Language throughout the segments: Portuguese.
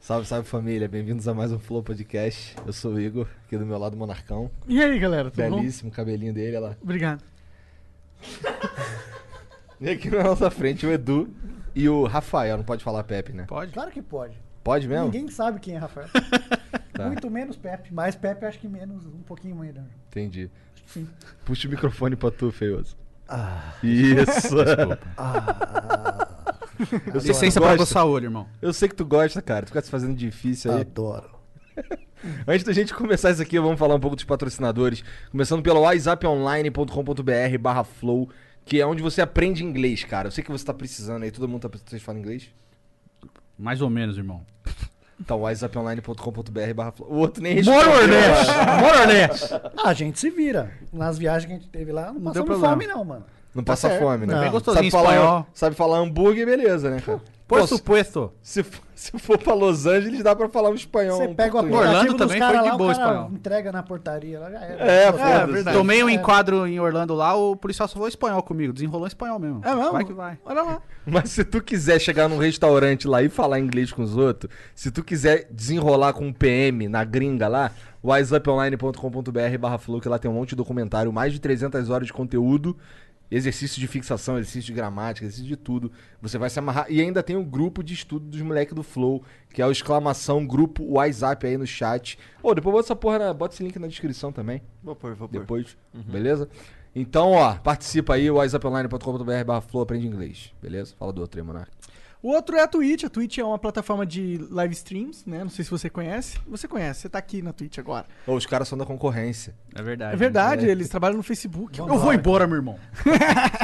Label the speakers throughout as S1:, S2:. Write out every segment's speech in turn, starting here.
S1: Salve, salve família, bem-vindos a mais um Flow Podcast. Eu sou o Igor, aqui do meu lado o Monarcão.
S2: E aí, galera, tudo bom?
S1: Belíssimo, cabelinho dele, olha lá.
S2: Obrigado.
S1: E aqui na nossa frente o Edu e o Rafael, não pode falar Pepe, né?
S2: Pode?
S3: Claro que pode.
S1: Pode mesmo?
S3: Ninguém sabe quem é Rafael.
S1: Tá.
S3: Muito menos Pepe. Mas Pepe acho que menos, um pouquinho ainda.
S1: Entendi.
S3: Sim.
S1: Puxa o microfone pra tu, feioso.
S2: Ah.
S1: Isso. Ah. eu, sei é que tu
S4: Licença pra
S1: gosta,
S4: coçar o olho, irmão.
S1: eu sei que tu gosta, cara. Tu fica se fazendo difícil aí.
S3: Adoro.
S1: Antes da gente começar isso aqui, vamos falar um pouco dos patrocinadores. Começando pelo whatsapponline.com.br barra flow, que é onde você aprende inglês, cara. Eu sei que você tá precisando aí, todo mundo tá precisando. Vocês falam inglês?
S4: Mais ou menos, irmão.
S1: Então, whatsapponline.com.br barra flow. é O outro nem
S2: More
S1: respondeu.
S2: or less! More or less!
S3: A gente se vira. Nas viagens que a gente teve lá, não
S4: deu
S3: passamos
S4: problema.
S3: fome não, mano.
S1: Não passa
S3: certo.
S1: fome, né?
S3: É. Não.
S4: Bem
S1: Sabe
S4: gostosinho espanhol.
S1: falar, sabe falar hambúrguer, beleza, né, cara?
S4: Por
S1: Pô,
S4: supuesto.
S1: se, for- se for pra Los Angeles, dá pra falar um espanhol.
S3: Você
S1: um
S3: pega o
S1: português.
S3: aplicativo
S4: Orlando
S3: dos
S4: também
S3: caras
S4: foi de
S3: lá,
S4: boa
S3: o cara
S4: espanhol.
S3: entrega na portaria lá, já era.
S1: É,
S3: Nossa,
S1: foda-se.
S3: verdade.
S4: Tomei um
S3: É.
S4: enquadro em Orlando lá, o policial só falou espanhol comigo. Desenrolou espanhol mesmo.
S2: É mesmo?
S4: Vai que vai.
S2: Olha lá.
S1: Mas se tu quiser chegar num restaurante lá e falar inglês com os outros, se tu quiser desenrolar com um PM na gringa lá, wiseuponline.com.br barra flow, que lá tem um monte de documentário, mais de 300 horas de conteúdo, exercício de fixação, exercício de gramática, exercício de tudo. Você vai se amarrar. E ainda tem um grupo de estudo dos moleques do Flow, que é o exclamação grupo WhatsApp aí no chat. Ô, depois bota essa porra, na- bota esse link na descrição também
S5: Vou pôr, vou pôr.
S1: depois, beleza? Então, ó, participa aí, whatsapponline.com.br barra flow, aprende inglês, beleza? Fala do outro aí, Monark.
S2: O outro é a Twitch. A Twitch é uma plataforma de live streams, né? Não sei se você conhece. Você conhece, você tá aqui na Twitch agora.
S1: Ô, os caras são da concorrência.
S4: É verdade.
S2: É verdade, eles trabalham no Facebook.
S4: Eu vou embora, meu irmão.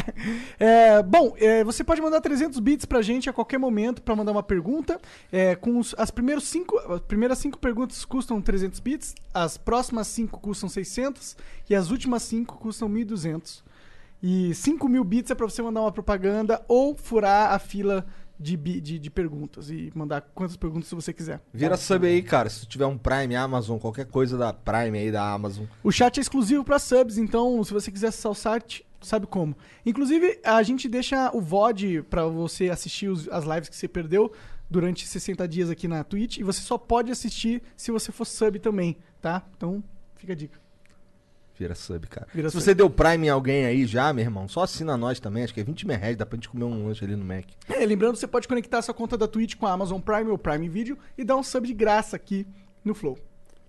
S2: É, bom, é, você pode mandar 300 bits pra gente a qualquer momento pra mandar uma pergunta. É, com os- as, primeiros cinco, as primeiras 5 perguntas custam 300 bits, as próximas 5 custam 600 e as últimas 5 custam 1.200. E 5 mil bits é pra você mandar uma propaganda ou furar a fila de, bi- de, de perguntas e mandar quantas perguntas você quiser.
S1: Vira sub aí, cara, se tu tiver um Prime, Amazon, qualquer coisa da Prime aí, da Amazon.
S2: O chat é exclusivo para subs, então se você quiser acessar o site, sabe como. Inclusive, a gente deixa o VOD para você assistir os- as lives que você perdeu durante 60 dias aqui na Twitch. E você só pode assistir se você for sub também, tá? Então, fica a dica.
S1: Vira sub, cara.
S2: Vira
S1: se
S2: sub.
S1: você deu Prime em alguém aí já, meu irmão, só assina nós também, acho que é 20 mil reais, dá pra gente comer um lanche ali no Mac.
S2: É, lembrando, você pode conectar sua conta da Twitch com a Amazon Prime ou Prime Video e dar um sub de graça aqui no Flow.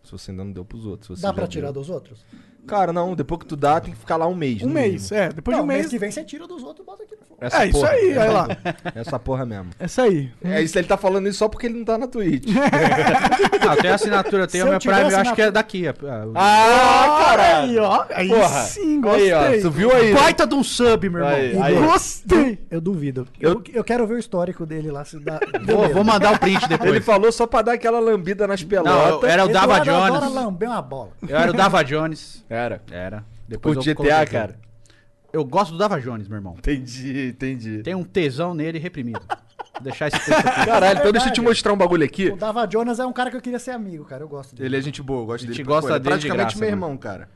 S1: Se você ainda não deu pros outros. se você
S3: Dá
S1: já
S3: pra
S1: deu.
S3: tirar dos outros?
S1: Cara, não, depois que tu dá, tem que ficar lá um mês.
S2: Um
S1: no
S2: mês,
S1: mínimo.
S2: é. Depois
S3: Hum. não,
S2: de um
S3: mês...
S2: mês.
S3: que vem você tira dos outros e bota aqui no fogo.
S1: Essa
S2: É, isso
S1: porra,
S2: aí, olha lá.
S1: Essa porra mesmo.
S2: Essa aí.
S1: É isso, ele tá falando isso só porque ele não tá na Twitch.
S4: Ah, eu tenho assinatura, eu tenho
S3: Se
S4: a
S3: eu
S4: minha
S3: tiver
S4: Prime, eu acho
S3: assinatura-
S4: que é daqui. é- é-
S1: ah, caralho!
S2: Aí, ó. Aí
S1: Porra.
S2: sim, gostei.
S1: Aí, ó, tu viu aí? né?
S4: Baita de um sub, meu irmão.
S1: Aí, aí.
S2: Gostei.
S3: Eu duvido.
S1: Eu-
S3: Eu... eu quero ver o histórico dele lá. Se dá...
S4: Vou, vou mandar o print
S1: Ele
S4: depois.
S1: falou só pra dar aquela lambida nas
S4: Não, eu
S1: pelotas.
S4: era o Dava
S3: Eduardo adora
S4: Jones.
S3: lamber uma bola.
S4: Eu era o Dava Jones.
S1: Era.
S4: Era.
S1: O
S4: Depois eu
S1: GTA,
S4: coloquei.
S1: cara.
S4: Eu gosto do Dava Jones, meu irmão.
S1: Entendi, entendi.
S4: Tem um tesão nele reprimido. Vou deixar esse texto aqui.
S1: Caralho, então deixa eu te mostrar um bagulho aqui.
S3: O Dava Jonas é um cara que eu queria ser amigo, cara. Eu gosto dele.
S1: Ele é gente boa, eu gosto
S4: A gente
S1: dele.
S4: gosta
S1: Pô, ele é
S4: dele de
S1: praticamente
S4: graça,
S1: meu
S4: mano.
S1: irmão, cara.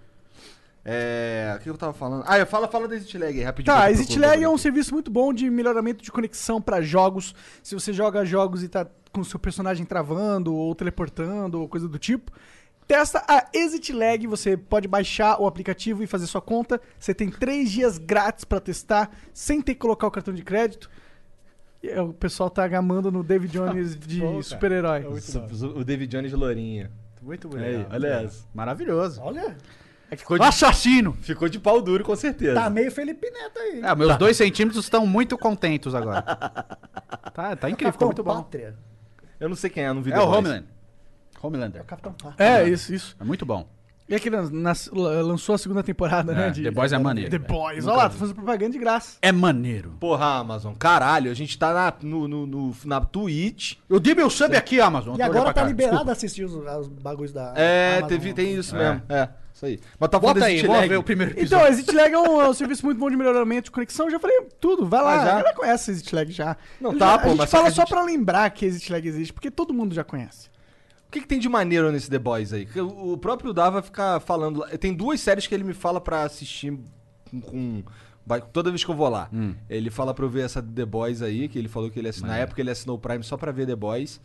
S1: É. O que eu tava falando? Ah, fala, fala da Exit Lag aí, rapidinho.
S2: Tá,
S1: que eu
S2: Exit
S1: procuro
S2: Lag é um
S1: o bagulho.
S2: serviço muito bom de melhoramento de conexão para jogos. Se você joga jogos e tá com o seu personagem travando ou teleportando ou coisa do tipo, testa a Exit Lag. Você pode baixar o aplicativo e fazer sua conta. Você tem três dias grátis para testar sem ter que colocar o cartão de crédito. E, é, O pessoal tá gamando no David Jones de super-herói.
S1: O David Jones Lourinha.
S4: Muito
S1: Aí,
S4: bonito.
S1: olha essa.
S4: É Maravilhoso.
S3: Olha,
S1: Ficou de,
S4: Assassino!
S1: ficou de pau duro, com certeza.
S4: é.
S3: tá meio Felipe Neto aí.
S4: Ah, meus dois centímetros estão muito contentos agora. Tá, tá incrível, ficou muito bom.
S3: Pátria.
S1: Eu não sei quem é, não vi
S4: É o
S1: depois.
S4: Homeland.
S3: É o
S4: Homelander.
S3: Capitão Pátria.
S2: É, isso, isso.
S4: É muito bom.
S2: E é que lan- nas- la- lançou a segunda temporada, né?
S4: É, The Boys é maneiro,
S2: The
S4: velho.
S2: Boys. Olha lá, tá fazendo propaganda de graça.
S4: É maneiro.
S1: Porra, Amazon, caralho, a gente tá na, no, no, no- na Twitch.
S4: Eu dei meu sub é aqui, Amazon.
S3: E agora tá liberado assistir os, os bagulhos da.
S1: É,
S3: Amazon.
S1: teve, tem isso
S4: É.
S1: mesmo. É, isso aí. Mas tá
S4: Bota
S1: desse
S4: aí,
S1: delay.
S4: vamos ver o primeiro episódio.
S2: Então, a Exit Lag é um, é um serviço muito bom de melhoramento de conexão. Eu já falei tudo, vai lá.
S1: Ah, já?
S2: A galera conhece a Exit Lag já.
S1: Não,
S2: Eu
S1: tá,
S2: já-
S1: pô,
S2: A gente
S1: mas só
S2: fala
S1: que a
S2: só
S1: gente-
S2: pra lembrar que a Exit Lag existe, porque todo mundo já conhece.
S1: O que, que tem de maneiro nesse The Boys aí? Porque O o próprio Dava fica falando. lá- Tem duas séries que ele me fala pra assistir com. com- vai- toda vez que eu vou lá.
S4: Hum.
S1: Ele fala pra eu ver essa The Boys aí, que ele falou que ele assinou.
S4: É.
S1: Na época ele assinou o Prime só pra ver The Boys.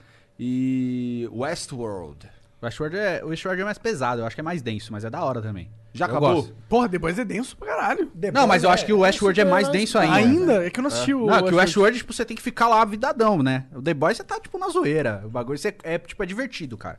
S1: E. Westworld.
S4: O Ashword é, o Ashword é mais pesado, eu acho que é mais denso, mas é da hora também.
S1: Já
S4: Eu
S1: acabou?
S4: gosto.
S2: Porra, The Boys é denso pra caralho.
S3: The
S4: Não,
S3: Boys
S4: mas eu acho que o Westworld é mais
S3: super-
S4: denso ainda. Ah.
S2: Ainda? É que eu não assisti
S4: Não,
S2: o.
S4: que o
S2: Westworld.
S4: Ashword, tipo, você tem que ficar lá vidadão, né? O The Boys você tá, tipo, na zoeira. O bagulho você é, tipo, é divertido, cara.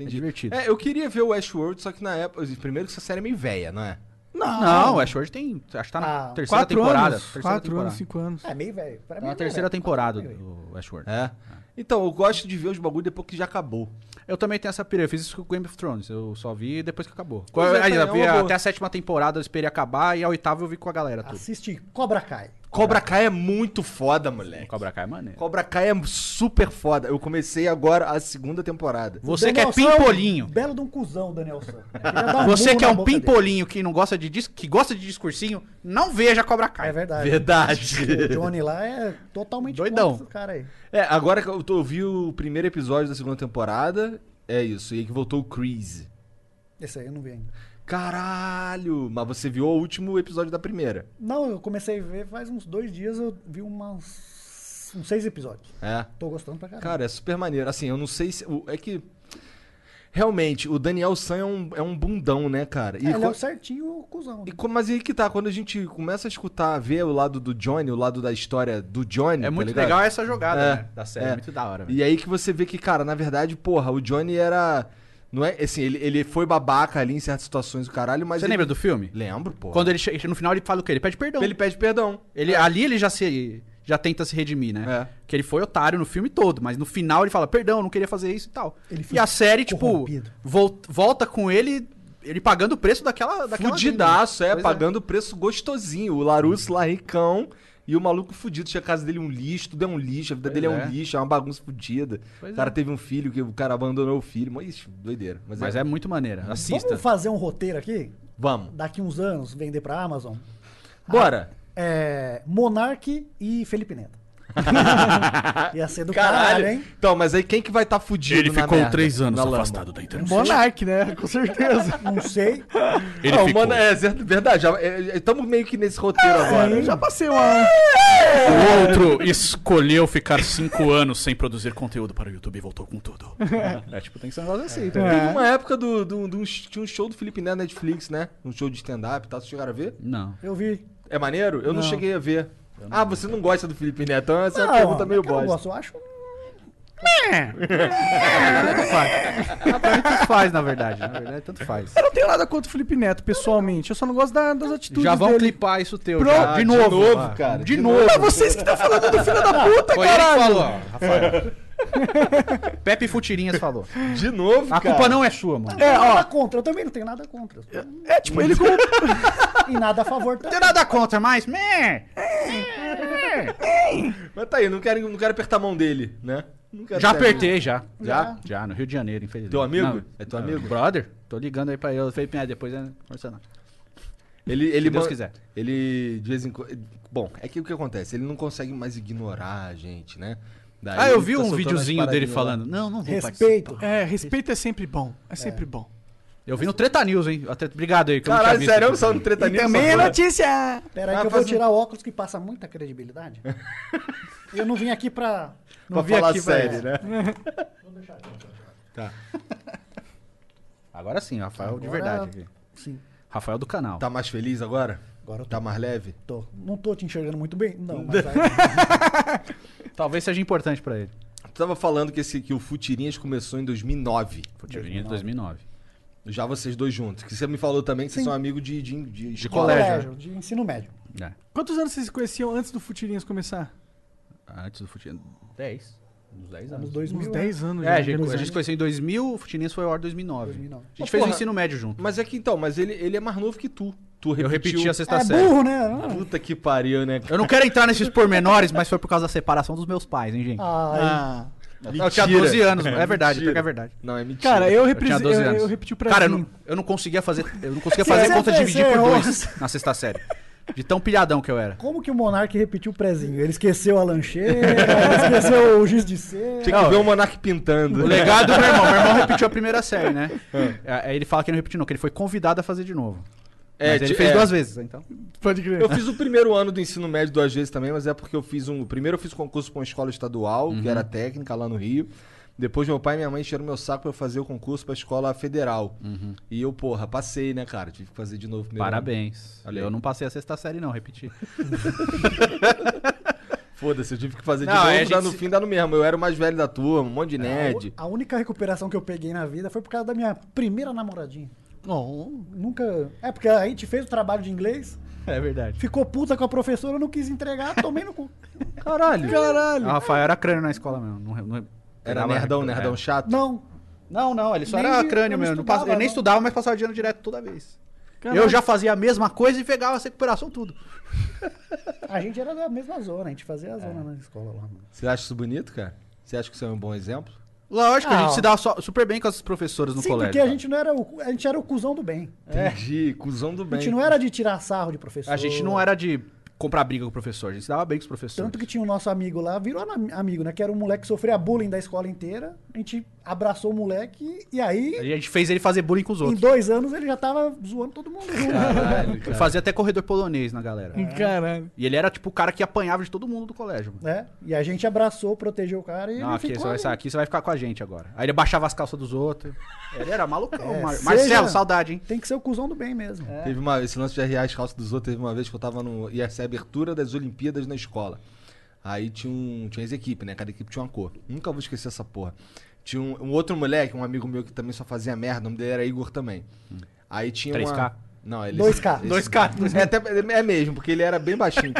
S4: É divertido.
S1: É, eu queria ver o Westworld, só que na época. Primeiro que essa série é meio velha, não é?
S2: Não,
S4: Não, o Ashword tem. Acho que tá na
S3: Ah,
S4: terceira
S2: quatro
S4: temporada.
S2: anos.
S4: terceira
S2: Quatro
S4: temporada.
S2: anos, cinco anos.
S3: É meio velho. Pra
S4: Tá
S3: mim é
S4: na
S3: meio
S4: terceira
S3: velho.
S4: temporada do Ashword.
S1: É. Então, eu gosto de ver os bagulho depois que já acabou.
S4: Eu também tenho essa pira. Eu fiz isso com Game of Thrones. Eu só vi depois que acabou.
S1: Pois é,
S4: Aliás, eu
S1: também é
S4: vi
S1: uma boa.
S4: até a sétima temporada, eu esperei acabar. E a oitava eu vi com a galera
S3: Ah,
S4: tudo.
S3: Assiste Cobra Kai.
S1: Cobra Kai é muito foda, moleque.
S4: Cobra Kai é maneiro.
S1: Cobra Kai é super foda. Eu comecei agora a segunda temporada.
S4: Você que é
S3: Danielson é um
S4: pimpolinho.
S3: Belo de um cuzão, Danielson. Queria dar
S4: Você
S3: murro
S4: que é
S3: na
S4: um
S3: boca dele.
S4: pimpolinho que não gosta de dis- que gosta de discursinho, não veja Cobra Kai.
S3: É verdade. O
S1: Verdade.
S3: Johnny lá é totalmente
S4: Doidão.
S3: contra esse cara aí.
S1: É, agora que eu, tô, eu vi o primeiro episódio da segunda temporada, é isso. E aí que voltou o Crease.
S3: Esse aí eu não vi ainda.
S1: Caralho! Mas você viu o último episódio da primeira.
S3: Não, eu comecei a ver faz uns dois dias, eu vi umas, uns seis episódios.
S1: É.
S3: Tô gostando pra caramba.
S1: Cara, é super maneiro. Assim, eu não sei se. o- É que. Realmente, o Daniel San é um, é um bundão, né, cara? E
S3: É, ele é
S1: co-
S3: o certinho o cuzão. né?
S1: e co- mas e aí que tá, quando a gente começa a escutar, ver o lado do Johnny, o lado da história do Johnny.
S4: É
S1: tá
S4: muito
S1: ligado?
S4: legal essa jogada,
S1: É,
S4: né? Da série.
S1: é.
S4: É. Muito da hora, velho.
S1: E aí que você vê que, cara, na verdade, porra, o Johnny era. Não é, assim, ele, ele foi babaca ali em certas situações do caralho, mas.
S4: Você
S1: ele-
S4: lembra do filme?
S1: Lembro, porra.
S4: Quando ele chega, no final ele fala o quê? Ele É. pede perdão.
S1: Ele pede perdão.
S4: Ele, Ali ele já se já tenta se redimir, né?
S1: É.
S4: Que ele foi otário no filme todo, mas no final ele fala, perdão, não queria fazer isso e tal.
S3: Ele
S4: E
S3: foi
S4: a série, tipo,
S3: corrompido.
S4: vol- volta com ele, ele pagando o preço daquela. daquela
S1: Fudidaço,
S4: dívida.
S1: é,
S4: Pois
S1: pagando o preço gostosinho. O Larusso lá ricão e o maluco fudido. Tinha a casa dele um lixo, tudo é um lixo, a vida
S4: Pois
S1: dele é. um
S4: é.
S1: lixo, é uma bagunça fudida.
S4: Pois
S1: o cara
S4: é.
S1: teve um filho que o cara abandonou o filho. Mas, ixi, doideira. Mas,
S4: Mas é muito maneira. Assista.
S3: Vamos fazer um roteiro aqui?
S1: Vamos.
S3: Daqui uns anos, vender pra Amazon?
S1: Bora!
S4: Ah,
S3: É, Monark e Felipe Neto. Ia ser do caralho, hein?
S1: Então, mas aí quem que vai estar tá fudido na merda? Na lama?
S4: da
S2: Monark, né? Com certeza.
S3: Não sei.
S4: Ele
S1: Não,
S4: ficou.
S1: mano, é cer- verdade. Estamos meio que nesse roteiro
S4: Ah,
S1: agora.
S2: Eu já
S4: tá.
S2: passei uma.
S4: O outro escolheu ficar cinco anos sem produzir conteúdo para o YouTube e voltou com tudo. É, tipo, tem que ser um negócio assim. tá ligado?
S1: Teve uma época do, do, do- tinha um show do Felipe Neto na Netflix, né? Um show de stand-up e tal. Vocês chegaram a ver?
S4: Não.
S3: Eu vi.
S1: É maneiro? Eu não, cheguei a ver. Ah, você não gosta do Felipe Neto? Então essa é uma
S3: Ah,
S1: pergunta meio
S3: é que eu não
S1: bosta.
S3: gosto, eu acho.
S4: Tanto faz, na verdade. Na verdade, tanto faz.
S2: Eu não tenho nada contra o Felipe Neto, pessoalmente. Eu só não gosto da- das atitudes
S4: Já vão
S2: dele.
S4: clipar isso teu.
S2: Pro-
S4: já.
S1: Ah, de novo, cara. De
S4: De novo.
S2: Mas vocês que estão falando do filho da puta,
S4: Foi ele que
S2: caralho.
S4: falou, Rafael. Pepe Futirinhas falou.
S1: De novo,
S4: A
S1: cara.
S4: culpa não é sua, mano.
S3: É, nada contra, eu também não tenho nada contra.
S2: É, tipo, ele como...
S3: E nada a favor tá? também.
S4: Não tem nada contra, mas... meh,
S1: Mas tá aí, não quero, não quero apertar a mão dele, né? Não quero
S4: Já
S1: apertar a mão.
S4: apertei, já.
S1: Já?
S4: Já, no Rio de Janeiro, infelizmente.
S1: Teu amigo?
S4: Não,
S1: É teu amigo?
S4: Brother? Tô ligando aí pra ele. Felipe, ah, depois é conversando.
S1: Ele, ele
S4: Deus
S1: man-
S4: quiser.
S1: Ele, de vez em quando... Bom, é que o que acontece? Ele não consegue mais ignorar a gente, né? Daí
S4: Ah, eu
S1: ele
S4: vi
S1: fica
S4: um
S1: soltando
S4: videozinho
S1: as
S4: dele
S1: paradinhas lá.
S4: falando. Não, não vou
S3: Respeito.
S4: participar.
S2: É, respeito é sempre bom. É sempre bom.
S4: Eu vi no Treta News, hein? Até- Obrigado aí. um que eu não tinha
S1: Caralho,
S4: visto
S1: sério,
S4: isso.
S1: só no treta né?
S2: E
S1: News,
S2: também é
S4: né?
S1: agora?
S2: notícia.
S3: Pera aí
S1: Ah,
S3: que eu
S1: faz
S3: vou
S1: um-
S3: tirar o óculos que passa muita credibilidade. eu não vim aqui pra. Não
S1: Pra
S3: vim
S1: falar
S3: aqui pra-
S1: sério, né?
S4: Agora sim, Rafael de
S3: Agora-
S4: verdade. aqui.
S3: Sim,
S4: Rafael do canal.
S1: Tá mais feliz agora?
S3: agora eu tô.
S1: Tá mais leve?
S3: tô. Não tô te enxergando muito bem? Não, mas aí-
S4: Talvez seja importante pra ele.
S1: Tu tava falando que, esse, que o Futirinhas começou em 2009.
S4: Futirinhas 2009.
S1: Já vocês dois juntos. Que você me falou também que vocês
S3: Sim.
S1: são amigos de, de, de,
S3: de
S1: escola.
S4: colégio.
S3: de ensino médio.
S4: É. É.
S2: Quantos anos vocês se conheciam antes do Futirinhas começar?
S4: Antes do Futirinhas. 10. Uns 10
S3: Anos
S4: anos.
S3: 2000.
S2: Uns
S3: né?
S2: 10 anos
S4: É, a
S2: já.
S4: gente,
S3: dois
S4: a
S3: anos.
S4: gente conheceu em 2000, o Futinense foi ao ar em 2009.
S3: 2009.
S4: A gente
S1: Pô,
S4: fez o
S1: porra.
S4: ensino médio junto.
S1: Mas é que então, mas ele, ele é mais novo que tu. Tu
S4: eu repeti
S1: repetiu.
S4: a sexta
S3: é
S4: série.
S3: burro, né? Ah,
S1: Puta que pariu, né?
S4: Eu não quero entrar nesses pormenores, mas foi por causa da separação dos meus pais, hein, gente?
S3: Ah,
S2: Ah.
S4: eu tinha 12 anos, é, verdade,
S1: mentira.
S4: pior que é verdade.
S1: Não, é mentira.
S2: Cara, eu,
S4: Eu
S2: repris...
S4: tinha 12
S2: eu,
S4: anos.
S2: eu repeti o pra
S4: Cara, eu
S2: mim.
S4: não, eu não conseguia fazer, eu não conseguia
S3: Você-
S4: fazer
S3: você
S4: conta de
S3: fez-
S4: dividir
S3: você
S4: por
S3: errou.
S4: dois na sexta série. De tão pilhadão que eu era.
S3: Como que o Monark repetiu o prezinho? Ele esqueceu a lancheira, ele esqueceu o giz de cera.
S1: Tinha que ver o Monark pintando.
S4: O legado do meu irmão. Meu irmão repetiu a primeira série, né? É, Aí ele fala que não repetiu, não, que ele foi convidado a fazer de novo.
S1: É,
S4: Mas ele
S1: ti-
S4: fez
S1: é.
S4: duas vezes, então.
S2: Pode crer.
S1: Eu fiz o primeiro ano do ensino médio duas vezes também, mas é porque eu fiz um. Primeiro eu fiz concurso pra uma escola estadual,
S4: Uhum.
S1: que era técnica lá no Rio. Depois meu pai e minha mãe encheram meu saco pra eu fazer o concurso pra escola federal. E eu, porra, passei, né, cara? Tive que fazer de novo o primeiro. ano.
S4: Uhum. Parabéns.
S1: Olha aí.
S4: Eu não passei a sexta série, não, repeti.
S1: Foda-se, eu tive que fazer de
S4: Não,
S1: novo,
S4: é, a
S1: dá
S4: gente
S1: no
S4: se- É,
S1: fim, dá no mesmo. Eu era o mais velho da turma, um monte de nerd.
S3: A única recuperação que eu peguei na vida foi por causa da minha primeira namoradinha.
S2: Não.
S3: Nunca. É, porque a gente fez o trabalho de inglês,
S4: É verdade.
S3: ficou puta com a professora, não quis entregar, tomei no cu.
S4: Caralho.
S2: Caralho.
S4: Ah, O Rafael era crânio na escola mesmo. Não, não-
S1: Era
S4: pegava-
S1: nerdão,
S4: é.
S1: nerdão chato.
S3: Não.
S4: Não, não, ele só
S3: Nem-
S4: era
S3: eu não
S4: crânio mesmo. Não passa-
S3: estudava,
S4: eu nem
S3: não.
S4: estudava, mas passava de ano direto toda vez.
S2: Caralho.
S4: Eu já fazia a mesma coisa e pegava essa recuperação tudo.
S3: A gente era da mesma zona, a gente fazia a
S4: É.
S3: zona na escola lá, mano.
S1: Você acha isso bonito, cara? Você acha que isso é um bom exemplo?
S4: Lógico, a
S3: Ah,
S4: gente
S3: ó.
S4: se dava só- super bem com as professoras no
S3: Sim,
S4: colégio.
S3: porque a
S4: tá?
S3: gente não era o. A gente era o cuzão do bem.
S4: É.
S1: Entendi, cuzão do
S3: A
S1: bem.
S3: gente não era de tirar sarro de professor.
S4: A gente não era de comprar briga com o professor, a gente se dava bem com os professores.
S3: Tanto que tinha o nosso amigo lá, virou ana- amigo, né? Que era um moleque que sofria bullying da escola inteira. A gente abraçou o moleque e aí,
S4: Aí a gente fez ele fazer bullying com os
S3: em
S4: outros.
S3: dois anos, ele já tava zoando todo mundo junto.
S1: Caralho,
S4: Eu
S1: cara.
S4: fazia até corredor polonês na galera.
S3: Uhum.
S2: Caralho.
S4: E ele era tipo o cara que apanhava de todo mundo do colégio, mano.
S3: né? E a gente abraçou, protegeu o cara e
S4: Não,
S3: ele
S4: aqui
S3: ficou
S4: você, vai,
S3: ali.
S4: sair, aqui você vai ficar com a gente agora. Aí ele baixava as calças dos outros. Ele era malucão.
S3: É,
S4: Mar-
S3: seja-
S4: Marcelo, saudade, hein? É.
S3: Tem que ser o cuzão do bem mesmo.
S1: Teve uma, esse lance de arriar as calças dos outros, teve uma vez que eu tava no. ia ser a abertura das Olimpíadas na escola. Aí tinha um. Tinha as equipes, né? Cada equipe tinha uma cor. Nunca vou esquecer essa porra. Tinha um, um outro moleque, um amigo meu que também só fazia merda, o nome dele era Igor também.
S4: Hum.
S1: Aí tinha
S4: 3K?
S1: uma. Não, ele.
S3: 2K.
S1: esse-
S4: 2K.
S1: É, até, é mesmo, porque ele era bem baixinho.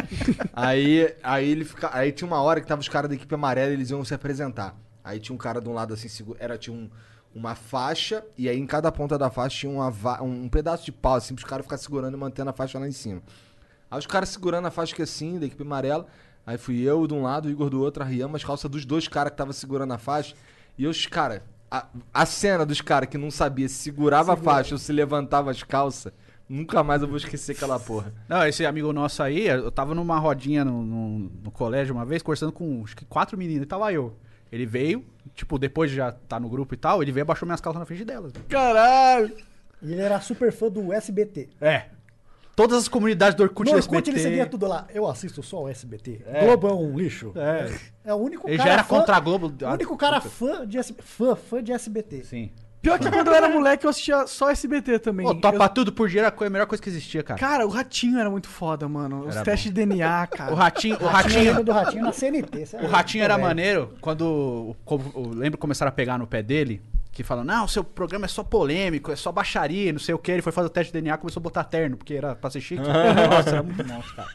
S1: aí, aí ele fica, aí tinha uma hora que tava os caras da equipe amarela, eles iam se apresentar. Aí tinha um cara de um lado assim, segu- era tinha um- uma faixa e aí em cada ponta da faixa tinha uma va- um, um pedaço de pau assim, os caras ficar segurando e mantendo a faixa lá em cima. Aí os caras segurando a faixa que assim, da equipe amarela. Aí fui eu de um lado, o Igor do outro, arriamos as calças dos dois caras que tava segurando a faixa. E os caras, a, a cena dos caras que não sabia se segurava a faixa ou se levantava as calças, nunca mais eu vou esquecer aquela porra.
S4: Não, esse amigo nosso aí, eu tava numa rodinha no, no- no colégio uma vez, conversando com acho que quatro meninas, e tava eu. Ele veio, tipo, depois de já tá no grupo e tal, ele veio e abaixou minhas calças na frente delas.
S2: Caralho.
S3: E ele era super fã do SBT.
S4: É. Todas as comunidades do Orkut
S3: no
S4: do
S3: Orkut ele
S4: SBT.
S3: seguia tudo lá. Eu assisto só o SBT. Globão, um lixo. É. o único
S4: Ele
S3: cara
S4: já era
S3: fã-
S4: contra a Globo.
S3: O único cara fã de, S- fã, fã de SBT.
S4: Sim.
S2: Pior que quando eu era moleque, eu assistia só SBT também.
S4: Pô, topa
S2: Eu-
S4: tudo por dinheiro é a melhor coisa que existia, cara.
S2: Cara, o ratinho era muito foda, mano. Os
S4: Era
S2: testes de DNA, cara.
S4: O ratinho, o
S3: Ratinho. Eu
S4: ratinho,
S3: lembro do Ratinho na CNT. sabe?
S4: o ratinho era
S3: Também.
S4: maneiro quando o- como- eu lembro que começaram a pegar no pé dele, que falam: "Não, seu programa é só polêmico, é só baixaria, não sei o que". Ele foi fazer o teste de DNA, começou a botar terno, porque era pra ser chique. Nossa, era muito monstro, cara.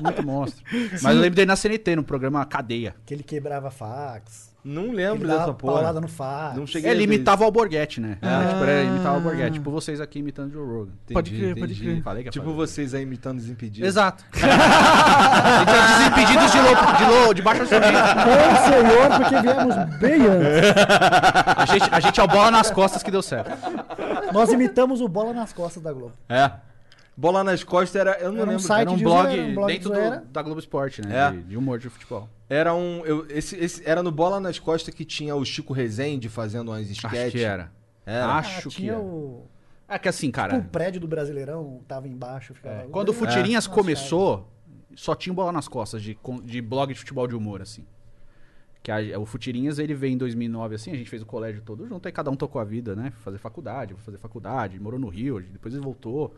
S4: Muito monstro. Mas eu lembro dele na CNT, no programa Cadeia.
S3: Que ele quebrava fax.
S1: Não
S3: que
S1: lembro
S3: Ele dava
S1: dessa
S3: paulada
S1: porra.
S3: no fax.
S1: Não cheguei
S4: Ele
S1: a ver
S4: imitava o Alborguete, né? Era, tipo, era, imitava o Alborguete,
S2: Ah.
S4: tipo vocês aqui imitando o Joe Rogan.
S1: isso.
S2: Pode
S1: Entendi,
S2: crer, pode
S1: entendi.
S2: crer.
S4: Falei que ia
S1: Tipo
S4: fazer.
S1: vocês aí imitando desimpedidos.
S4: Exato. então, desimpedidos de, lo, de, lo, de baixo orçamento.
S3: Bom senhor, porque viemos bem antes.
S4: A gente, a gente é o bola nas costas que deu certo.
S3: Nós imitamos o Bola nas Costas da Globo.
S1: É. Bola nas costas era. Eu não
S3: Era um
S1: lembro.
S3: site
S4: Era um
S3: de
S4: blog,
S3: zoeira, um blog
S4: dentro
S3: de
S4: do-
S3: zoeira.
S4: da Globo Esporte, né?
S1: É.
S4: De, de humor de futebol.
S1: Era um. eu- esse, esse- era no Bola nas Costas que tinha o Chico Rezende fazendo umas esquetes.
S4: Acho que era.
S1: Era.
S3: Ah,
S4: Acho que
S3: tinha
S4: era.
S3: o...
S4: É que assim,
S3: o
S4: cara.
S3: prédio do Brasileirão, tava embaixo. Ficava... Ah,
S4: é, quando o Futirinhas
S3: Nossa,
S4: começou, só tinha bola nas costas de, con- de blog de futebol de humor, assim. Que a- o Futirinhas, ele veio em 2009, assim, a gente fez o colégio todo junto, aí cada um tocou a vida, né? Fazer faculdade, fazer faculdade, morou no Rio, depois ele voltou.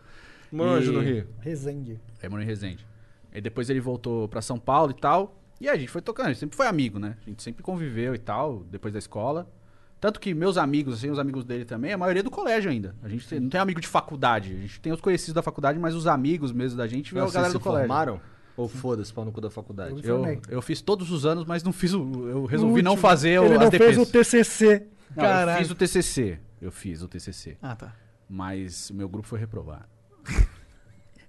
S1: Manjo
S4: E-
S1: no Rio.
S3: Rezende.
S4: Aí morou em Resende. Aí depois ele voltou pra São Paulo e tal. E a gente foi tocando, a gente sempre foi amigo, né? A gente sempre conviveu e tal, depois da escola. Tanto que meus amigos, assim, os amigos dele também, a maioria é do colégio ainda. A gente tem- não tem amigo de faculdade. A gente tem os conhecidos da faculdade, mas os amigos mesmo da gente veio a
S1: Vocês
S4: Tipo, galera
S1: se
S4: do colégio.
S1: formaram? Ou foda-se, pau no cu da faculdade.
S3: Eu-
S4: Eu, eu fiz todos os anos, mas não fiz o. Eu resolvi não fazer o,
S3: Ele
S4: as
S3: não fez
S4: defesas.
S3: o TCC.
S4: Não, eu
S2: Caralho.
S4: fiz o TCC. Eu fiz o TCC.
S2: Ah, tá.
S4: Mas o meu grupo foi reprovado.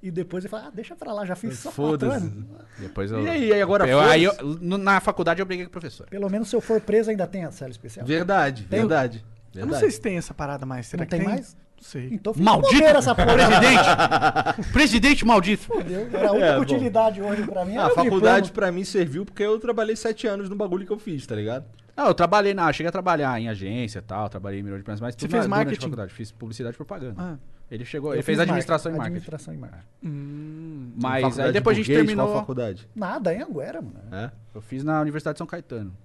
S3: E depois ele fala, ah, deixa pra lá, já fiz só quatro
S1: Foda-se.
S3: anos.
S4: Depois eu.
S1: né? E aí, aí agora
S4: eu, aí eu-
S1: foda-se?
S4: no- Na faculdade eu briguei com o professor.
S3: Pelo menos se eu for preso ainda tem a cela especial.
S1: Verdade, verdade.
S2: Eu não
S1: verdade. Ah,
S2: sei se tem essa parada mais. Será
S3: Não
S2: que
S3: tem
S2: tem?
S3: mais?
S2: Não sei.
S3: Então fica
S4: Maldito!
S3: bobeira essa porra.
S4: Presidente! Presidente maldito!
S3: Entendeu? Era a única
S1: É, bom.
S3: utilidade hoje pra mim.
S1: Ah,
S3: era
S1: a
S3: o
S1: faculdade
S3: diploma.
S1: pra mim serviu porque eu trabalhei sete anos no bagulho que eu fiz, tá ligado?
S4: Ah, eu trabalhei na. Cheguei a trabalhar em agência e tal, trabalhei em milhão de empresas, mas tudo na-
S2: fez
S4: durante a
S2: marketing?
S4: faculdade, fiz publicidade e propaganda.
S2: Ah.
S4: Ele chegou,
S3: Eu
S4: ele fez
S3: fiz
S4: administração
S3: marketing,
S4: e marketing.
S3: Administração e marketing.
S2: Hum.
S4: Mas aí
S1: Faculdade de
S4: depois a gente
S1: burguês,
S4: terminou.
S1: Qual faculdade?
S3: Nada, em Anguera, mano.
S1: É?
S4: Eu fiz na Universidade de São Caetano.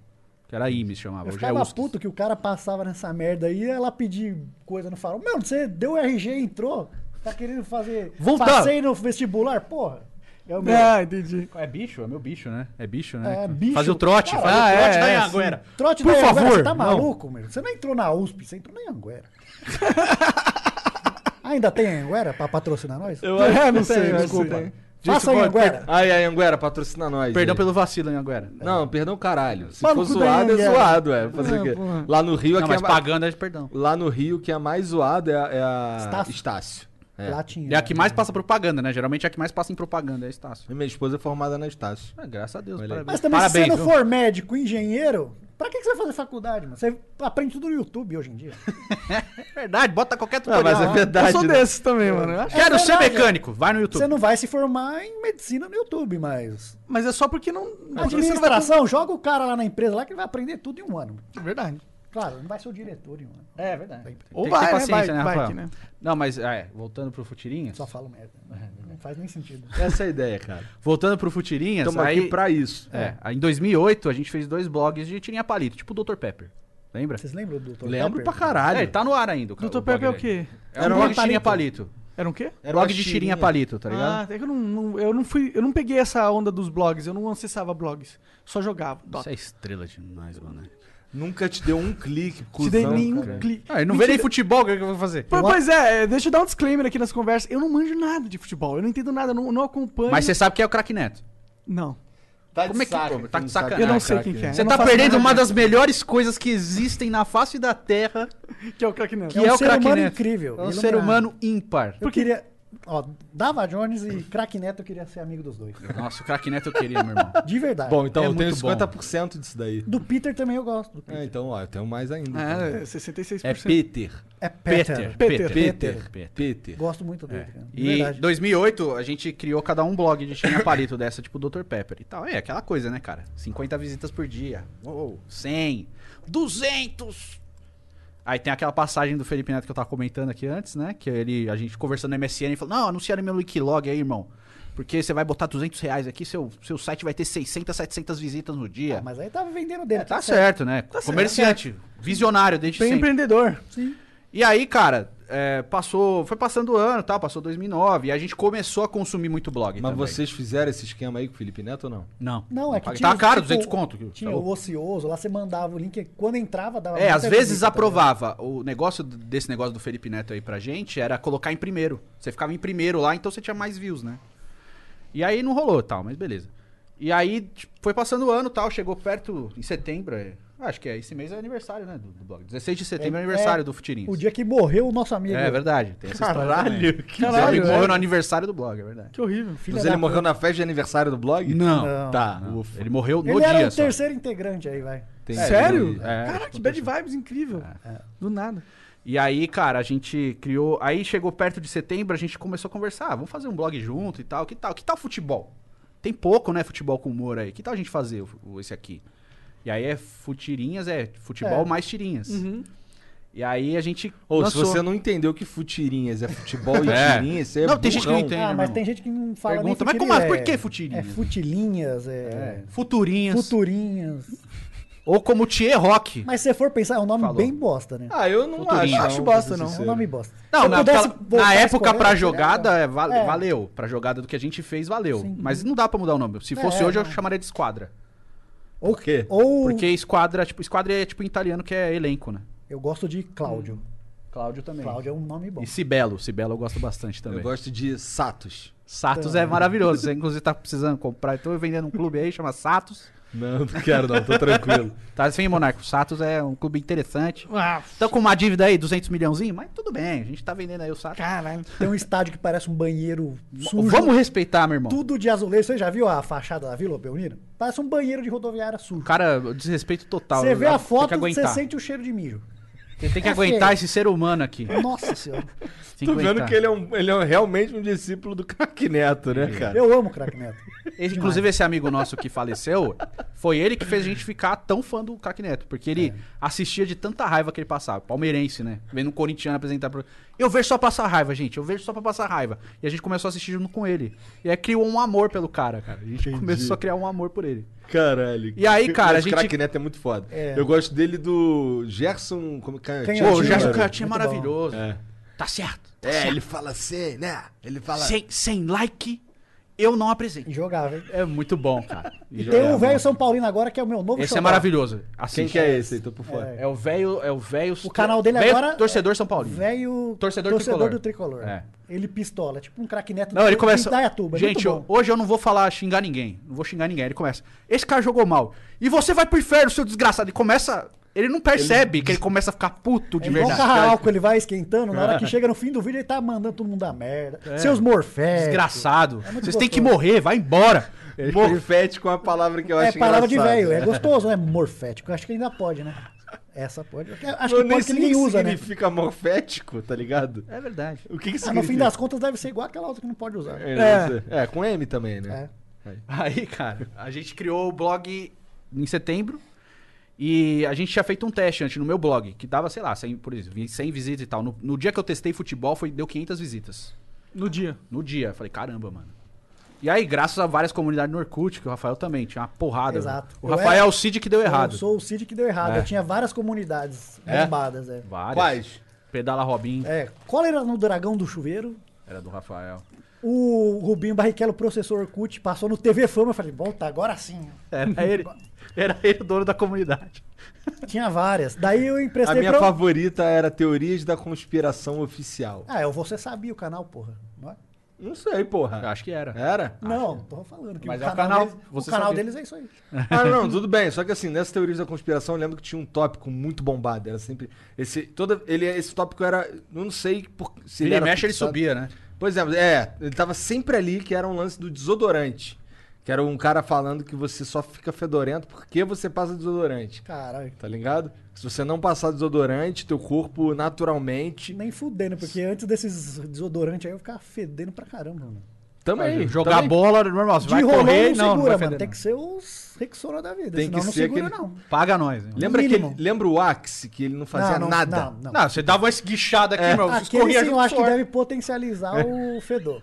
S4: Que era IMES, chamava.
S3: Eu
S4: Hoje é
S3: ficava
S4: USP.
S3: puto que o cara passava nessa merda aí e ela pedir coisa no farol. Meu, você deu RG e entrou? Tá querendo fazer.
S4: Voltar.
S3: Passei no vestibular? Porra. É o meu.
S2: Ah, entendi.
S4: É bicho, é meu bicho, né? É bicho, né?
S3: É, bicho.
S4: Fazer o trote,
S3: Cara,
S4: fazer
S2: ah,
S4: o trote
S2: é,
S4: da
S2: é,
S4: Anhanguera.
S3: Trote
S4: Por
S3: da Anguera,
S4: favor,
S3: você tá
S4: não.
S3: maluco, meu? Você não entrou na USP, você entrou na Anguera. Ainda tem Anguera pra patrocinar nós?
S2: É, não sei, não
S1: desculpa.
S2: sei.
S3: Faça aí, Anguera.
S1: Ai, ai, Anguera, patrocina nós.
S4: Perdão
S1: aí.
S4: pelo vacilo, Anhanguera.
S1: Não, perdão, caralho. Se
S3: Mano,
S1: for
S3: cu da
S1: zoado, é
S3: Anhanguera.
S1: zoado, é. Fazer
S2: Ah,
S1: o quê?
S2: porra.
S1: Lá no Rio, é
S4: Não,
S1: que é
S4: mas
S1: a mais-
S4: pagando é de perdão.
S1: Lá no Rio, que é a mais zoada é a, é a
S3: Estácio.
S1: Estácio. É.
S3: Lá tinha.
S4: É a que mais passa propaganda, né? Geralmente é a que mais passa em propaganda, é a Estácio.
S1: E minha esposa é formada na Estácio.
S4: Ah, graças a Deus,
S1: Olha aí.
S4: parabéns.
S3: Mas também,
S4: parabéns,
S3: se você
S4: viu?
S3: não for médico, engenheiro, pra que, que você vai fazer faculdade, mano? Você aprende tudo no YouTube hoje em dia.
S4: É verdade, bota qualquer
S1: Ah,
S4: tutorial.
S1: mas é
S4: lá.
S1: verdade.
S2: Eu sou
S1: né?
S2: desses também, mano. Eu acho-
S4: Quero
S3: É
S4: ser
S3: verdade,
S4: mecânico, vai no YouTube.
S3: Você não vai se formar em medicina no YouTube, mas.
S2: Mas é só porque não. Porque você não vai
S3: Administração, joga o cara lá na empresa lá que ele vai aprender tudo em um ano.
S2: Verdade.
S3: Claro, não vai ser o diretor em um ano.
S4: É verdade. Tem,
S2: Ou
S4: que
S2: vai,
S4: ter
S2: né?
S4: paciência,
S2: Vai-
S4: né,
S2: vai
S4: Rafael?
S2: que, né?
S4: Não, mas é, voltando pro Futirinhas.
S3: Só falo merda. Não faz nem sentido.
S1: Essa é a ideia, cara.
S4: Voltando pro Futirinhas,
S1: Estamos
S4: aí...
S1: aqui pra isso.
S4: É, aí em 2008 a gente fez dois blogs de tirinha palito, tipo o Dr. Pepper. Lembra?
S3: Vocês lembram do Dr.
S1: Lembro
S3: Pepper?
S1: pra
S4: É,
S1: caralho.
S4: ele tá no ar ainda.
S2: Dr. Pepe é o quê?
S4: Era um blog de tirinha palito.
S2: Era um quê?
S1: Era
S4: blog
S1: uma
S4: de tirinha palito, tá ligado?
S2: Ah, é que eu não, não- eu não fui. Eu não peguei essa onda dos blogs, eu não acessava blogs. Só jogava.
S4: Você
S2: Dota.
S4: é estrela demais, mano.
S1: Nunca te deu um clique,
S2: Te
S1: cuzão.
S2: dei nenhum
S1: cara.
S2: clique.
S4: Ah, e não
S2: Mentira.
S4: vê nem futebol, o que é que eu vou fazer?
S2: Pô, Pois é, é, deixa eu dar um disclaimer aqui nas conversas. Eu não manjo nada de futebol, eu não entendo nada, eu não, não acompanho.
S4: Mas você sabe quem é o craque Neto.
S2: Não.
S1: Tá
S4: Como é que- pô, tá de sacanagem.
S2: Eu não
S4: Ah,
S2: sei
S1: craque,
S2: quem que é.
S4: Você
S2: eu
S4: tá
S2: não faço
S4: perdendo
S2: nada
S4: uma das melhores coisas que existem na face da Terra,
S2: que é o craque Neto.
S4: que
S3: É um
S4: é, o
S3: ser
S4: craque
S3: humano
S4: Neto.
S3: incrível,
S4: É um ser
S3: iluminado.
S4: humano ímpar.
S3: Eu queria. Ó, Dava Jones e Crack Neto eu queria ser amigo dos dois.
S4: Nossa, o craque Neto eu queria, meu irmão.
S3: De verdade.
S1: Bom, então
S4: É
S1: eu tenho
S4: muito bom.
S1: 50% disso daí.
S3: do Peter também eu gosto. do Peter.
S1: É, então, ó, eu tenho mais ainda.
S2: É, 66%.
S1: É Peter.
S3: É Peter.
S2: Peter.
S1: Peter.
S4: Peter.
S1: Peter.
S3: Gosto muito dele, cara. De
S4: É. E
S3: é verdade.
S4: em 2008, a gente criou cada um blog de tinha palito dessa, tipo Dr. Pepper e tal. É aquela coisa, né, cara? 50 visitas por dia. Uou, 100, 200. Aí tem aquela passagem do Felipe Neto que eu tava comentando aqui antes, né? Que ele, a gente conversando no MSN e falou: Não, anunciaram meu Wikilog aí, irmão. Porque você vai botar 200 reais aqui, seu, seu site vai ter 600, 700 visitas no dia.
S3: Ah, mas é. aí tava vendendo dele.
S4: É, tá certo, né? Comerciante, visionário desde
S2: Bem
S4: sempre.
S2: empreendedor.
S4: E aí, cara, é, passou, foi passando o ano, tá? Passou 2009 e a gente começou a consumir muito blog.
S1: Mas
S4: também.
S1: vocês fizeram esse esquema aí com o Felipe Neto ou não?
S4: Não.
S3: Não, é que
S4: Paga-
S3: tinha
S4: Tá
S3: os-
S4: caro,
S3: tipo,
S4: 200 conto.
S3: Tinha
S4: Tá
S3: o ocioso, lá você mandava o link, quando entrava dava.
S4: É,
S3: muita
S4: às vezes
S3: visita, tá
S4: aprovava. O negócio d- desse negócio do Felipe Neto aí pra gente era colocar em primeiro. Você ficava em primeiro lá, então você tinha mais views, né? E aí não rolou tal, mas beleza. E aí tipo, foi passando o ano tal, chegou perto em setembro. é. acho que é esse mês é aniversário, né? Do, do blog. 16 de setembro é,
S3: É,
S4: aniversário
S3: é,
S4: do Futirinhas.
S3: O dia que morreu o nosso amigo.
S4: É verdade. Tem essa história também.
S1: que
S2: Caralho,
S4: ele
S2: é.
S4: morreu no aniversário do blog, é verdade.
S2: Que horrível.
S3: Filha
S1: Mas
S3: da
S1: ele
S3: puta.
S1: morreu na festa de aniversário do blog?
S4: Não.
S1: Tá,
S4: Não.
S1: ufa.
S4: Ele morreu no
S3: Ele
S4: dia
S3: era um o
S4: só.
S3: terceiro integrante aí, vai.
S1: Tem-
S2: Sério?
S4: É.
S2: Cara, que bad vibes incrível. Do nada.
S4: E aí, cara, a gente criou. Aí chegou perto de setembro, a gente começou a conversar. "Ah, vamos fazer um blog junto e tal. Que tal? Que tal futebol? Tem pouco, né? Futebol com humor aí. Que tal a gente fazer o- o- esse aqui? E aí é futirinhas, é futebol
S3: É.
S4: mais tirinhas. E aí a gente.
S1: Ou
S4: lançou.
S1: se você não entendeu que futirinhas é futebol e
S4: É.
S1: tirinhas, você é
S4: Não, tem gente que não
S1: burrão.
S4: entende.
S3: ah, mas
S4: irmão.
S3: tem gente que não fala
S4: Pergunta,
S3: nem
S4: mas como é?
S3: futirinha,
S4: Por que futirinha?
S3: É futilinhas, é,
S4: É, Futurinhas.
S3: futurinhas.
S4: Ou como Thier Rock.
S3: Mas se você for pensar, é um nome
S4: Falou.
S3: bem bosta, né?
S1: Ah, eu não
S4: Futurinha.
S1: acho.
S2: Acho bosta, não.
S3: É um nome bosta. Se
S4: Não,
S3: eu
S4: na,
S3: pudesse
S4: pra-
S3: voltar
S4: na
S3: a
S4: época
S3: escolher,
S4: pra
S3: eu seria-
S4: jogada, é, val-
S3: É.
S4: valeu. Pra jogada do que a gente fez, valeu.
S3: Sim.
S4: Mas não dá pra mudar o nome. Se fosse
S3: É,
S4: hoje, eu
S3: não.
S4: chamaria de esquadra.
S1: Por quê?
S3: Ou
S4: Porque esquadra, tipo, esquadra é tipo em italiano que é elenco, né?
S3: eu gosto de Cláudio.
S4: Cláudio também.
S3: Cláudio é um nome bom.
S4: E Cibelo. Cibelo eu gosto bastante também.
S1: Eu gosto de Satos.
S4: Satos é maravilhoso. Você, inclusive, tá precisando comprar. Estou vendendo um clube aí, chama Satos.
S1: Não, não quero não, tô tranquilo.
S4: Tá assim, Monarco? Satos é um clube interessante.
S2: Ah,
S4: Estão com uma dívida aí, 200 milhãozinho? Mas tudo bem, a gente tá vendendo aí o Satos.
S2: caralho.
S3: Tem um estádio que parece um banheiro sujo.
S4: Vamos respeitar, meu irmão.
S3: Tudo de azulejo. Você já viu a fachada da Vila Belmiro? Parece um banheiro de rodoviária
S4: O
S3: sujo.
S4: cara, o desrespeito total.
S3: Você vê a foto,
S4: né? Tem que
S3: você
S4: aguentar.
S3: sente o cheiro de mijo.
S4: Você tem que
S3: É
S4: aguentar
S3: feio.
S4: esse ser humano aqui.
S3: Nossa senhora.
S4: Tem
S1: Tô vendo
S4: aguentar.
S1: que ele é, um- ele é realmente um discípulo do Craque Neto, né, cara?
S3: Eu amo o craque Neto.
S1: é
S4: Esse- inclusive, esse amigo nosso que faleceu, foi ele que fez a gente ficar tão fã do Caque Neto. Porque
S1: É.
S4: ele assistia de tanta raiva que ele passava. Palmeirense, né? Vendo um corintiano apresentar. Pro... Eu vejo só passar raiva, gente. Eu vejo só pra passar raiva. E a gente começou a assistir junto com ele. E aí criou um amor pelo cara, cara. A gente
S1: Entendi.
S4: começou a criar um amor por ele.
S1: Caralho.
S4: E aí, cara,
S1: Mas
S4: a gente-
S1: O Craque Neto é muito foda.
S3: É. um
S1: Eu gosto dele do Gerson... Como... Canhotinho,
S4: Pô, o
S3: Canhotinho,
S4: Gerson
S3: cara.
S4: Cantinho é
S3: Muito
S4: maravilhoso.
S1: É.
S4: Tá certo. tá
S1: É,
S4: certo.
S1: ele fala assim, né? Ele fala...
S4: Sem, sem like, eu não apresento.
S3: Injogável. hein?
S4: É muito bom, cara.
S3: E tem o velho São Paulino agora, que é o meu novo
S4: Esse é
S3: xodó.
S4: maravilhoso.
S1: Quem
S4: Assiste.
S1: que é esse aí? Tô por fora.
S4: É o velho, é o velho.
S3: O canal dele
S4: velho
S3: agora-
S4: Torcedor São Paulino.
S3: Velho
S4: Torcedor tricolor.
S3: do tricolor.
S4: É.
S3: Ele pistola, tipo um craque neto
S4: Não, ele começa.
S3: Indaiatuba. é
S4: Gente,
S3: muito
S4: eu-
S3: bom.
S4: hoje eu não vou falar xingar ninguém. Não vou xingar ninguém. Ele começa. Esse cara jogou mal. E você vai pro inferno, seu desgraçado. Ele começa. Ele não percebe que ele começa a ficar puto de
S3: É igual o
S4: verdade. É.
S3: carralco, ele vai esquentando. Na hora que chega no fim do vídeo, ele tá mandando todo mundo dar merda. Seus morféticos.
S4: Desgraçado.
S3: É muito
S4: Vocês têm que
S3: gostoso.
S4: morrer, vai embora.
S1: Morfético é uma palavra que eu
S3: É
S1: acho
S3: palavra de
S1: engraçada.
S3: velho. É gostoso, né? Morfético. Acho que ainda pode, né? Essa pode. Acho que
S1: eu
S3: pode
S1: nem
S3: que
S1: sei
S3: ninguém
S1: o que
S3: usa, né?
S1: significa morfético, tá ligado?
S4: É verdade.
S1: O que que
S3: Ah,
S1: significa?
S3: no fim das contas, deve ser igual aquela outra que não pode usar.
S1: É, não sei. é, com M também, né?
S3: É.
S4: Aí, cara, a gente criou o blog em setembro. E a gente tinha feito um teste antes no meu blog, que dava, sei lá, 100, por exemplo, 100 visitas e tal. No, no dia que eu testei futebol, foi, deu 500 visitas.
S2: No dia.
S4: No dia. Eu Falei, caramba, mano. E aí, graças a várias comunidades no Orkut, que o Rafael também tinha uma porrada.
S3: Exato.
S4: O
S3: Eu
S4: Rafael
S3: era-
S4: é o Cid que deu errado. É.
S3: Eu sou o Cid que deu errado. Eu tinha várias comunidades
S1: É?
S3: bombadas. É.
S4: Várias.
S1: Quais?
S4: Pedala Robin
S3: é. Cólera no Dragão do Chuveiro.
S4: era do Rafael.
S3: O Rubinho Barrichello, processor Orkut, passou no TV Fama. Eu falei, volta, agora sim.
S4: Era ele, era ele o dono da comunidade.
S3: Tinha várias. Daí eu
S1: A
S3: emprestei
S1: minha
S3: pra... um-
S1: favorita era Teorias da Conspiração Oficial.
S3: Ah, é o Você Sabia o canal, porra. Não, é?
S1: Não sei,
S4: Eu
S1: porra.
S4: acho que era.
S1: Era?
S3: não tô falando que
S4: Ah, Mas
S3: o
S4: é o
S3: canal,
S4: canal,
S3: deles,
S4: Você
S3: o canal
S4: Sabia.
S3: deles é isso aí.
S1: Ah, não, tudo bem. Só que assim, nessa Teorias da Conspiração, eu lembro que tinha um tópico muito bombado. Era sempre... Esse, toda, ele, esse tópico era... eu Não sei por, se
S4: Ele,
S1: era
S4: mexe, ele
S1: fixado.
S4: subia, né?
S1: Pois é, é, ele tava sempre ali, que era um lance do desodorante. Que era um cara falando que você só fica fedorento porque você passa desodorante.
S3: Caralho.
S1: Tá ligado? Se você não passar desodorante, teu corpo naturalmente.
S3: Nem fudendo, porque antes desses desodorantes aí eu ficava fedendo pra caramba, mano.
S1: Também.
S4: Jogar
S1: também.
S4: bola, normal. Você
S3: De
S4: vai
S3: rolão
S4: correr,
S3: não,
S4: não, não
S3: segura,
S4: vai
S3: mano.
S4: feder,
S3: Tem
S4: não.
S3: que um- ser os Rexona da vida.
S1: Tem
S3: senão
S1: que
S3: não
S1: ser
S3: segura,
S1: aquele-
S3: não.
S4: Paga nós. Né?
S1: Lembra,
S3: Mínimo.
S1: aquele, lembra o Axe, que ele não fazia
S3: não,
S1: nada?
S3: Não, não.
S4: Não, você dava esse guichado aqui, meu.
S3: Aquele
S4: escorria
S3: sim, eu
S4: junto
S3: acho
S4: com
S3: que
S4: o
S3: deve potencializar o fedor.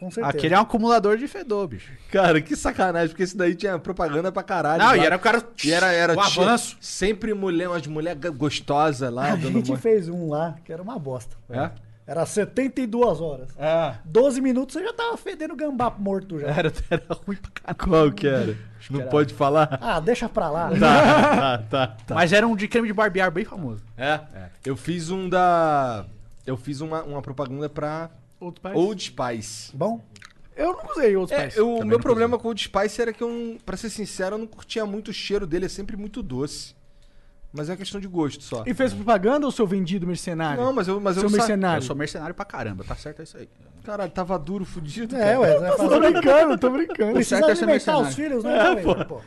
S3: Com certeza.
S4: Aquele é um acumulador de fedor, bicho.
S1: Cara, que sacanagem, porque isso daí tinha propaganda pra caralho.
S4: Não,
S1: lá.
S4: e era o cara.
S1: E era, era
S4: o
S1: tinha
S4: avanço.
S1: Sempre mulher, umas mulher ga- gostosa lá.
S3: A
S1: dando
S3: gente
S1: uma-
S3: fez um lá, que era uma bosta.
S1: É?
S3: Era 72 horas.
S4: Ah,
S3: 12 minutos você já tava fedendo gambá morto já.
S4: era, era ruim pra caralho.
S1: Qual que era? Não pode falar?
S3: Ah, deixa pra lá.
S1: Tá, tá, tá. tá.
S4: Mas era um de creme de barbear bem famoso.
S1: É? Eu fiz um da. Eu fiz uma, uma propaganda pra
S2: Outro país?
S1: Old Spice.
S3: Bom,
S2: Eu não usei outros
S1: É,
S2: países.
S1: eu- o meu problema com o Old Spice era que eu, não- pra ser sincero, eu não curtia muito o cheiro dele, é sempre muito doce. Mas é uma questão de gosto só.
S2: E fez propaganda ou seu vendido mercenário?
S1: Não, mas eu, mas eu
S2: Seu
S1: sa-
S4: Eu
S2: mercenário.
S4: sou mercenário pra caramba, tá certo? É isso aí.
S1: Caralho, tava duro, fudido.
S3: é,
S1: cara.
S3: ué.
S4: Tá
S3: você vai
S2: Tô
S3: fazer-
S2: brincando, tô brincando.
S3: Precisa
S4: certo é ser
S3: alimentar
S4: mercenário.
S3: os filhos, né? também, né, pô.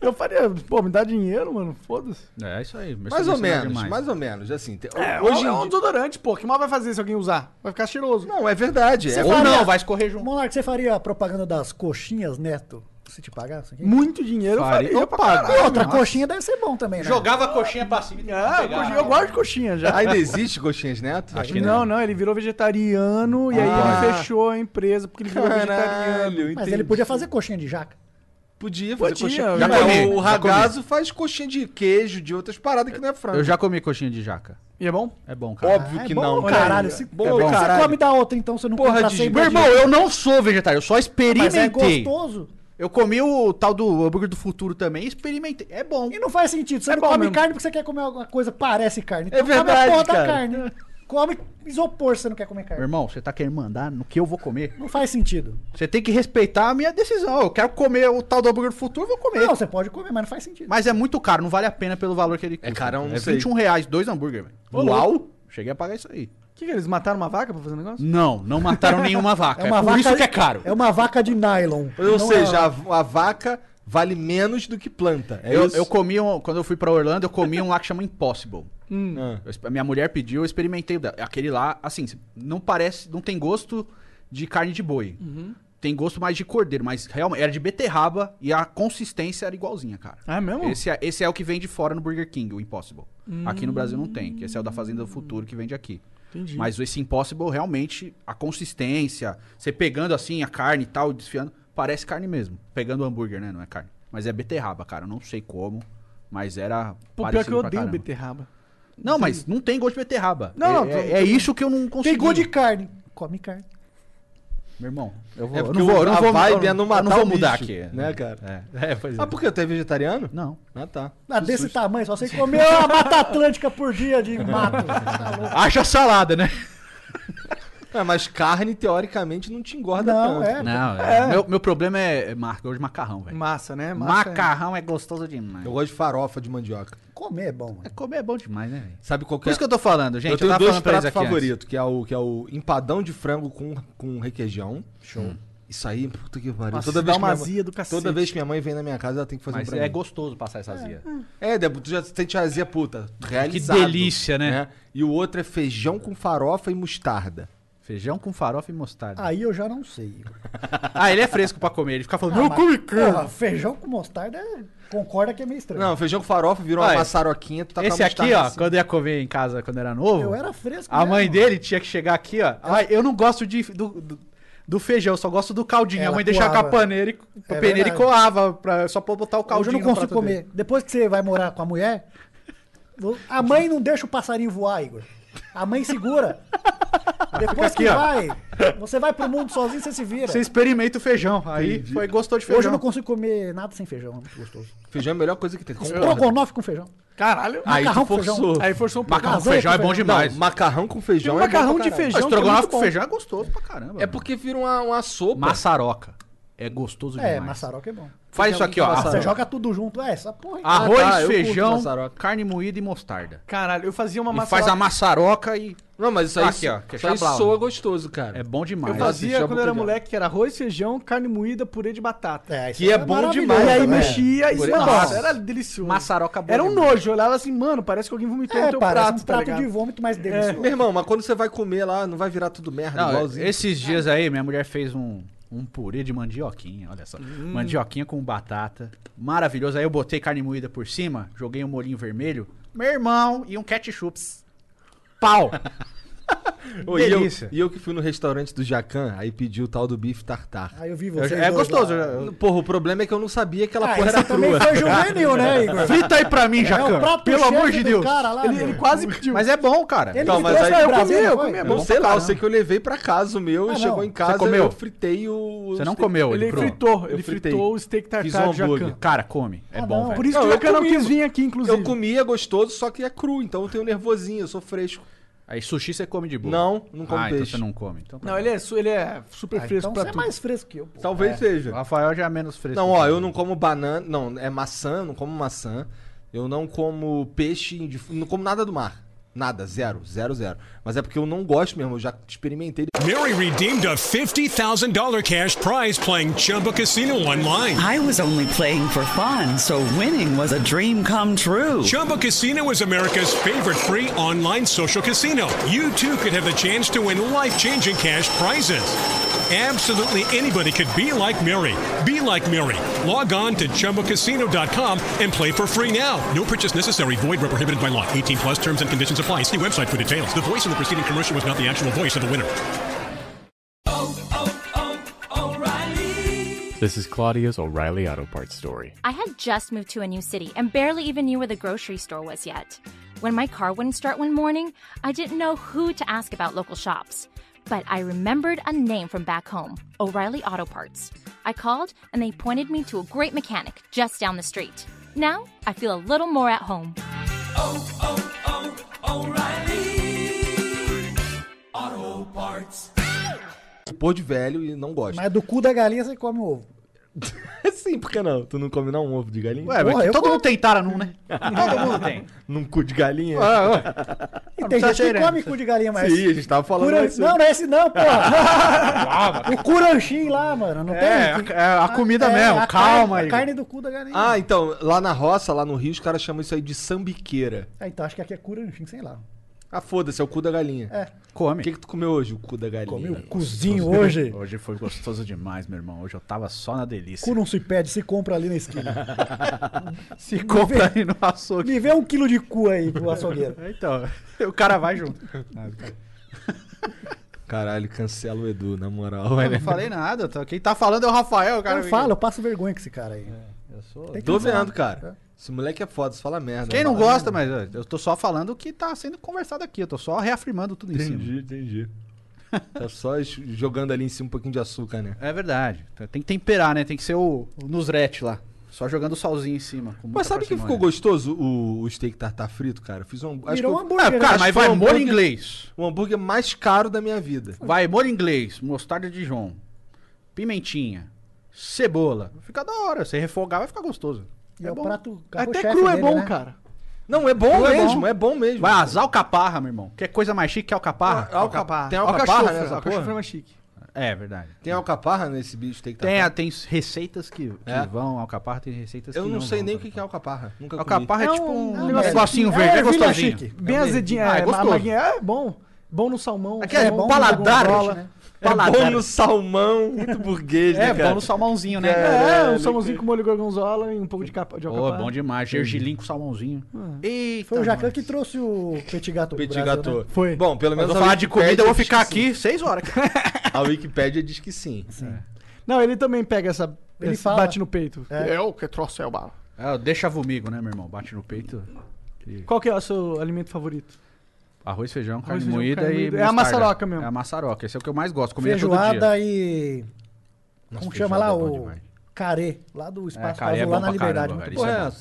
S2: Eu faria, pô, me dá dinheiro, mano, foda-se.
S4: É, isso aí.
S1: Mais ou menos, mais ou menos. Assim, te-
S2: Hoje
S1: hoje
S2: é
S1: em
S2: um
S1: dia-
S2: desodorante, pô, que mal vai fazer se alguém usar? Vai ficar cheiroso.
S1: Não, é verdade. É,
S4: Ou não, vai escorrer junto.
S3: Monark, você faria a propaganda das coxinhas, Neto? Se te pagasse aqui?
S2: Muito dinheiro,
S4: Faria.
S2: eu faria.
S4: Eu
S2: pra
S4: pago.
S2: caralho.
S3: E outra, coxinha deve ser bom também, né?
S4: Jogava a coxinha pra cima. e tentava
S2: Ah,
S4: pegar. né?
S2: coxinha, eu gosto de coxinha já.
S1: Ainda existe coxinhas neto?
S4: Acho que
S2: Não, não, ele virou vegetariano e aí
S1: Ah.
S2: ele fechou a empresa porque ele virou
S4: tá
S2: vegetariano.
S1: Caralho,
S3: Mas
S1: entendi.
S3: ele podia fazer coxinha de jaca.
S1: Podia fazer
S2: Podia,
S1: coxinha.
S2: eu
S1: Já
S4: já comi,
S1: o
S4: já
S1: ragazo faz coxinha de queijo, de outras paradas que não é frango.
S4: Eu já comi coxinha de jaca.
S2: E é bom?
S4: É bom, cara.
S1: Óbvio
S3: Ah, é
S1: que
S3: bom,
S1: não.
S3: caralho,
S1: se
S3: se-
S1: bom,
S4: é
S1: é
S4: bom.
S3: Você
S1: caralho.
S3: come da outra, então você não
S1: Porra,
S3: compra
S1: de-
S3: sempre
S4: Meu
S3: a
S4: irmão,
S3: dieta.
S4: eu não sou vegetariano, eu só
S3: Mas é
S4: experimentei.
S3: gostoso.
S4: Eu comi o tal do hambúrguer do futuro também e experimentei. É bom.
S3: E não faz sentido. Você
S4: É
S3: não
S4: bom
S3: come
S4: mesmo.
S3: carne porque você quer comer alguma coisa que parece carne. Então
S1: É verdade, cara.
S3: da carne. Come isopor se você não quer comer
S4: Meu
S3: carne.
S4: irmão, você tá querendo mandar no que eu vou comer?
S3: Não faz sentido.
S4: Você tem que respeitar a minha decisão. Eu quero comer o tal do hambúrguer do futuro, eu vou comer.
S3: Não, você pode comer, mas não faz sentido.
S4: Mas é muito caro, não vale a pena pelo valor que ele custa.
S1: caro, eu não
S4: é
S1: sei.
S4: 21 reais, dois hambúrguer, velho. Uau! Cheguei a pagar isso aí.
S2: O que, que eles mataram uma vaca pra fazer um negócio?
S4: Não, não mataram nenhuma vaca. É, por isso que é caro.
S3: É uma vaca de nylon.
S1: Ou
S3: Não
S4: um
S1: seja,
S3: é-
S1: a, a vaca vale menos do que planta. É
S4: eu,
S1: isso?
S4: eu comi um, quando eu fui pra Orlando, eu comi um lá que chama Impossible.
S2: Hum.
S1: Ah.
S4: Eu exp- minha mulher pediu, eu experimentei o dela. aquele lá, assim, não parece, não tem gosto de carne de boi. Tem gosto mais de cordeiro, mas realmente era de beterraba e a consistência era igualzinha, cara.
S2: Ah, é mesmo?
S4: Esse é, esse é o que vem de fora no Burger King, o Impossible. Aqui no Brasil não tem, que esse é o da Fazenda do Futuro que vende aqui.
S2: Entendi.
S4: Mas esse Impossible, realmente, a consistência, você pegando assim a carne e tal, desfiando, parece carne mesmo. Pegando o hambúrguer, né? Não é carne. Mas é beterraba, cara. Eu não sei como, mas era.
S2: Pô, pior
S4: parecido
S2: que eu
S4: assim pra
S2: odeio
S4: caramba.
S2: beterraba.
S4: Não, mas não tem gosto de beterraba.
S2: Não,
S4: é,
S2: não,
S4: É,
S2: tô-
S4: é isso que eu não
S3: Tem
S4: consigo.
S3: gosto de carne. Come carne.
S4: Meu irmão, eu vou.
S1: É
S4: eu
S1: porque
S4: não vou, eu não
S1: a
S4: vou, eu
S1: vibe
S4: não-
S1: é não
S4: eu
S1: matar
S4: não vou
S1: o
S4: mudar
S1: bicho,
S4: aqui.
S1: Né, cara?
S4: É, é, pois é.
S1: Ah, por que? Tu é vegetariano?
S4: Não.
S1: Ah, tá.
S3: Ah, desse tamanho, só sei comer uma Mata Atlântica por dia de mato. Tá louco.
S4: Acha salada, né?
S1: É, mas carne, teoricamente, não te engorda
S3: Não,
S1: tanto.
S3: é.
S4: Não, é. Meu, meu problema é é marca, hoje macarrão, velho.
S2: Massa, né? Massa,
S4: Macarrão é gostoso demais.
S1: Eu gosto de farofa de mandioca.
S3: Comer é bom.
S4: É,
S3: mano.
S4: Comer é bom demais, né, velho?
S1: Sabe qual que
S4: Por
S1: é?
S4: isso que eu tô falando, gente.
S1: eu tenho
S4: tava
S1: dois
S4: falando pra eles
S1: pratos
S4: aqui antes.
S1: favoritos, que é o que é o empadão de frango com, com requeijão. Show. Isso aí, puta que pariu.
S2: Nossa,
S1: toda
S2: dá
S1: vez que
S2: uma
S1: minha mãe-
S2: azia do cacete.
S1: Toda vez que minha mãe vem na minha casa, ela tem que fazer um
S4: Mas
S1: pra
S4: é
S1: mim.
S4: gostoso passar essa azia.
S1: É, Debo, tu já sente azia puta. Realizado.
S4: delícia, né?
S1: E o outro é feijão com farofa e mostarda.
S4: Feijão com farofa e mostarda.
S3: Aí eu já não sei.
S4: Ah, ele é fresco pra comer. Ele fica falando,
S3: Ah,
S4: meu
S3: mas,
S4: come carne.
S3: porra, feijão com mostarda é- concorda que é meio estranho.
S1: Não, feijão com farofa virou
S4: Olha,
S1: uma passaroquinha, tu tá
S4: Esse
S1: com a
S4: aqui,
S1: mostarda
S4: ó,
S1: assim.
S4: quando eu ia comer em casa quando era novo,
S3: Eu era fresco. né?
S4: a mãe
S3: mesmo.
S4: dele tinha que chegar aqui, ó. Ai, eu não gosto de, do, do, do feijão, eu só gosto do caldinho. a
S3: Ela
S4: mãe deixava com a
S3: coava.
S4: paneira e, a
S3: É
S4: peneira e
S3: verdade.
S4: coava, pra, só pra botar o
S3: Hoje eu
S4: caldinho
S3: não
S4: no
S3: consigo
S4: prato
S3: comer.
S4: dele.
S3: Depois que você vai morar com a mulher, vo- a mãe não deixa o passarinho voar, Igor. A mãe segura. Depois
S4: aqui,
S3: que
S4: ó.
S3: vai, você vai pro mundo sozinho, você se vira.
S4: Você experimenta o feijão. Aí foi, gostou de feijão.
S3: Hoje eu não consigo comer nada sem feijão, é muito gostoso.
S1: Feijão é a melhor coisa que tem. Concorda?
S3: Estrogonofe com feijão.
S2: Caralho.
S1: Aí
S3: macarrão
S1: tu
S3: com feijão.
S1: forçou.
S2: Aí forçou um pouco.
S4: Macarrão com
S3: Lasanha
S4: feijão é
S3: com
S4: bom
S3: feijão.
S4: demais.
S1: Macarrão com feijão
S2: Tem um
S1: é bom pra
S2: macarrão de
S1: caralho.
S4: Ah,
S2: feijão. que é
S4: Estrogonofe
S2: muito
S4: com
S2: bom.
S4: feijão é gostoso pra caramba.
S1: É
S4: mano.
S1: porque vira uma, uma sopa.
S4: Massaroca. É gostoso
S3: É,
S4: demais.
S3: maçaroca é bom.
S4: Faz isso aqui, ó.
S3: Você
S1: Maçaroca.
S3: joga tudo junto. É, essa porra. aí.
S4: Arroz,
S1: Ah, tá, eu curto
S4: feijão,
S1: maçaroca.
S4: carne moída e mostarda.
S2: Caralho, eu fazia uma
S4: E faz a maçaroca e...
S1: Não, mas isso aí,
S4: Aqui, ó, que é
S1: isso aí
S4: chablau,
S1: soa
S4: né?
S1: gostoso, cara.
S4: É bom demais.
S2: Eu
S1: Assiste,
S2: fazia
S1: eu
S2: quando
S1: vou
S2: eu era
S1: pegar.
S2: moleque, que era arroz, feijão, carne moída, purê de batata.
S3: É, isso
S1: Que é
S3: aí
S1: bom
S3: maravilhoso,
S1: demais,
S2: e aí
S3: né?
S1: também.
S2: mexia e
S1: Purê-
S2: nossa,
S1: Nossa.
S2: era delicioso.
S4: Maçaroca boa
S2: Era um
S4: demais.
S2: nojo, eu olhava assim, mano, parece que alguém vomitou no
S3: É,
S2: teu
S3: parece
S2: prato.
S3: um
S2: tá
S3: prato
S2: ligado?
S3: de vômito, mas delicioso.
S1: Meu irmão, mas quando você vai comer lá, não vai virar tudo merda,
S4: Não,
S1: Tá igualzinho.
S4: esses dias aí, minha mulher fez um, um purê de mandioquinha, olha só. Mandioquinha com batata. Maravilhoso. Aí eu botei carne moída por cima, joguei um molhinho vermelho. Meu irmão e um ketchup. Pau!
S1: Ô, e, eu,
S4: delícia.
S1: e eu que fui no restaurante do Jacan, aí pedi o tal do bife tartar.
S3: Aí eu vi
S4: Eu-
S3: você.
S4: é gostoso. eu-
S1: Porra, o problema é que eu não sabia que ela
S3: Ah,
S1: porra
S3: esse
S1: era
S3: também
S1: crua.
S3: foi juvenil, né, Igor?
S4: Frita aí pra mim,
S3: É
S4: Jacan.
S3: o prato
S4: Pelo
S3: chefe
S4: amor de
S3: do
S4: Deus.
S3: cara lá,
S2: Ele,
S3: meu.
S2: ele quase pediu.
S4: Mas é bom, cara.
S3: Ele
S1: Então,
S3: me
S1: mas
S3: trouxe
S1: aí-
S3: pra
S1: Eu
S3: Brasília,
S2: comi, eu
S3: foi?
S2: comi, é
S1: Não
S4: bom
S1: sei
S4: pra
S1: lá, eu
S4: caramba.
S1: sei que eu levei pra casa o meu,
S3: Ah,
S1: chegou
S3: não.
S1: em casa,
S4: Você comeu?
S1: eu fritei o...
S4: Você não
S1: steak-
S4: comeu ele,
S2: Ele
S4: cru.
S2: fritou, ele
S1: Eu fritei.
S2: fritou o steak
S1: Fiz
S2: tartar
S1: um
S2: de Jacan.
S1: hambúrguer.
S4: Cara, come. É
S3: Ah,
S4: bom,
S3: não.
S4: velho.
S2: Por isso
S1: Não,
S2: que o
S1: eu
S2: Jacan não
S1: comi.
S2: quis vir aqui, inclusive.
S1: Eu comi, é gostoso, só que é cru, então eu tenho nervosinho, eu sou fresco.
S4: Aí sushi você come de boa.
S1: Não, não como
S4: ah, então
S1: peixe.
S4: você não come. Então, tá
S2: Não, ele é, su- ele é super
S3: Ah,
S2: fresco
S3: então
S2: pra
S3: você é
S2: tudo.
S3: mais fresco que eu. pô.
S1: Talvez
S4: bom.
S1: seja.
S4: O Rafael já é menos fresco.
S1: Não, ó, eu não como banana, não, é maçã, eu não como maçã. Eu não como peixe, de- não como nada do mar. Nada, zero, zero, zero. Mas é porque eu não gosto mesmo, eu já experimentei.
S5: Mary redeemed a $50,000 cash prize playing Chumba Casino online.
S6: I was only playing for fun, so winning was a dream come true.
S5: Chumba Casino is America's favorite free online social casino. You too could have the chance to win life changing cash prizes. Absolutely anybody could be like Mary. Be like Mary. Log on to chumbacasino.com and play for free now. No purchase necessary. Void where prohibited by law. 18 plus terms and conditions apply. See website for details. The voice in the preceding commercial was not the actual voice of the winner.
S7: This is Claudia's O'Reilly Auto Parts story.
S8: I had just moved to a new city and barely even knew where the grocery store was yet. When my car wouldn't start one morning, I didn't know who to ask about local shops. But I remembered a name from back home O'Reilly Auto Parts. I called, and they pointed me to a great mechanic just down the street. Now I feel a little more at home.
S1: Pô de velho e não gosta.
S3: Mas É do cu da galinha você come o ovo.
S1: é Sim, por que não? Tu não come não um ovo de galinha?
S4: Ué, mas
S3: Porra, eu
S4: todo
S3: como.
S4: mundo tem tara num, né? todo mundo tem.
S1: Num cu de galinha?
S3: E tem
S4: precisa
S3: gente que
S4: cheirar,
S3: come cu de galinha, mas.
S1: Ah, Sim, a gente tava falando
S3: Curan-
S1: isso.
S3: Não, não é esse não, porra. o curanchim lá, mano. Não
S4: É,
S3: tem.
S4: a- é a comida
S3: É,
S4: mesmo,
S3: a
S4: calma
S3: carne,
S4: aí.
S3: A carne do cu da galinha.
S1: Ah, então, lá na roça, lá no Rio, os caras chamam isso aí de sambiqueira.
S3: Ah, então acho que aqui é curanchim, sei lá.
S1: Ah, foda-se, é o cu da galinha. O
S4: Come.
S1: que, que tu comeu hoje, o cu da galinha?
S3: Comi o cuzinho hoje.
S4: Hoje foi gostoso demais, meu irmão. Hoje eu tava só na delícia.
S3: Cu não se pede, se compra ali na esquina.
S4: Se compra aí no açougue.
S3: Me vê um quilo de cu aí pro açougueiro.
S4: Então, o cara vai junto.
S1: Caralho, cancela o Edu, na moral.
S4: Eu não falei nada. tá? Quem tá falando é o Rafael, o cara.
S3: Eu falo, eu passo vergonha com esse cara aí. Tem que
S1: Tô
S3: cancelar.
S1: vendo, cara. Esse moleque é foda, você fala merda.
S4: Quem não
S1: Fala
S4: gosta, mas ó, eu tô só falando o que tá sendo conversado aqui. Eu tô só reafirmando tudo
S1: merda.
S4: em
S1: Entendi,
S4: cima.
S1: entendi. Tá só es- jogando ali em cima um pouquinho de açúcar, né?
S4: É verdade. Então Tem que temperar, né? Tem que ser o, o nusrete lá. Só jogando o salzinho em cima. com muita
S1: Mas sabe que
S4: parcimônia.
S1: ficou gostoso o, o steak tartar frito, cara? Eu fiz um. Acho que
S3: Virou um
S1: eu-
S3: hambúrguer.
S4: É,
S3: né?
S4: cara,
S1: Acho que
S4: mas
S1: foi
S4: vai
S1: um
S4: molho
S1: hambúrguer-
S4: inglês.
S1: o hambúrguer mais caro da minha vida.
S4: Vai molho inglês, mostarda de Dijon, pimentinha, cebola. Fica da hora. Você refogar vai ficar gostoso.
S3: E é o prato
S2: Até
S3: carro-chefe
S2: cru é
S3: dele,
S2: bom,
S3: né?
S2: cara.
S1: Não, é bom
S4: Não é
S1: mesmo,
S4: bom.
S1: é bom mesmo.
S4: Vai azar alcaparra, meu irmão. Quer coisa mais chique que alcaparra?
S1: Al- alcaparra. Tem alcaparra
S4: alcaparra
S1: nessa
S4: nessa
S1: porra?
S2: Alcachofra é mais chique.
S4: É verdade.
S1: Tem alcaparra nesse bicho steak tartar?
S4: Tem, a- tem receitas que, que
S1: tá. É.
S4: vão alcaparra, tem receitas
S1: Eu
S4: que
S1: não,
S4: não
S1: sei
S4: vão,
S1: nem o
S4: cara.
S1: que que é alcaparra. Nunca
S4: Alcaparra é,
S2: É
S4: tipo
S2: um-
S4: um,
S2: é um
S4: negocinho
S3: negocinho-
S4: verde,
S3: é
S4: é
S3: ervilha
S4: gostosinho.
S3: chique.
S2: Bem azedinha,
S4: Ah, é
S2: é,
S4: gostoso.
S2: amarguinha. É bom. Bom no salmão.
S4: É que é
S2: salmão,
S4: paladar,
S2: gorgonzola.
S4: né?
S1: comi. É bom no salmão, muito burguês, né,
S4: É,
S1: cara?
S4: bom no salmãozinho, né?
S2: É, um salmãozinho com molho gorgonzola e um pouco de capa de
S4: Pô,
S2: alcaparra.
S4: bom demais. Gergelim com salmãozinho. Eita,
S3: Foi o Jacan
S4: mano.
S3: que trouxe o petit gato pro
S1: Petit
S3: Brasil,
S1: gâteau.
S3: né?
S2: Foi.
S1: Bom, pelo
S4: Eu
S1: menos
S4: vou
S1: a
S4: falar de
S1: Wikipédia
S4: comida, eu vou
S1: diz
S4: ficar
S1: que sim.
S4: aqui seis horas.
S1: A Wikipédia diz que sim.
S2: Não, ele também pega essa...
S3: Ele
S2: esse
S3: fala. É.
S2: Bate no peito.
S4: Eu que trouxe É o bala. É, deixa vomigo, né, meu irmão? Bate no peito.
S2: Qual que é o seu alimento favorito?
S4: Arroz, feijão, carne
S2: feijão,
S4: moída
S2: carne
S4: e
S2: moída. É a
S4: mostarda.
S2: maçaroca mesmo.
S4: É a maçaroca. Esse é o que eu mais gosto. Comia todo dia.
S3: Feijoada e.
S1: Nossa,
S3: Como chama
S1: feijoada
S3: lá?
S1: é bom
S3: O.
S1: demais.
S3: Carê, lá do
S4: É,
S3: Espaço
S4: carê
S3: Brasil,
S4: é bom
S3: lá na
S4: pra caramba,
S3: Liberdade.
S4: velho.
S3: muito
S4: Isso
S3: bom.
S4: é bom.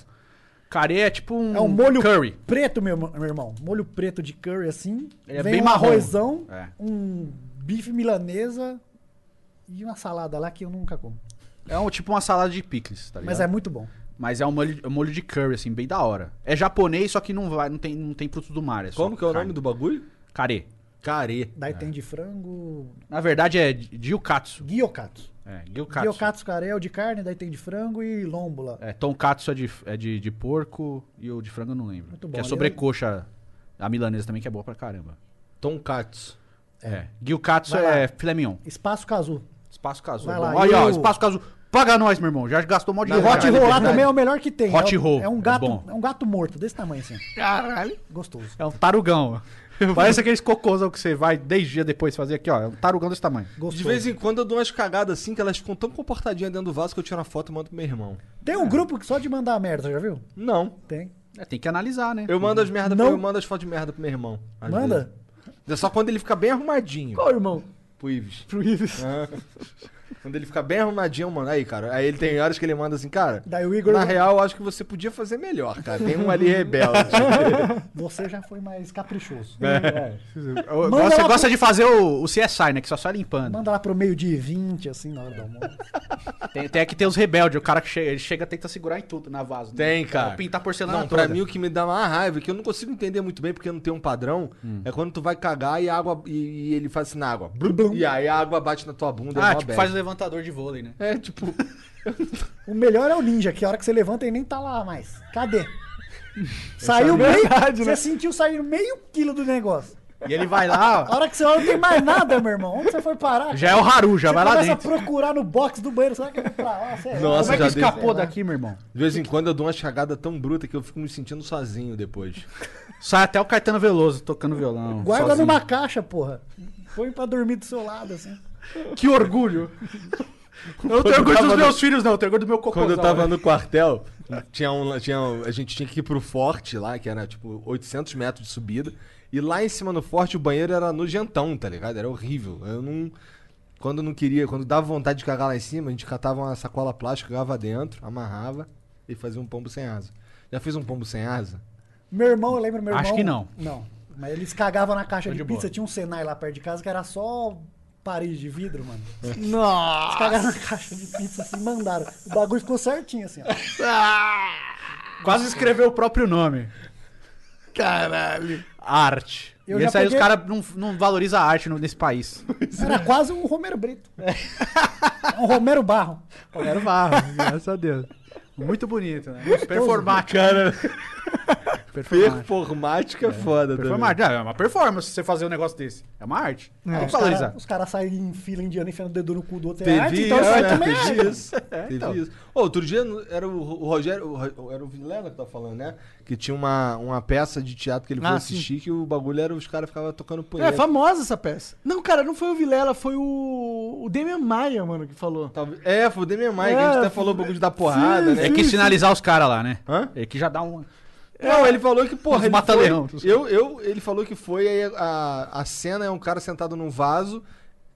S4: Carê é tipo um,
S3: É um molho
S4: curry.
S3: preto, meu, meu irmão. Molho preto de curry assim.
S4: Ele é
S3: vem
S4: bem
S3: um
S4: marrom.
S3: arrozão,
S4: É.
S3: um bife milanesa e uma salada lá que eu nunca como.
S4: É um, tipo uma salada de picles, tá ligado?
S3: Mas é muito bom.
S4: Mas é um molho, um molho de curry, assim, bem da hora. É japonês, só que não, vai, não, tem, não tem frutos do mar. É só
S1: Como que é o
S4: carne.
S1: nome do bagulho?
S4: Carê.
S1: Carê.
S4: É.
S3: Daí tem de frango,
S4: Na verdade é gy- gyukatsu.
S3: guiocatsu.
S4: É, gyukatsu.
S3: Guiocatsu caré é o de carne, daí tem de frango e lômbula.
S4: É, tonkatsu é, de, é de, de porco e o de frango eu não lembro.
S3: Muito bom.
S4: Que é
S3: Ele
S4: sobrecoxa, a milanesa também, que é boa pra caramba.
S1: Tonkatsu.
S4: É. Gyukatsu
S3: Vai lá.
S4: é filé mignon.
S3: Espaço Cazu.
S4: Espaço Casu.
S3: Vai
S4: é
S3: lá,
S4: bom. Olha,
S3: e
S4: ó,
S3: o-
S4: Espaço Casu. Paga nós, meu irmão. Já gastou mó
S3: E
S4: de
S3: o hot roll lá também é o melhor que tem.
S4: Hot
S3: é um-
S4: roll,
S3: É um
S4: é
S3: gato,
S4: bom.
S3: é um gato morto, desse tamanho assim.
S4: Caralho.
S3: Gostoso.
S4: É um tarugão. Parece aqueles cocôzão que você vai 10 dias depois fazer aqui, ó. É um tarugão desse tamanho.
S3: Gostoso.
S1: De vez em quando eu dou umas cagadas assim que elas ficam tão comportadinhas dentro do vaso que eu tiro a foto e mando pro meu irmão.
S3: Tem um grupo que só de mandar merda, você já viu?
S1: Não.
S3: Tem.
S4: É, tem que analisar, né?
S1: Eu mando as merda,
S3: Não.
S1: eu mando as fotos de merda pro meu irmão. às
S3: Manda?
S1: vezes. É só quando ele fica bem arrumadinho.
S2: Qual, irmão?
S1: Pro Ives. É.
S2: Pro Ives.
S1: Quando ele fica bem arrumadinho, mano. Aí, cara. Aí ele tem horas que ele manda assim, cara.
S3: Daí o Igor-
S1: Na real, eu acho que você podia fazer melhor, cara. Tem um ali rebelde. assim.
S3: Você já foi mais caprichoso.
S4: É. Eu-
S3: Manda
S4: eu gosto-
S3: lá
S4: Você gosta de fazer o, o CSI, né? Que só sai limpando.
S3: Manda lá pro meio-dia e 20, assim, na hora do almoço.
S4: Tem, tem aqui tem os rebeldes. O cara que chega, ele chega e tenta segurar em tudo na vaso. né?
S1: Tem, cara.
S4: Pintar porcelana
S1: Não, pra mim o que me dá uma raiva, que eu não consigo entender muito bem porque não tem um padrão, é quando tu vai cagar e a água. E, e ele faz assim na água. Blum, blum. E aí a água bate na tua bunda. é
S4: Ah,
S1: mó
S4: tipo,
S1: bad.
S4: faz o levantador de vôlei, né?
S1: É, tipo.
S3: O melhor é o ninja, que a hora que você levanta ele nem tá lá mais. Cadê?
S4: é
S3: Saiu meio.
S2: Verdade,
S3: você
S2: né?
S3: sentiu sair meio quilo do negócio.
S4: E ele vai lá,
S3: A hora que você olha, não tem mais nada, meu irmão. Onde você foi parar?
S4: ó. Já é o Haru, já
S3: você
S4: vai lá
S3: começa
S4: dentro.
S3: a procurar no box do banheiro. Será que eu vou pra lá? Sei lá.
S1: Nossa,
S4: Como é
S1: já
S4: que
S1: dei-
S4: escapou daqui, meu irmão?
S1: De vez em quando eu dou uma cagada tão bruta que eu fico me sentindo sozinho depois.
S4: Sai até o Caetano Veloso tocando violão.
S3: Guarda
S4: sozinho.
S3: numa caixa, porra. Põe pra dormir do seu lado, assim.
S4: Que orgulho. Eu não tenho
S1: Quando
S4: orgulho
S1: tava
S4: dos
S1: no-
S4: meus filhos, não. Eu tenho orgulho do meu né? cocô.
S1: Quando eu tava no quartel, tinha um, tinha um- a gente tinha que ir pro forte lá, que era tipo 800 metros de subida. E lá em cima no forte o banheiro era nojentão, tá ligado? Era horrível. Eu não. Quando eu não queria, quando dava vontade de cagar lá em cima, a gente catava uma sacola plástica, cagava dentro, amarrava e fazia um pombo sem asa. Já fez um pombo sem asa?
S3: Meu irmão, eu lembro meu irmão.
S4: Acho que não.
S3: Não. Mas eles cagavam na caixa
S4: Tô
S3: de,
S4: de boa.
S3: pizza, tinha um Senai lá perto de casa que era só parede de vidro, mano. Eles
S2: Nossa!
S3: cagaram na caixa de pizza assim, mandaram. O bagulho ficou certinho assim, ó.
S4: Quase escreveu o próprio nome.
S2: Caralho!
S4: Arte.
S3: Eu
S4: e
S3: já
S4: esse aí os
S3: peguei-
S4: caras não, não valorizam a arte no- nesse país.
S3: Era quase um Romero Brito. Um Romero Barro.
S4: Era
S3: Ah,
S4: barro, graças a Deus. Muito bonito, né? Performático. Performático.
S1: Performática é foda, também.
S4: Performático. Ah, É uma performance você fazer um negócio desse. É uma arte. Tem que
S3: Os caras
S4: valorizar.
S3: cara saem em fila indiana enfiando o dedo no cu do outro. É
S1: Teve
S3: arte,
S1: isso,
S3: então isso aí
S1: né?
S3: também é
S1: Teve
S3: arte.
S1: isso. Teve isso. Ô, outro dia no- era o, Ro- o Rogério, o Ro- era o Vilela que tá falando, né? Que tinha uma, uma peça de teatro que ele foi
S2: Ah,
S1: assistir que o bagulho era os caras ficavam tocando
S2: É
S1: punheta.
S2: famosa essa peça. Não, cara, não foi o Vilela, foi o, o Demian Maia, mano, que falou.
S1: Talvez- É, foi o Demian Maia, que a
S2: É,
S1: gente até falou o bagulho de dar porrada, né?
S4: Tem É que sinalizar os caras lá, né?
S1: Hã?
S4: Ele que já dá um.
S1: Não, ele falou que, porra,
S4: Os
S1: ele foi,
S4: mata-leão.
S1: eu, eu, ele falou que foi aí a, a cena é um cara sentado num vaso,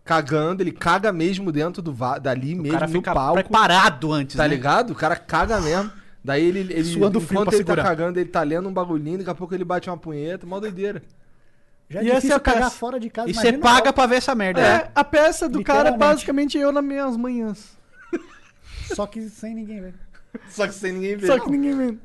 S1: cagando, ele caga mesmo dentro do va- dali
S4: O
S1: mesmo
S4: cara
S1: no
S4: fica
S1: palco.
S4: preparado antes,
S1: Tá
S4: né?
S1: ligado? O cara caga mesmo. Daí ele, ele
S4: Suando frio
S1: enquanto
S4: pra
S1: ele tá
S4: segurar.
S1: cagando, ele tá lendo um bagulhinho, daqui a pouco ele bate uma punheta, mó doideira.
S3: Já é
S2: E essa é
S3: difícil
S2: a
S3: cagar
S2: peça.
S3: fora de casa.
S4: E você
S3: Ah, imagina-
S4: paga pra ver essa merda.
S2: É,
S4: né?
S2: a peça do cara é
S3: Literalmente.
S2: basicamente eu nas minhas manhãs.
S3: Só que sem ninguém ver.
S1: Só que sem ninguém ver.
S2: Só que ninguém vendo.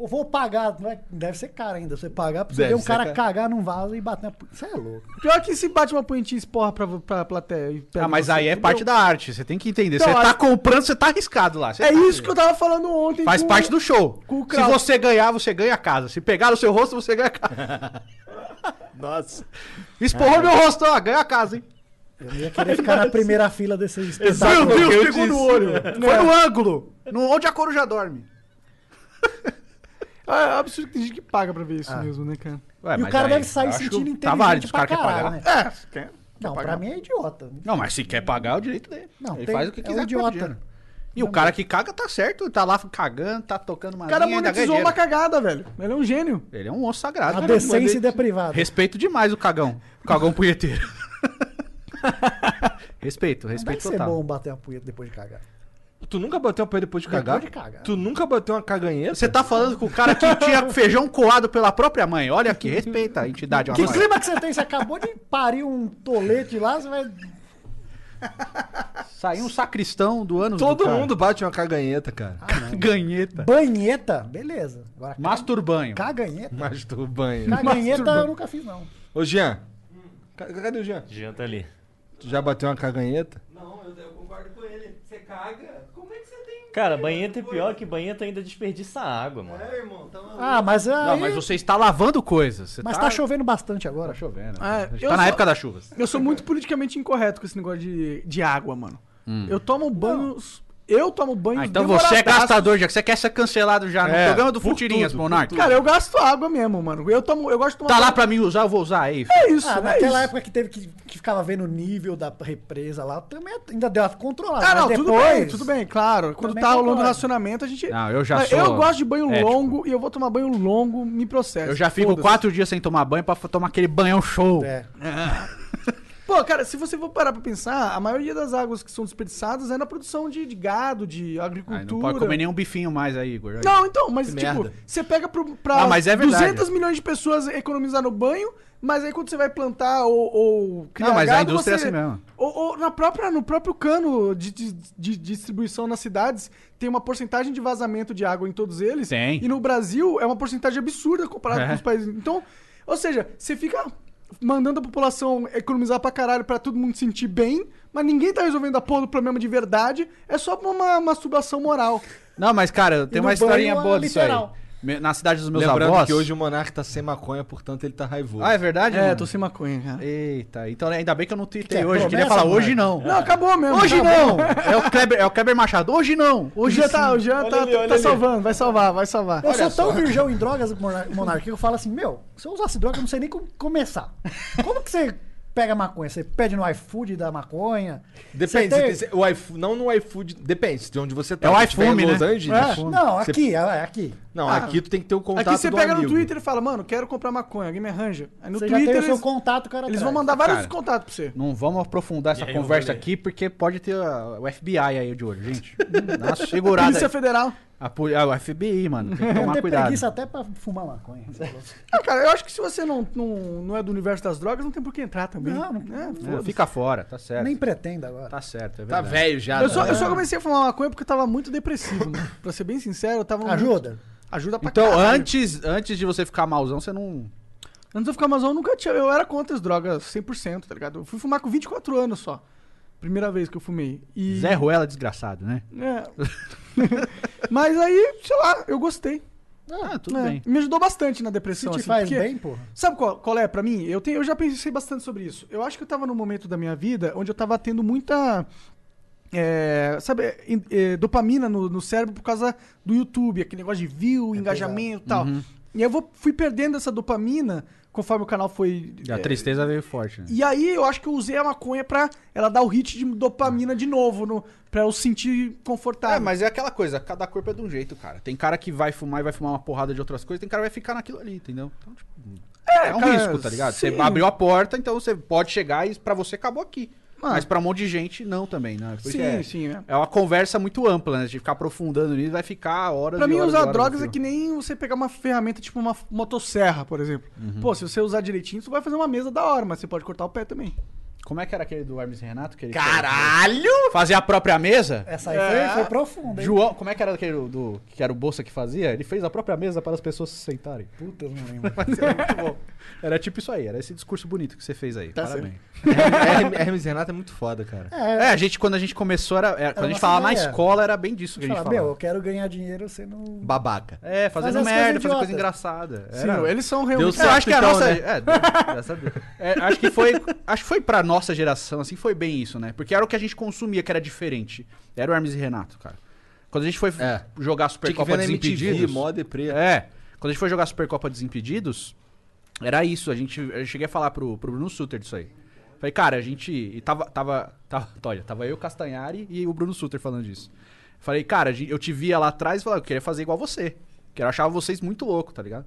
S3: Eu vou pagar, não é- deve ser caro ainda. Você pagar pra você
S1: Deve
S3: ver um
S1: ser
S3: cara
S1: caro.
S3: cagar num vaso e bater na. pu- Você é louco.
S2: Pior que se bate uma punhetinha esporra pra, pra plateia. e pega
S4: Ah, mas
S2: você,
S4: aí é
S2: entendeu?
S4: parte da arte. Você tem que entender. Você
S2: Então,
S4: tá
S2: acho-
S4: comprando, você tá arriscado lá. Você
S2: É
S4: tá-
S2: isso que eu tava falando ontem.
S4: Faz
S2: com-
S4: parte do show.
S2: com o
S4: Se
S2: Kraus.
S4: você ganhar, você ganha a casa. Se pegar no seu rosto, você ganha a casa.
S1: Nossa.
S4: Esporrou meu rosto, ó, ganha a casa, hein?
S3: Eu ia querer ficar na primeira fila desse
S4: Meu
S3: espetáculo.
S4: Deus,
S1: eu
S4: pegou no
S1: disse.
S4: olho. Foi no ângulo. No onde a coruja dorme.
S2: É absurdo que tem gente que paga pra ver isso
S3: Ah.
S2: mesmo, né, cara?
S3: E o cara deve sair sentindo inteligente
S4: Tá válido, os
S3: pra
S4: caras querem
S3: caralho,
S4: pagar.
S3: né?
S2: quer-
S3: Não, pra mim é idiota.
S4: Não, mas se quer pagar, é o direito dele.
S3: Não,
S4: ele
S3: tem-
S4: faz o
S3: é
S4: que
S3: um
S4: quiser. com o
S3: idiota.
S4: dinheiro. E o cara que caga tá certo, tá lá cagando, tá tocando uma
S2: O cara
S4: linha, ainda ganha
S2: monetizou uma
S4: dinheiro.
S2: cagada, velho. Ele é um gênio.
S4: Ele é um osso sagrado.
S3: A
S4: cara.
S3: decência
S4: Mandei-
S3: e da privada.
S4: Respeito demais o cagão. O cagão punheteiro. respeito,
S3: Não deve
S4: respeito
S3: ser
S4: total.
S3: bom bater uma punheta depois de cagar.
S1: Tu nunca bateu o pé depois de cagar?
S3: de cagar.
S1: Tu nunca bateu uma caganheta?
S4: Você tá falando com o cara que tinha feijão coado pela própria mãe. Olha aqui, respeita a entidade.
S3: Que
S4: rapaz.
S3: clima que você tem? Você acabou de parir um tolete lá, você vai.
S4: Saiu um sacristão do ano
S1: Todo mundo bate uma caganheta, cara.
S4: Ganheta.
S3: Banheta? Beleza. Agora
S4: Masturbanho.
S3: caganheta.
S1: Mas do banho.
S3: Caganheta eu nunca fiz, não.
S1: Ô, Jean. Ca- Cadê o Jean?
S9: Jean tá ali.
S1: Tu já bateu uma caganheta?
S9: Cara, banheta é pior que banheta ainda desperdiça água, mano.
S3: Ah, mas. Aí...
S4: Não, mas você está lavando coisas. Você
S3: Mas tá chovendo bastante agora.
S4: Tá chovendo.
S2: Ah,
S4: tá
S2: eu
S4: na
S2: só-
S4: época das chuvas.
S2: Eu sou muito politicamente incorreto com esse negócio de, de água, mano. Eu tomo banhos. Eu tomo banhos.
S4: Hum. Ah, então você é
S2: demoradaços.
S4: gastador já, que você quer ser cancelado já no
S1: É,
S4: programa do
S1: por
S4: Futirinhas,
S1: tudo,
S4: Monark.
S2: Cara, eu gasto água mesmo, mano. Eu tomo, eu gosto de tomar.
S4: Tá lá pra mim usar, eu vou usar aí.
S2: É isso,
S3: Ah,
S2: né? É isso.
S3: naquela época que teve que, que ficava vendo o nível da represa lá, também ainda deu uma controlada.
S2: Ah,
S3: mas
S2: não, tudo
S3: depois-
S2: bem, tudo bem, claro. Quando
S3: Também
S2: tá ao longo do
S3: concordo.
S2: racionamento, a gente.
S4: Não, eu já
S2: Mas
S4: sou
S2: Eu gosto de banho
S4: ético.
S2: longo e eu vou tomar banho longo, me processo.
S4: Eu já fico
S2: Foda-se.
S4: quatro dias sem tomar banho pra f- tomar aquele banhão show.
S3: É.
S2: Pô, cara, se você for parar pra pensar, a maioria das águas que são desperdiçadas é na produção de, de gado, de agricultura.
S4: Aí não pode comer nenhum bifinho mais aí, Igor. Aí.
S2: Não, então, mas
S1: Que
S2: tipo,
S1: merda.
S2: você pega pro, pra
S4: Ah, mas é verdade.
S2: 200 milhões de pessoas economizar no banho, mas aí quando você vai plantar ou, ou criar
S4: Não, mas a
S2: gado,
S4: indústria
S2: você-
S4: é assim mesmo.
S2: Ou, ou na própria, no próprio cano de, de- de distribuição nas cidades, tem uma porcentagem de vazamento de água em todos eles.
S4: Tem. É.
S2: E no Brasil é uma porcentagem absurda comparado com os países. Então, ou seja, você fica mandando a população economizar pra caralho pra todo mundo sentir bem, mas ninguém tá resolvendo a porra do problema de verdade, é só uma masturbação moral.
S4: Não, mas cara, tem
S3: no
S4: uma historinha
S3: banho,
S4: boa
S3: é
S4: disso
S3: literal.
S4: aí. Me- Na cidade dos meus
S1: Lembrando
S4: avós.
S1: que hoje o Monark tá sem maconha, portanto ele tá raivoso.
S4: Ah, é verdade? mano?
S2: sem maconha, cara.
S4: Eita, então ainda bem que eu não tuitei
S3: Que é
S4: hoje. Eu queria
S3: promessa,
S4: falar, hoje não.
S2: Não, acabou mesmo.
S1: tá
S4: Hoje
S2: acabou.
S4: não! É o, Kleber, é o Kleber Machado. Hoje não!
S2: O
S4: Hoje
S2: Jean tá, o
S4: sim.
S2: Jean tá, tá salvando, vai salvar, vai salvar.
S3: Eu sou tão virgão em drogas, Monar- Monark, que eu falo assim, meu, se eu usasse droga, eu não sei nem como começar. Como que você pega maconha? Você pede no iFood da maconha?
S1: Depende,
S3: Você tem-
S1: se tem- o iFood, não no iFood, depende de onde você tá.
S4: É o
S1: Se tiver
S4: iFood,
S1: em Los
S4: né?
S1: Angeles,
S3: É, não,
S1: você-
S3: aqui, é, aqui.
S1: Não,
S2: Ah.
S1: aqui tu tem que ter o um contato
S2: Aqui você
S1: do
S2: pega
S1: amigo.
S2: no Twitter e fala, mano, quero comprar maconha, alguém me arranja. Aí no
S3: Você já
S2: Twitter
S3: tem o seu
S2: eles,
S3: contato, cara.
S2: eles
S3: atrás.
S2: vão mandar vários
S4: Cara.
S2: contatos pra você.
S4: Não vamos aprofundar essa
S9: aí,
S4: conversa
S9: eu vou ler.
S4: aqui, porque pode ter a- o FBI aí de olho, gente. Hum, Dá uma segurada
S2: Polícia
S4: aí.
S2: Federal.
S4: A, poli- ah, o FBI, mano. é Tem que
S3: Vão
S4: tomar
S3: ter
S4: cuidado.
S3: preguiça até pra fumar maconha.
S2: Ah, cara, eu acho que se você não, não, não é do universo das drogas, não tem por que entrar também.
S3: Não, não-
S2: É,
S4: É,
S2: foda-se.
S4: fica fora, tá certo.
S3: Nem pretenda agora.
S4: Tá certo, é
S1: Tá
S4: verdade.
S1: velho já.
S2: Eu
S1: né?
S2: só, eu só comecei a fumar maconha porque eu tava muito depressivo. mano. pra ser bem sincero, eu tava. muito-
S3: Ajuda.
S2: Ajuda pra
S4: Então,
S2: caralho.
S4: antes, antes de você ficar malzão, você não.
S2: Antes de eu ficar Amazon, eu nunca tinha. Eu era contra as drogas 100%, tá ligado? Eu fui fumar com 24 anos só. Primeira vez que eu fumei. E.
S4: Zé Ruela é desgraçado, né?
S2: É. Mas aí, sei lá, eu gostei.
S4: Ah, tudo
S2: É,
S4: bem.
S2: Me ajudou bastante na
S3: Se
S2: depressão.
S3: te
S2: assim,
S3: faz
S2: porque-
S3: bem, porra.
S2: Sabe qual, qual é pra mim? Eu, tenho, eu já pensei bastante sobre isso. Eu acho que eu tava num momento da minha vida onde eu tava tendo muita. é, sabe, in- é, dopamina no, no cérebro por causa do YouTube, aquele negócio de view,
S4: É
S2: engajamento e tal.
S4: Uhum.
S2: E aí eu vou- fui perdendo essa dopamina conforme o canal foi.
S4: E a
S2: é,
S4: tristeza veio forte, né?
S2: e aí eu acho que eu usei a maconha pra ela dar o hit de dopamina de novo, no, pra eu sentir confortável.
S4: É, mas é aquela coisa, cada corpo é de um jeito, cara. Tem cara que vai fumar e vai fumar uma porrada de outras coisas, tem cara que vai ficar naquilo ali, entendeu? Então, tipo, é, um
S2: cara,
S4: risco, tá ligado?
S2: sim.
S4: Você abriu a porta, então você pode chegar e pra você acabou aqui.
S2: Ah.
S4: Mas pra um monte de gente, não também, né? Porque
S2: Sim,
S4: é,
S2: sim, é.
S4: É uma conversa muito ampla, né? De ficar aprofundando nisso, vai ficar horas
S2: Pra
S4: e
S2: mim,
S4: horas e
S2: usar
S4: horas
S2: drogas
S4: no
S2: é
S4: fio.
S2: que nem você pegar uma ferramenta tipo uma motosserra, por exemplo. Pô, se você usar direitinho, você vai fazer uma mesa da hora, mas você pode cortar o pé também.
S4: Como é que era aquele do Hermes Renato? Que ele
S1: Caralho!
S4: Fazer a própria mesa?
S3: Essa aí
S2: É.
S3: foi, foi profunda, hein?
S4: João, como é que era aquele do, do- que era o Bolsa que fazia? Ele fez a própria mesa para as pessoas se sentarem.
S3: Puta, eu não lembro.
S4: Mas era muito bom. Era tipo isso aí, era esse discurso bonito que você fez aí. Parabéns.
S1: Hermes-
S2: né?
S1: Hermes Renato é muito foda, cara.
S4: É, a gente, quando a gente começou, era, era- quando a
S3: uma
S4: gente falava na
S3: assembleia.
S4: escola, era bem disso que a gente
S3: Fala,
S4: falava.
S3: meu, eu quero ganhar dinheiro sendo.
S1: Babaca.
S4: É, fazendo
S3: Fazer as
S4: merda,
S3: coisas
S4: fazendo
S3: idiotas.
S4: coisa engraçada.
S2: Sim,
S4: Era-
S2: eles são
S4: Eu
S2: realmente.
S4: eu acho que a
S1: então,
S4: nossa.
S1: né?
S4: É, graças a Deus. É, acho que foi. Acho que foi pra nossa geração, assim, foi bem isso, né? Porque era o que a gente consumia, que era diferente. Era o Hermes e Renato, cara. Quando a gente foi
S1: É.
S4: jogar Supercopa Desimpedidos.
S1: mó deprê.
S4: É. Quando a gente foi jogar Supercopa Desimpedidos, era isso. A gente, eu cheguei a falar pro, pro Bruno Suter disso aí. Falei, cara, a gente. E tava, tava, tava. Olha, tava eu, Castanhari e o Bruno Suter falando disso. Falei, cara, a gente- eu te via lá atrás e falava, eu queria fazer igual você. Que eu achava vocês muito louco, tá ligado?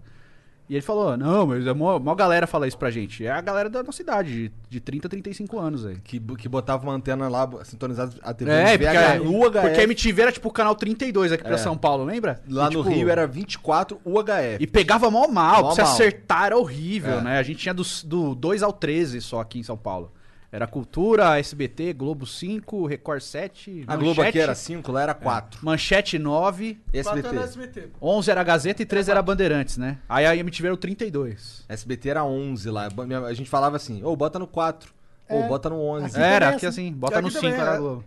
S4: E ele falou, não, mas a maior, galera fala isso pra gente. É a galera da nossa idade, de, de 30, 35 anos aí.
S1: Que, bo- que botava uma antena lá bo- sintonizada a TV.
S4: É, porque,
S1: VH, UHF.
S4: porque a MTV era tipo o canal 32 aqui pra São Paulo, lembra?
S1: Lá
S4: E,
S1: no
S4: tipo,
S1: Rio era 24 UHF.
S4: E pegava mó mal,
S1: Mó
S4: pra você
S1: mal.
S4: acertar era horrível,
S1: É.
S4: né? A gente tinha do, do 2 ao 13 só aqui em São Paulo. Era Cultura, SBT, Globo 5, Record 7,
S1: a Globo aqui era 5, lá era 4.
S4: Manchete 9,
S1: SBT.
S2: Quatro é no SBT.
S4: 11 era Gazeta e 13 era Bandeirantes, né? Aí a MTV era o 32.
S1: SBT era 11 lá. Bo- minha- A gente falava assim, ou bota no 4, ou bota no 11.
S3: Aqui
S4: era,
S3: também é
S4: aqui
S3: assim.
S4: assim, bota
S2: Aqui
S4: no 5
S2: também
S4: era
S2: é.
S4: Globo.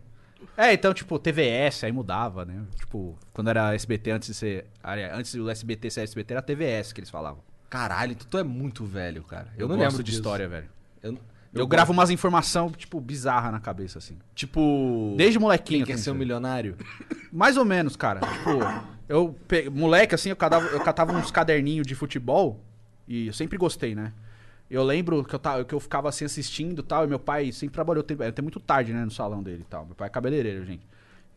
S4: É, então, tipo, TVS, aí mudava, né? Tipo, quando era SBT antes de ser. aliás, Antes do SBT ser SBT, era TVS que eles falavam.
S1: Caralho, então tu é muito velho, cara. Eu, não
S4: gosto
S1: lembro
S4: de
S1: disso.
S4: história, velho.
S1: Eu, eu
S4: Eu,
S1: gosto-
S4: gravo umas informação, tipo, bizarra na cabeça, assim.
S1: tipo...
S4: Desde
S1: quem
S4: molequinho.
S1: quer
S4: assim,
S1: ser um
S4: sabe?
S1: milionário?
S4: Mais ou menos, cara. Tipo, eu, pe- moleque, assim, eu catava, eu catava uns caderninhos de futebol e eu sempre gostei, né? Eu lembro que eu, tava, que eu ficava assim assistindo e tal, e meu pai sempre trabalhou tem- até muito tarde, né, no salão dele e tal. Meu pai é cabeleireiro, gente.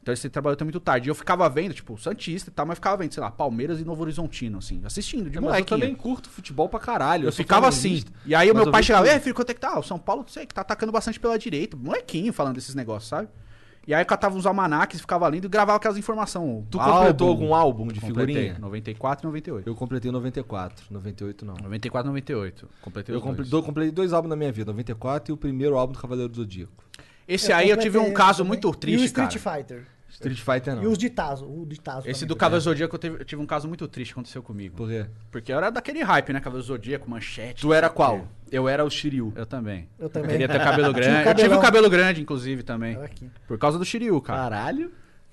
S4: Então ele sempre trabalhou até muito tarde. E eu ficava vendo, tipo, Santista e tal, mas ficava vendo, sei lá, Palmeiras e Novo Horizontino, assim, assistindo de
S1: É, mas eu
S4: moleque.
S1: também curto futebol pra caralho.
S4: Eu
S1: sou
S4: ficava assim.
S1: flamenguista.
S4: E aí o
S1: Mas
S4: meu
S1: eu
S4: pai
S1: vi
S4: chegava,
S1: tudo.
S4: é, filho, quanto é que tá? Ah, o São Paulo, sei que tá atacando bastante pela direita. Molequinho falando esses negócios, sabe? E aí eu catava uns almanaques, ficava lendo e gravava aquelas informações.
S1: Tu completou algum álbum de
S4: Completei.
S1: figurinha?
S4: 94 e 98.
S1: Eu completei 94, 98 não.
S4: 94 e 98. Completei
S1: Eu
S4: os dois.
S1: completei dois. completei dois álbuns na minha vida, 94 e o primeiro álbum do Cavaleiro do Zodíaco.
S4: Esse aí eu tive um
S3: completei
S4: caso
S3: também.
S4: muito
S3: E o
S4: triste, cara.
S3: Street Fighter.
S1: Street Fighter não.
S3: E os de Tazo. O de Tazo.
S4: Esse do
S3: também. né?
S4: Cavaleiro Zodíaco eu tive, eu tive um caso muito triste que aconteceu comigo.
S1: Por quê?
S4: Porque eu era daquele hype, né? Cavaleiro Zodíaco, manchete.
S1: Tu era
S4: não sei o quê.
S1: qual? Eu era o Shiryu.
S4: Eu também.
S3: Eu
S4: Eu
S3: também. um
S4: queria ter cabelo grande. Eu tive
S3: cabelão.
S4: o cabelo grande, inclusive, também.
S3: Olha aqui.
S4: Por causa do Shiryu, cara.
S1: Caralho.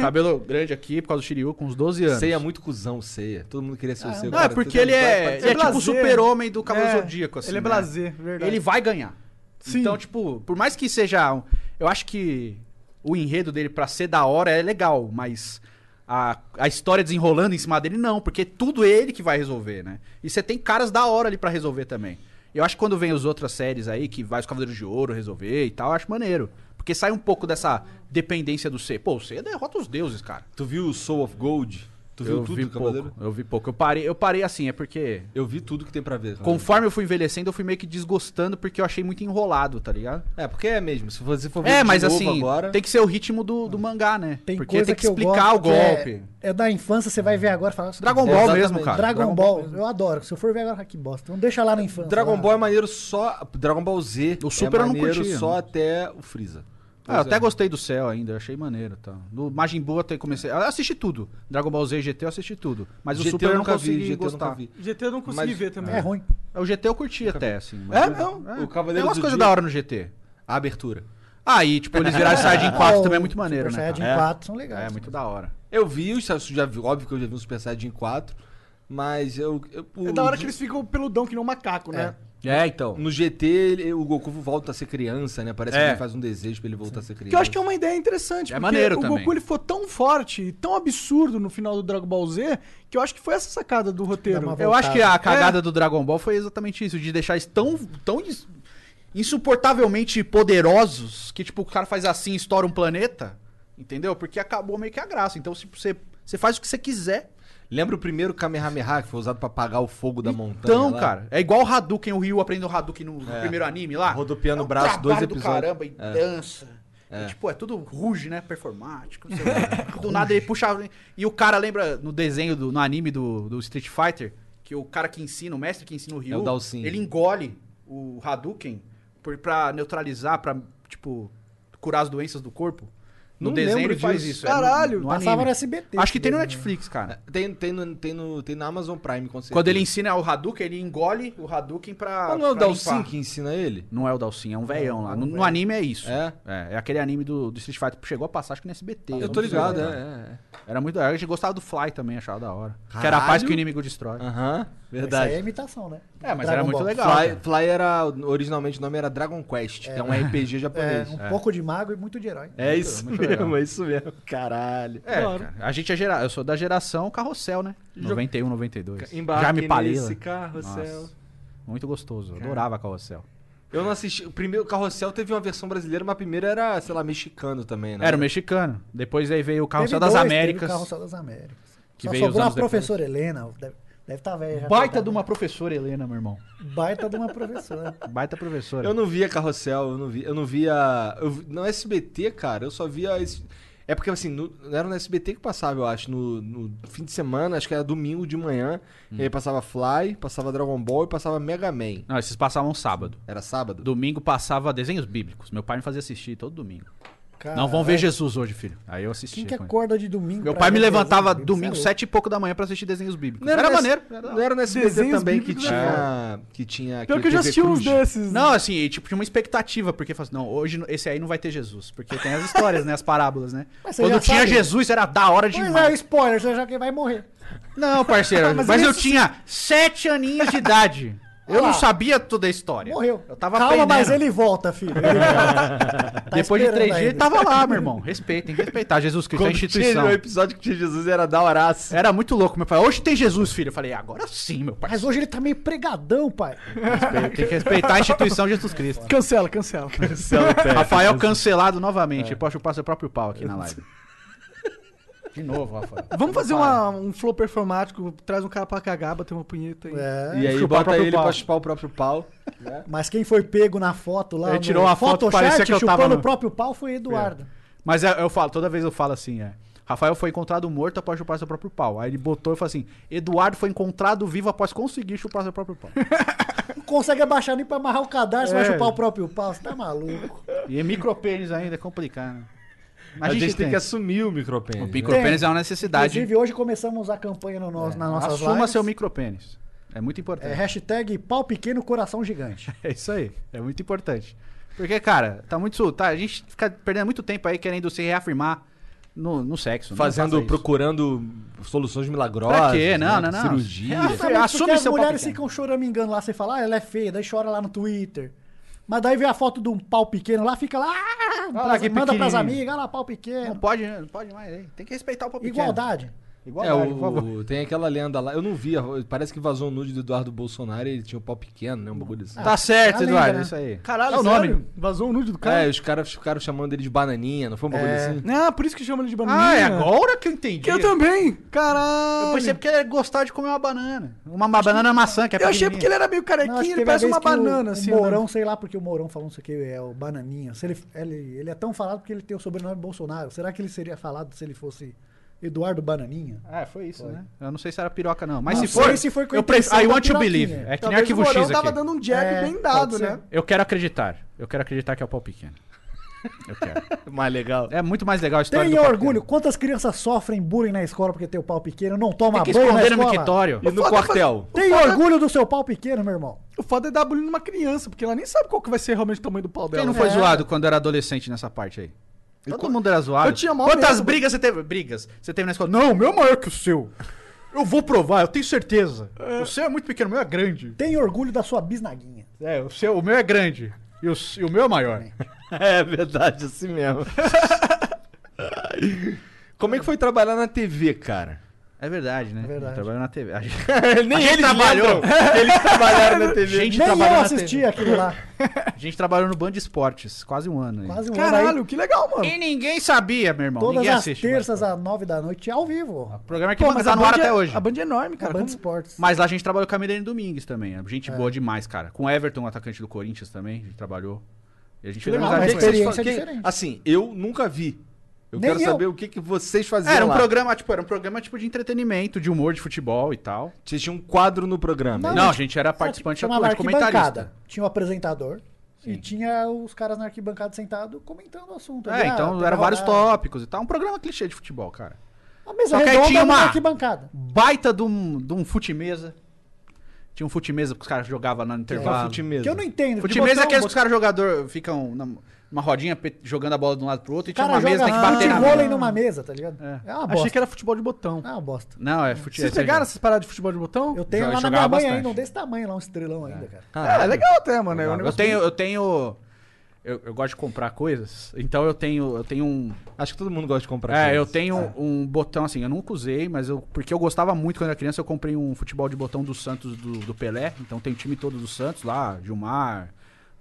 S4: Cabelo grande aqui por causa do Shiryu, com uns 12 anos.
S1: Ceia é muito cuzão, ceia. Todo mundo queria ser o seu.
S4: Ah,
S1: cara. tá
S4: porque
S1: Todo
S4: ele
S1: mundo vai-
S4: é,
S1: vai-
S4: ele é tipo o
S2: Blazer.
S4: super-homem do Cavaleiro
S2: É,
S4: Zodíaco, assim.
S2: ele é
S4: né?
S2: blazer, verdade.
S4: Ele vai ganhar.
S2: Sim.
S4: Então, tipo, por mais que seja. um- eu acho que o enredo dele pra ser da hora é legal, mas a, a história desenrolando em cima dele, não, porque tudo é ele que vai resolver, né? E você tem caras da hora ali pra resolver também. Eu acho que quando vem as outras séries aí, que vai os Cavaleiros de Ouro resolver e tal, eu acho maneiro. Porque sai um pouco dessa dependência do C. Pô, o C derrota os deuses, cara.
S1: Tu viu o Soul of Gold? Tu viu
S4: eu
S1: tudo
S4: vi
S1: do Cavaleiro?
S4: pouco, eu vi pouco. Eu parei, eu parei assim, é porque
S1: Eu vi tudo que tem pra ver. Cavaleiro.
S4: Conforme eu fui envelhecendo, eu fui meio que desgostando porque eu achei muito enrolado, tá ligado?
S1: É, porque é mesmo. Se você for ver
S4: É,
S1: de
S4: mas
S1: novo
S4: assim,
S1: agora...
S4: tem que ser o ritmo do, do mangá, né?
S3: Ah. Tem
S4: porque
S3: coisa
S4: tem que,
S3: eu gosto
S4: explicar o
S3: que é-
S4: golpe.
S3: É, da infância, você vai ver agora e falar. "Nossa,
S4: Dragon
S3: que
S4: Ball
S3: bosta".
S4: mesmo, cara.
S3: Dragon, Ball, eu adoro. Se eu for ver agora, ah, que bosta. Não deixa lá na infância.
S1: Dragon
S3: lá.
S1: Ball é maneiro só... Dragon Ball Z
S4: O Super
S1: é
S4: eu não
S1: maneiro
S4: curtia,
S1: só
S4: né?
S1: até o Freeza.
S4: Ah, eu até gostei do céu ainda, eu achei maneiro, tá? Do Majin Buu até comecei, eu assisti tudo. Dragon Ball Z, GT eu assisti tudo, mas o
S1: GT
S4: Super eu não consegui
S1: GT eu
S4: gostar.
S1: nunca vi.
S2: GT eu não consegui
S1: Mas-
S2: ver também.
S3: É ruim.
S4: O GT eu curti até assim, mas
S2: É, não.
S1: O
S4: tem
S1: Cavaleiro
S4: umas
S1: do
S4: coisas
S1: Dia-
S4: da hora no GT.
S1: A abertura.
S4: Aí, tipo, eles viraram Saiyajin 4 também é muito maneiro,
S3: Super
S4: né?
S3: Saiyajin
S4: cara?
S3: 4 são
S4: É,
S3: legais.
S4: é muito da hora.
S1: Eu vi, eu já, já vi, óbvio que eu já vi um Super Saiyajin 4, mas eu... eu o-
S2: É da hora que eles ficam peludão, que nem um macaco, né?
S4: É, então.
S1: No GT, ele- o Goku volta a ser criança, né? Parece
S4: É.
S1: que ele faz um desejo pra ele voltar a ser criança.
S2: Que eu acho que é uma ideia interessante.
S4: É
S2: porque
S4: maneiro
S2: o
S4: também.
S2: Goku ele foi tão forte e tão absurdo no final do Dragon Ball Z que eu acho que foi essa sacada do
S3: Dá
S2: roteiro. É.
S3: uma
S4: Eu acho que é a
S3: voltado.
S4: cagada do Dragon Ball foi exatamente isso, de deixar eles tão, tão ins- insuportavelmente poderosos que, tipo, o cara faz assim e estoura um planeta, entendeu? Porque acabou meio que a graça. Então, se você, você faz o que você quiser.
S1: Lembra o primeiro Kamehameha que foi usado pra apagar o fogo da montanha?
S4: Então,
S1: lá? É.
S4: cara, é igual o Hadouken, o Ryu aprendeu o Hadouken no, no primeiro anime lá.
S1: Rodopiando
S4: é
S1: o braço, dois
S4: trabalho do
S1: episódios. É.
S4: caramba, e dança. E, tipo, é tudo ruge, né? Performático. não sei o quê. do nada ele puxa. E o cara lembra no desenho, do, no anime do, do Street Fighter, que o cara que ensina, o mestre que ensina o Ryu,
S1: É o Dalsin.
S4: ele engole o Hadouken por, pra neutralizar, pra, tipo, curar as doenças do corpo. No
S1: Não
S4: desenho
S1: lembro
S4: ele faz
S1: disso.
S4: isso. é no-
S2: Caralho,
S4: no
S3: Passava
S4: anime.
S3: no SBT.
S4: Acho que tem no
S3: esse desenho.
S4: Netflix, cara.
S1: Tem, tem, no, tem, no, tem na Amazon Prime, com certeza.
S4: Quando ele ensina o Hadouken, ele engole o Hadouken pra.
S1: Mas não é o
S4: pra
S1: Dalsin
S4: limpar.
S1: que ensina ele?
S4: Não é o Dalsin, é um velhão lá. No, no anime é isso.
S1: É?
S4: É, é aquele anime do, do Street Fighter que chegou a passar, acho que no SBT.
S1: Eu
S4: não
S1: tô
S4: sei
S1: ligado,
S4: agora.
S1: é.
S4: Era muito da hora. A gente gostava do Fly também, achava da hora. Que era a
S1: Caralho. Ah,
S4: paz que o inimigo destrói.
S1: Aham,
S3: Isso aí é
S1: verdade.
S3: imitação, né?
S4: É, mas
S3: Dragon
S4: era muito
S3: Ball.
S4: legal.
S1: Fly,
S4: cara.
S1: Fly era, originalmente o nome era Dragon Quest, que é um RPG
S3: É,
S1: japonês.
S3: um pouco de mago e muito de herói.
S1: É, isso
S4: muito
S1: mesmo,
S4: legal.
S1: é isso mesmo. Caralho.
S4: É, cara, a gente é gera... Eu sou da geração carrossel, né? 91, 92. Já me Palila.
S1: nesse carrossel.
S4: Nossa. Muito gostoso. eu Adorava carrossel.
S1: Eu não assisti. O primeiro Carrossel teve uma versão brasileira, mas a primeira era, sei lá, mexicano também, né?
S4: Era o mexicano. Depois aí veio o
S3: Teve
S4: Carrossel das
S3: dois, teve
S4: Américas.
S3: Carrossel das Américas.
S4: Que
S3: Só
S4: veio os
S3: sobrou a
S4: anos depois.
S3: professora Helena. Deve estar tá velha já.
S4: Baita
S3: coitada.
S4: de uma professora, Helena, meu irmão.
S3: Baita de uma professora.
S4: Baita professora.
S1: Eu não via Carrossel, eu não via. Eu não via. Eu, vi- no SBT, cara, eu só via. esse- é porque assim, no- não era no SBT que passava, eu acho. No, no fim de semana, acho que era domingo de manhã.
S4: Hum.
S1: E aí passava Fly, passava Dragon Ball e passava Mega Man.
S4: Não, esses passavam um sábado.
S1: Era sábado?
S4: Domingo passava desenhos bíblicos. Meu pai me fazia assistir todo domingo.
S3: Cara,
S4: não vão ver Jesus hoje, filho. Aí eu assisti.
S3: Quem que é
S4: com ele.
S3: acorda de domingo?
S4: Meu
S3: pra
S4: pai me
S3: ver desenho
S4: levantava
S3: bíblico?
S4: domingo,
S3: Você é
S4: sete e pouco da manhã pra assistir desenhos bíblicos.
S1: Não
S4: Era,
S1: no S-
S4: maneiro.
S1: Não era no SBT
S2: Desenhos
S1: também que
S2: bíblicos, né?
S1: tinha. Que tinha.
S2: Pior que eu já
S1: TV
S2: assisti uns
S1: Cruz.
S2: desses.
S4: Não, assim, e, tipo, tinha uma expectativa, porque fala assim, não, hoje no- esse aí não vai ter Jesus. Porque tem as histórias, né? As parábolas, né?
S3: Mas você já
S4: Quando tinha
S3: sabe.
S4: Jesus, era da hora
S3: louco.
S4: demais.
S3: Pois é, spoiler, você já que vai morrer.
S4: Não, parceiro, mas,
S2: Mas
S4: eu
S2: isso-
S4: tinha sete aninhos de idade. Eu
S3: Olha lá.
S4: não sabia toda a história.
S3: Morreu.
S4: Eu tava
S3: Calma,
S4: aprendendo.
S3: mas ele volta, filho. Ele volta. Tá
S4: Depois de
S3: esperando
S4: três dias,
S3: ainda.
S4: ele tava lá, meu irmão. Respeita, tem que respeitar. Jesus Cristo é a
S1: Quando tinha
S4: instituição.
S1: o episódio que tinha Jesus era da horaça.
S4: Era muito louco, meu pai. Hoje tem Jesus, filho. Eu falei, agora sim, meu pai.
S3: Mas hoje ele tá meio pregadão, pai.
S4: Tem que respeitar a instituição Jesus Cristo.
S2: Cancela, cancela.
S4: Rafael cancelado novamente. Ele Pode chupar seu próprio pau aqui na live. De novo, Rafael.
S2: Vamos fazer uma- um flow performático, traz um cara pra cagar, bater uma punheta aí.
S3: É.
S1: E aí
S4: Chupar o
S1: bota
S4: próprio
S1: ele
S4: pau.
S1: pra chupar o próprio pau.
S3: Mas quem foi pego na foto lá.
S4: Ele
S3: no
S4: tirou uma foto,
S3: Photoshop,
S4: parecia que eu tava
S3: chupando
S4: no-
S3: o próprio pau foi Eduardo.
S4: Mas é, eu falo, toda vez eu falo assim, é. Rafael foi encontrado morto após chupar seu próprio pau. Aí ele botou e falou assim: Eduardo foi encontrado vivo após conseguir chupar seu próprio pau.
S3: Não consegue abaixar nem pra amarrar o cadarço,
S4: É.
S3: vai chupar o próprio pau. Você tá maluco.
S4: E é micropênis ainda, é complicado. né?
S1: A, gente, tem, que assumir o micropênis.
S4: O micropênis
S3: Tem.
S4: é uma necessidade.
S3: Inclusive, hoje começamos a campanha no nosso, nas nossas
S4: É. Assuma
S3: lives.
S4: seu micropênis. É muito
S3: É,
S4: importante.
S3: hashtag pau pequeno, coração gigante.
S4: É isso aí. É muito importante. Porque, cara, tá muito. Tá, a gente fica perdendo muito tempo aí querendo se reafirmar no, no sexo. né? Não faça
S1: Fazendo,
S4: isso.
S1: procurando soluções milagrosas.
S4: Pra quê? Não,
S1: né?
S4: não, não.
S1: Cirurgia.
S4: É,
S3: Sabe,
S4: assume
S3: porque as
S4: seu pau
S3: mulheres
S4: pequeno.
S3: ficam choramingando lá, você fala, ah, ela é feia, daí chora lá no Twitter. Mas daí vem a foto de um pau pequeno lá, fica lá, ah,
S4: lá
S3: pras-
S4: que
S3: manda pras
S4: pequenininho.
S3: amigas, olha lá, pau pequeno.
S4: Não pode, né? não pode mais. hein? Tem que respeitar o papo pequeno.
S3: Igualdade.
S1: É,
S4: Igualdade, por favor.
S1: o, tem aquela lenda lá. Eu não vi, parece que vazou o nude do Eduardo Bolsonaro e ele tinha o pau pequeno, né? Um bagulho assim.
S4: Tá certo,
S3: lembra,
S4: Eduardo.
S3: né?
S4: Isso aí.
S2: Caralho,
S4: é o nome.
S2: sério? Vazou o nude do
S4: tá.
S2: cara?
S1: É, os caras ficaram chamando ele de bananinha, não foi um bagulho
S4: É.
S1: assim?
S2: Ah, por isso que chama ele de bananinha.
S4: Ah, é agora que eu entendi.
S2: Que eu também. Caralho.
S4: Eu pensei porque ele gostava de comer uma banana. Uma, uma banana maçã, que é
S2: Eu
S4: pequenininha.
S2: achei porque ele era meio
S3: Não, acho
S2: carequinho,
S3: que
S2: ele
S3: teve a
S2: parece
S3: vez
S2: uma
S3: que o-
S4: um
S2: banana, assim.
S3: O
S2: né?
S3: Mourão, sei lá porque o Mourão falou isso aqui, é o Bananinha. Se ele, ele, ele é tão falado porque ele tem o sobrenome Bolsonaro. Será que ele seria falado se ele fosse Eduardo Bananinha?
S4: É, foi isso, né? Eu não sei se era piroca, não. Mas
S3: Não
S4: se for,
S3: sei se foi com
S4: eu prefiro.
S3: intenção
S4: I
S3: da
S4: want to
S3: piroquinha.
S4: believe. É que nem
S2: Talvez o
S4: arquivo X
S2: Mourão
S4: aqui.
S2: tava dando um jab
S3: É,
S2: bem dado,
S3: pode ser.
S2: né?
S4: Eu quero acreditar. Eu quero acreditar que é o pau pequeno. Eu quero.
S1: Mais legal.
S4: É muito mais legal a história
S3: Tenha
S4: do pau
S3: orgulho. Quantas crianças sofrem bullying na escola porque tem o pau pequeno, não toma
S4: pequeno. Tem que
S3: banho na
S4: esconder no
S3: escola?
S4: mictório.
S1: E no quartel?
S3: Tenha orgulho do seu pau pequeno, meu irmão.
S2: O foda é dar bullying numa criança, porque ela nem sabe qual que vai ser realmente o tamanho do pau dela. né?
S4: Quem não foi
S3: É.
S4: zoado quando era adolescente nessa parte aí? Todo mundo era zoado.
S2: Eu tinha maior
S4: Quantas
S2: medo.
S4: brigas você teve? Brigas. Você teve na escola? Não, o meu é maior que o seu. Eu vou provar, eu tenho certeza. O seu é muito pequeno, o meu é grande.
S3: Tenha orgulho da sua bisnaguinha.
S4: É, o, seu, o meu é grande. E o, s- e o meu é maior.
S1: É verdade, assim mesmo. Como é que foi trabalhar na TV, cara?
S4: É verdade, né? É
S3: verdade.
S4: Trabalhou na TV. A gente,
S1: Nem ele
S4: trabalhou.
S1: Eles trabalharam na
S4: a
S1: TV.
S4: gente
S3: Nem
S4: trabalhou
S3: eu
S4: na
S3: assisti
S4: TV.
S3: aquilo lá.
S4: A gente trabalhou no Band Esportes, quase um ano. aí.
S3: Quase um ano aí.
S2: Caralho, que legal, mano.
S4: E ninguém sabia, meu irmão.
S3: Todas
S4: ninguém
S3: as
S4: assiste.
S3: terças às nove da noite, ao vivo.
S4: O programa é que
S2: Pô,
S4: tá
S2: a
S4: no ar
S2: Band
S4: até
S2: é-
S4: hoje.
S2: A Band é enorme, cara.
S3: Band
S2: Como-
S3: Esportes.
S4: Mas lá a gente trabalhou com a Milene Domingues também. Gente boa demais, cara. Com o Everton, atacante do Corinthians também, a gente trabalhou. E a é gente fez
S3: legal, mas
S4: amizade.
S1: O que que vocês
S3: experiência
S1: fa- quem-
S3: diferente.
S1: Assim, eu nunca vi. Eu
S3: Nem
S1: quero
S3: eu.
S1: saber o que, que vocês faziam
S4: Era um
S1: lá.
S4: programa, tipo, era um programa tipo de entretenimento, de humor, de futebol e tal.
S1: Vocês tinham um quadro no programa.
S4: Não,
S3: Não,
S1: né?
S4: a gente era participante
S3: Chamava
S4: atuante, comentarista.
S3: arquibancada. Tinha o apresentador e tinha os caras na arquibancada sentado comentando o assunto.
S4: É,
S3: Ah,
S4: então
S3: teve
S4: eram vários
S3: rodada.
S4: tópicos e tal. Um programa clichê de futebol, cara.
S3: A mesa
S4: Só que aí
S3: redonda
S4: tinha
S3: era
S4: uma-
S3: na arquibancada.
S4: Baita de um, de um fute-mesa. Tinha um fute-mesa que os caras jogavam lá no
S1: Era um
S4: intervalo.
S1: fute-mesa.
S3: Que eu não entendo. porque
S4: Fute-mesa é
S3: botar um-
S4: aqueles que os caras jogador ficam na- numa rodinha pe- jogando a bola de um lado pro outro e
S3: O
S4: tinha
S3: cara
S4: uma mesa,
S3: joga
S4: tem que bater na
S3: futevôlei
S4: mesa.
S3: numa mesa, tá ligado?
S4: É.
S3: É uma
S2: Achei
S3: bosta.
S2: que era futebol de botão.
S4: Ah,
S3: É uma bosta.
S4: Não, é fute
S2: Vocês pegaram essas paradas de futebol de botão?
S3: Eu tenho
S4: Joga-
S3: lá na
S4: jogava
S3: minha mãe
S4: bastante.
S3: ainda, um desse tamanho lá, um estrelão ainda, cara.
S2: É, legal até, mano. É um
S4: Eu
S2: negócio
S4: tenho, eu tenho. Eu, eu gosto de comprar coisas, então eu tenho, eu tenho um.
S1: Acho que todo mundo gosta de comprar.
S4: É,
S1: coisa.
S4: eu tenho um botão assim, eu nunca usei, mas eu. Porque eu gostava muito quando era criança, eu comprei um futebol de botão do Santos do, do Pelé. Então tem o time todo do Santos lá, Gilmar,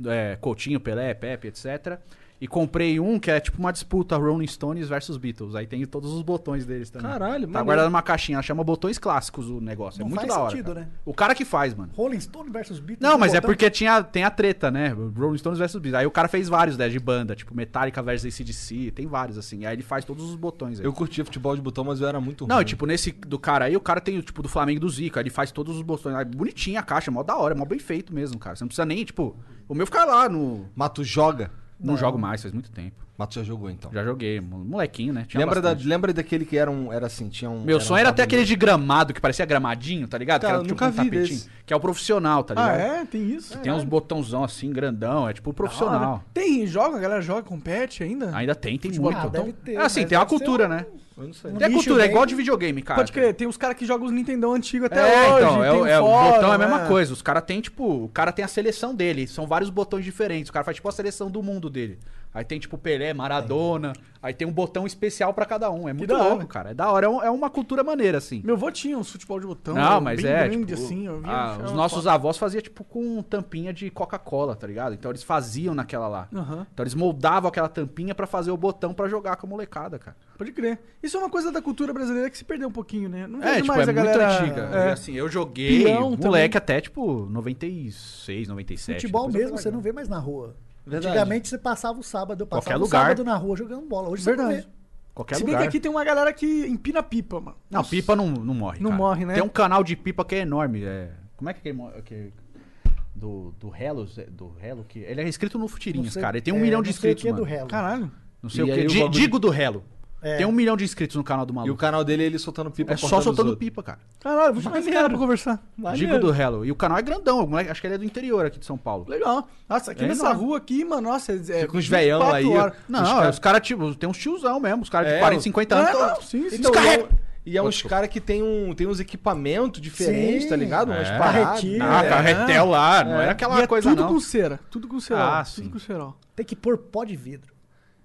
S4: é, Coutinho, Pelé, Pepe, etc. E comprei um que é tipo uma disputa Rolling Stones versus Beatles. Aí tem todos os botões deles também.
S1: Caralho,
S4: Tá
S1: maneiro.
S4: guardado numa caixinha, ela chama botões clássicos o negócio. é
S3: Não
S4: muito
S3: faz
S4: da hora.
S3: sentido,
S4: cara.
S3: né?
S4: O cara que faz, mano.
S3: Rolling Stone versus Beatles.
S4: Não,
S3: um
S4: mas é
S3: botão.
S4: porque tinha, tem a treta, né? Rolling Stones versus Beatles. Aí o cara fez vários, né? De banda, tipo Metallica versus ACDC, tem vários, assim. Aí ele faz todos os botões aí.
S1: Eu curtia futebol de botão, mas eu era muito
S4: Não,
S1: ruim.
S4: e tipo, nesse do cara aí, o cara tem o tipo do Flamengo e do Zico, aí ele faz todos os botões. Aí, bonitinha a caixa, mó da hora, mó bem feito mesmo, cara. Você não precisa nem, tipo, o meu fica lá no.
S1: Mato joga?
S4: Não, jogo mais, faz muito tempo.
S1: Mato já jogou, então.
S4: Já joguei, mo- molequinho, né? Tinha
S1: Lembra, da-
S4: bastante.
S1: lembra daquele que era um. Era assim, tinha um.
S4: Meu
S1: um
S4: sonho era até
S1: tabuleiro.
S4: aquele de gramado que parecia gramadinho, tá ligado?
S1: Cara,
S4: que
S1: eu
S4: tipo,
S1: nunca vi desse.
S4: Que é o profissional, tá
S2: Ah,
S4: ligado?
S2: é? Tem isso?
S4: Que tem uns botãozão assim, grandão, é tipo o profissional.
S2: Tem joga, a galera joga, compete ainda?
S4: Ainda tem, tem
S3: Futebol,
S4: muito.
S3: ah, deve
S4: Então,
S3: ter,
S4: é assim,
S3: mas
S4: tem uma
S3: deve ser
S4: cultura,
S3: um-
S4: né?
S1: Eu não sei.
S3: um
S4: Tem a
S3: nicho
S4: cultura, é
S3: bem-
S4: igual de videogame, cara.
S2: Pode crer, tem uns caras que jogam os Nintendão antigo até
S4: É,
S2: hoje.
S4: então, é,
S2: tem né?
S4: o- é, o
S2: fórum,
S4: botão é a mesma coisa. Os caras tem, tipo, o cara tem a seleção dele. São vários botões diferentes. O cara faz, tipo, a seleção do mundo dele. Aí tem, tipo, Pelé, Maradona. Aí tem um botão especial pra cada um. É muito
S2: da hora.
S4: louco, cara. É da hora. É, um- é uma cultura maneira, assim.
S2: Meu avô tinha uns futebol de botão.
S4: Não, mas
S2: bem
S4: é.
S2: grande,
S4: tipo,
S2: assim, eu via,
S4: ah,
S2: ficava
S4: os
S2: uma
S4: nossos
S2: foto.
S4: avós faziam, tipo, com tampinha de Coca-Cola, tá ligado? Então eles faziam naquela lá.
S2: Aham.
S4: Então eles moldavam aquela tampinha pra fazer o botão pra jogar com a molecada, cara.
S2: Pode crer. Isso é uma coisa da cultura brasileira que se perdeu um pouquinho, né? Não
S4: É,
S2: vejo
S4: tipo,
S2: mais
S4: é
S2: a galera.
S4: muito antiga. E,
S2: É.
S4: assim, eu joguei
S2: Peão
S4: moleque até, tipo, 96, 97.
S3: Futebol
S4: depois eu
S3: mesmo você não vê mais na rua.
S1: Verdade.
S3: Antigamente você passava o sábado, eu passava
S4: Qualquer
S3: o
S4: lugar.
S3: sábado na rua jogando bola. Hoje você
S2: Verdade.
S3: não vê.
S4: assim. Qualquer
S2: Se bem
S4: lugar.
S2: que aqui tem uma galera que empina pipa, mano.
S4: Não, pipa não, não morre.
S2: Não
S4: cara.
S2: morre, né?
S4: Tem um canal de pipa que é enorme. É... Como é que aquele. mo- aquele- Do, do Hello. Do Hello que... Ele é inscrito no Futirinhas,
S3: Não sei-
S4: cara. Ele tem um
S3: é,
S4: milhão de
S3: não sei o
S4: inscritos.
S3: que é do
S4: mano.
S3: Hello.
S2: Caralho.
S4: Não sei
S1: E
S4: o
S1: aí
S4: quê.
S1: o
S4: Di-
S1: bagulho-
S4: Digo do Relo.
S1: É.
S4: Tem um milhão de inscritos no canal do
S1: E o
S4: maluco.
S1: canal dele é ele soltando pipa.
S4: É só
S1: cortando os
S4: soltando
S1: outros.
S4: pipa, cara.
S2: Caralho, vou chamar esse cara pra conversar.
S4: Digo do Hello. E o canal é grandão, o moleque- acho que ele é do interior aqui de São Paulo.
S2: Legal. Nossa, aqui
S4: É
S2: nessa
S4: enorme.
S2: rua aqui, mano, nossa, é.
S4: Fica
S2: uns veião 24 aí, horas.
S4: Não,
S2: os
S4: os
S2: cara-
S4: caras, tipo, tem uns tiozão mesmo, os caras de
S1: É,
S4: 40,
S1: o-
S4: 50 anos.
S1: Não,
S4: tão-
S1: não, sim, sim.
S4: Então,
S1: Descarrega.
S4: eu-
S1: E é uns caras que tem, um, tem uns equipamentos diferentes,
S3: Sim.
S1: tá ligado? Umas
S4: É.
S1: paradas.
S3: Carretilha.
S4: Ah,
S1: É.
S4: carretel lá, não
S1: É.
S4: era
S2: E
S4: aquela
S2: é
S4: coisa
S2: tudo
S4: não.
S2: com cera. Tudo com cerol.
S4: Ah,
S2: tudo
S4: sim.
S2: com cerol.
S3: Tem que pôr pó de vidro.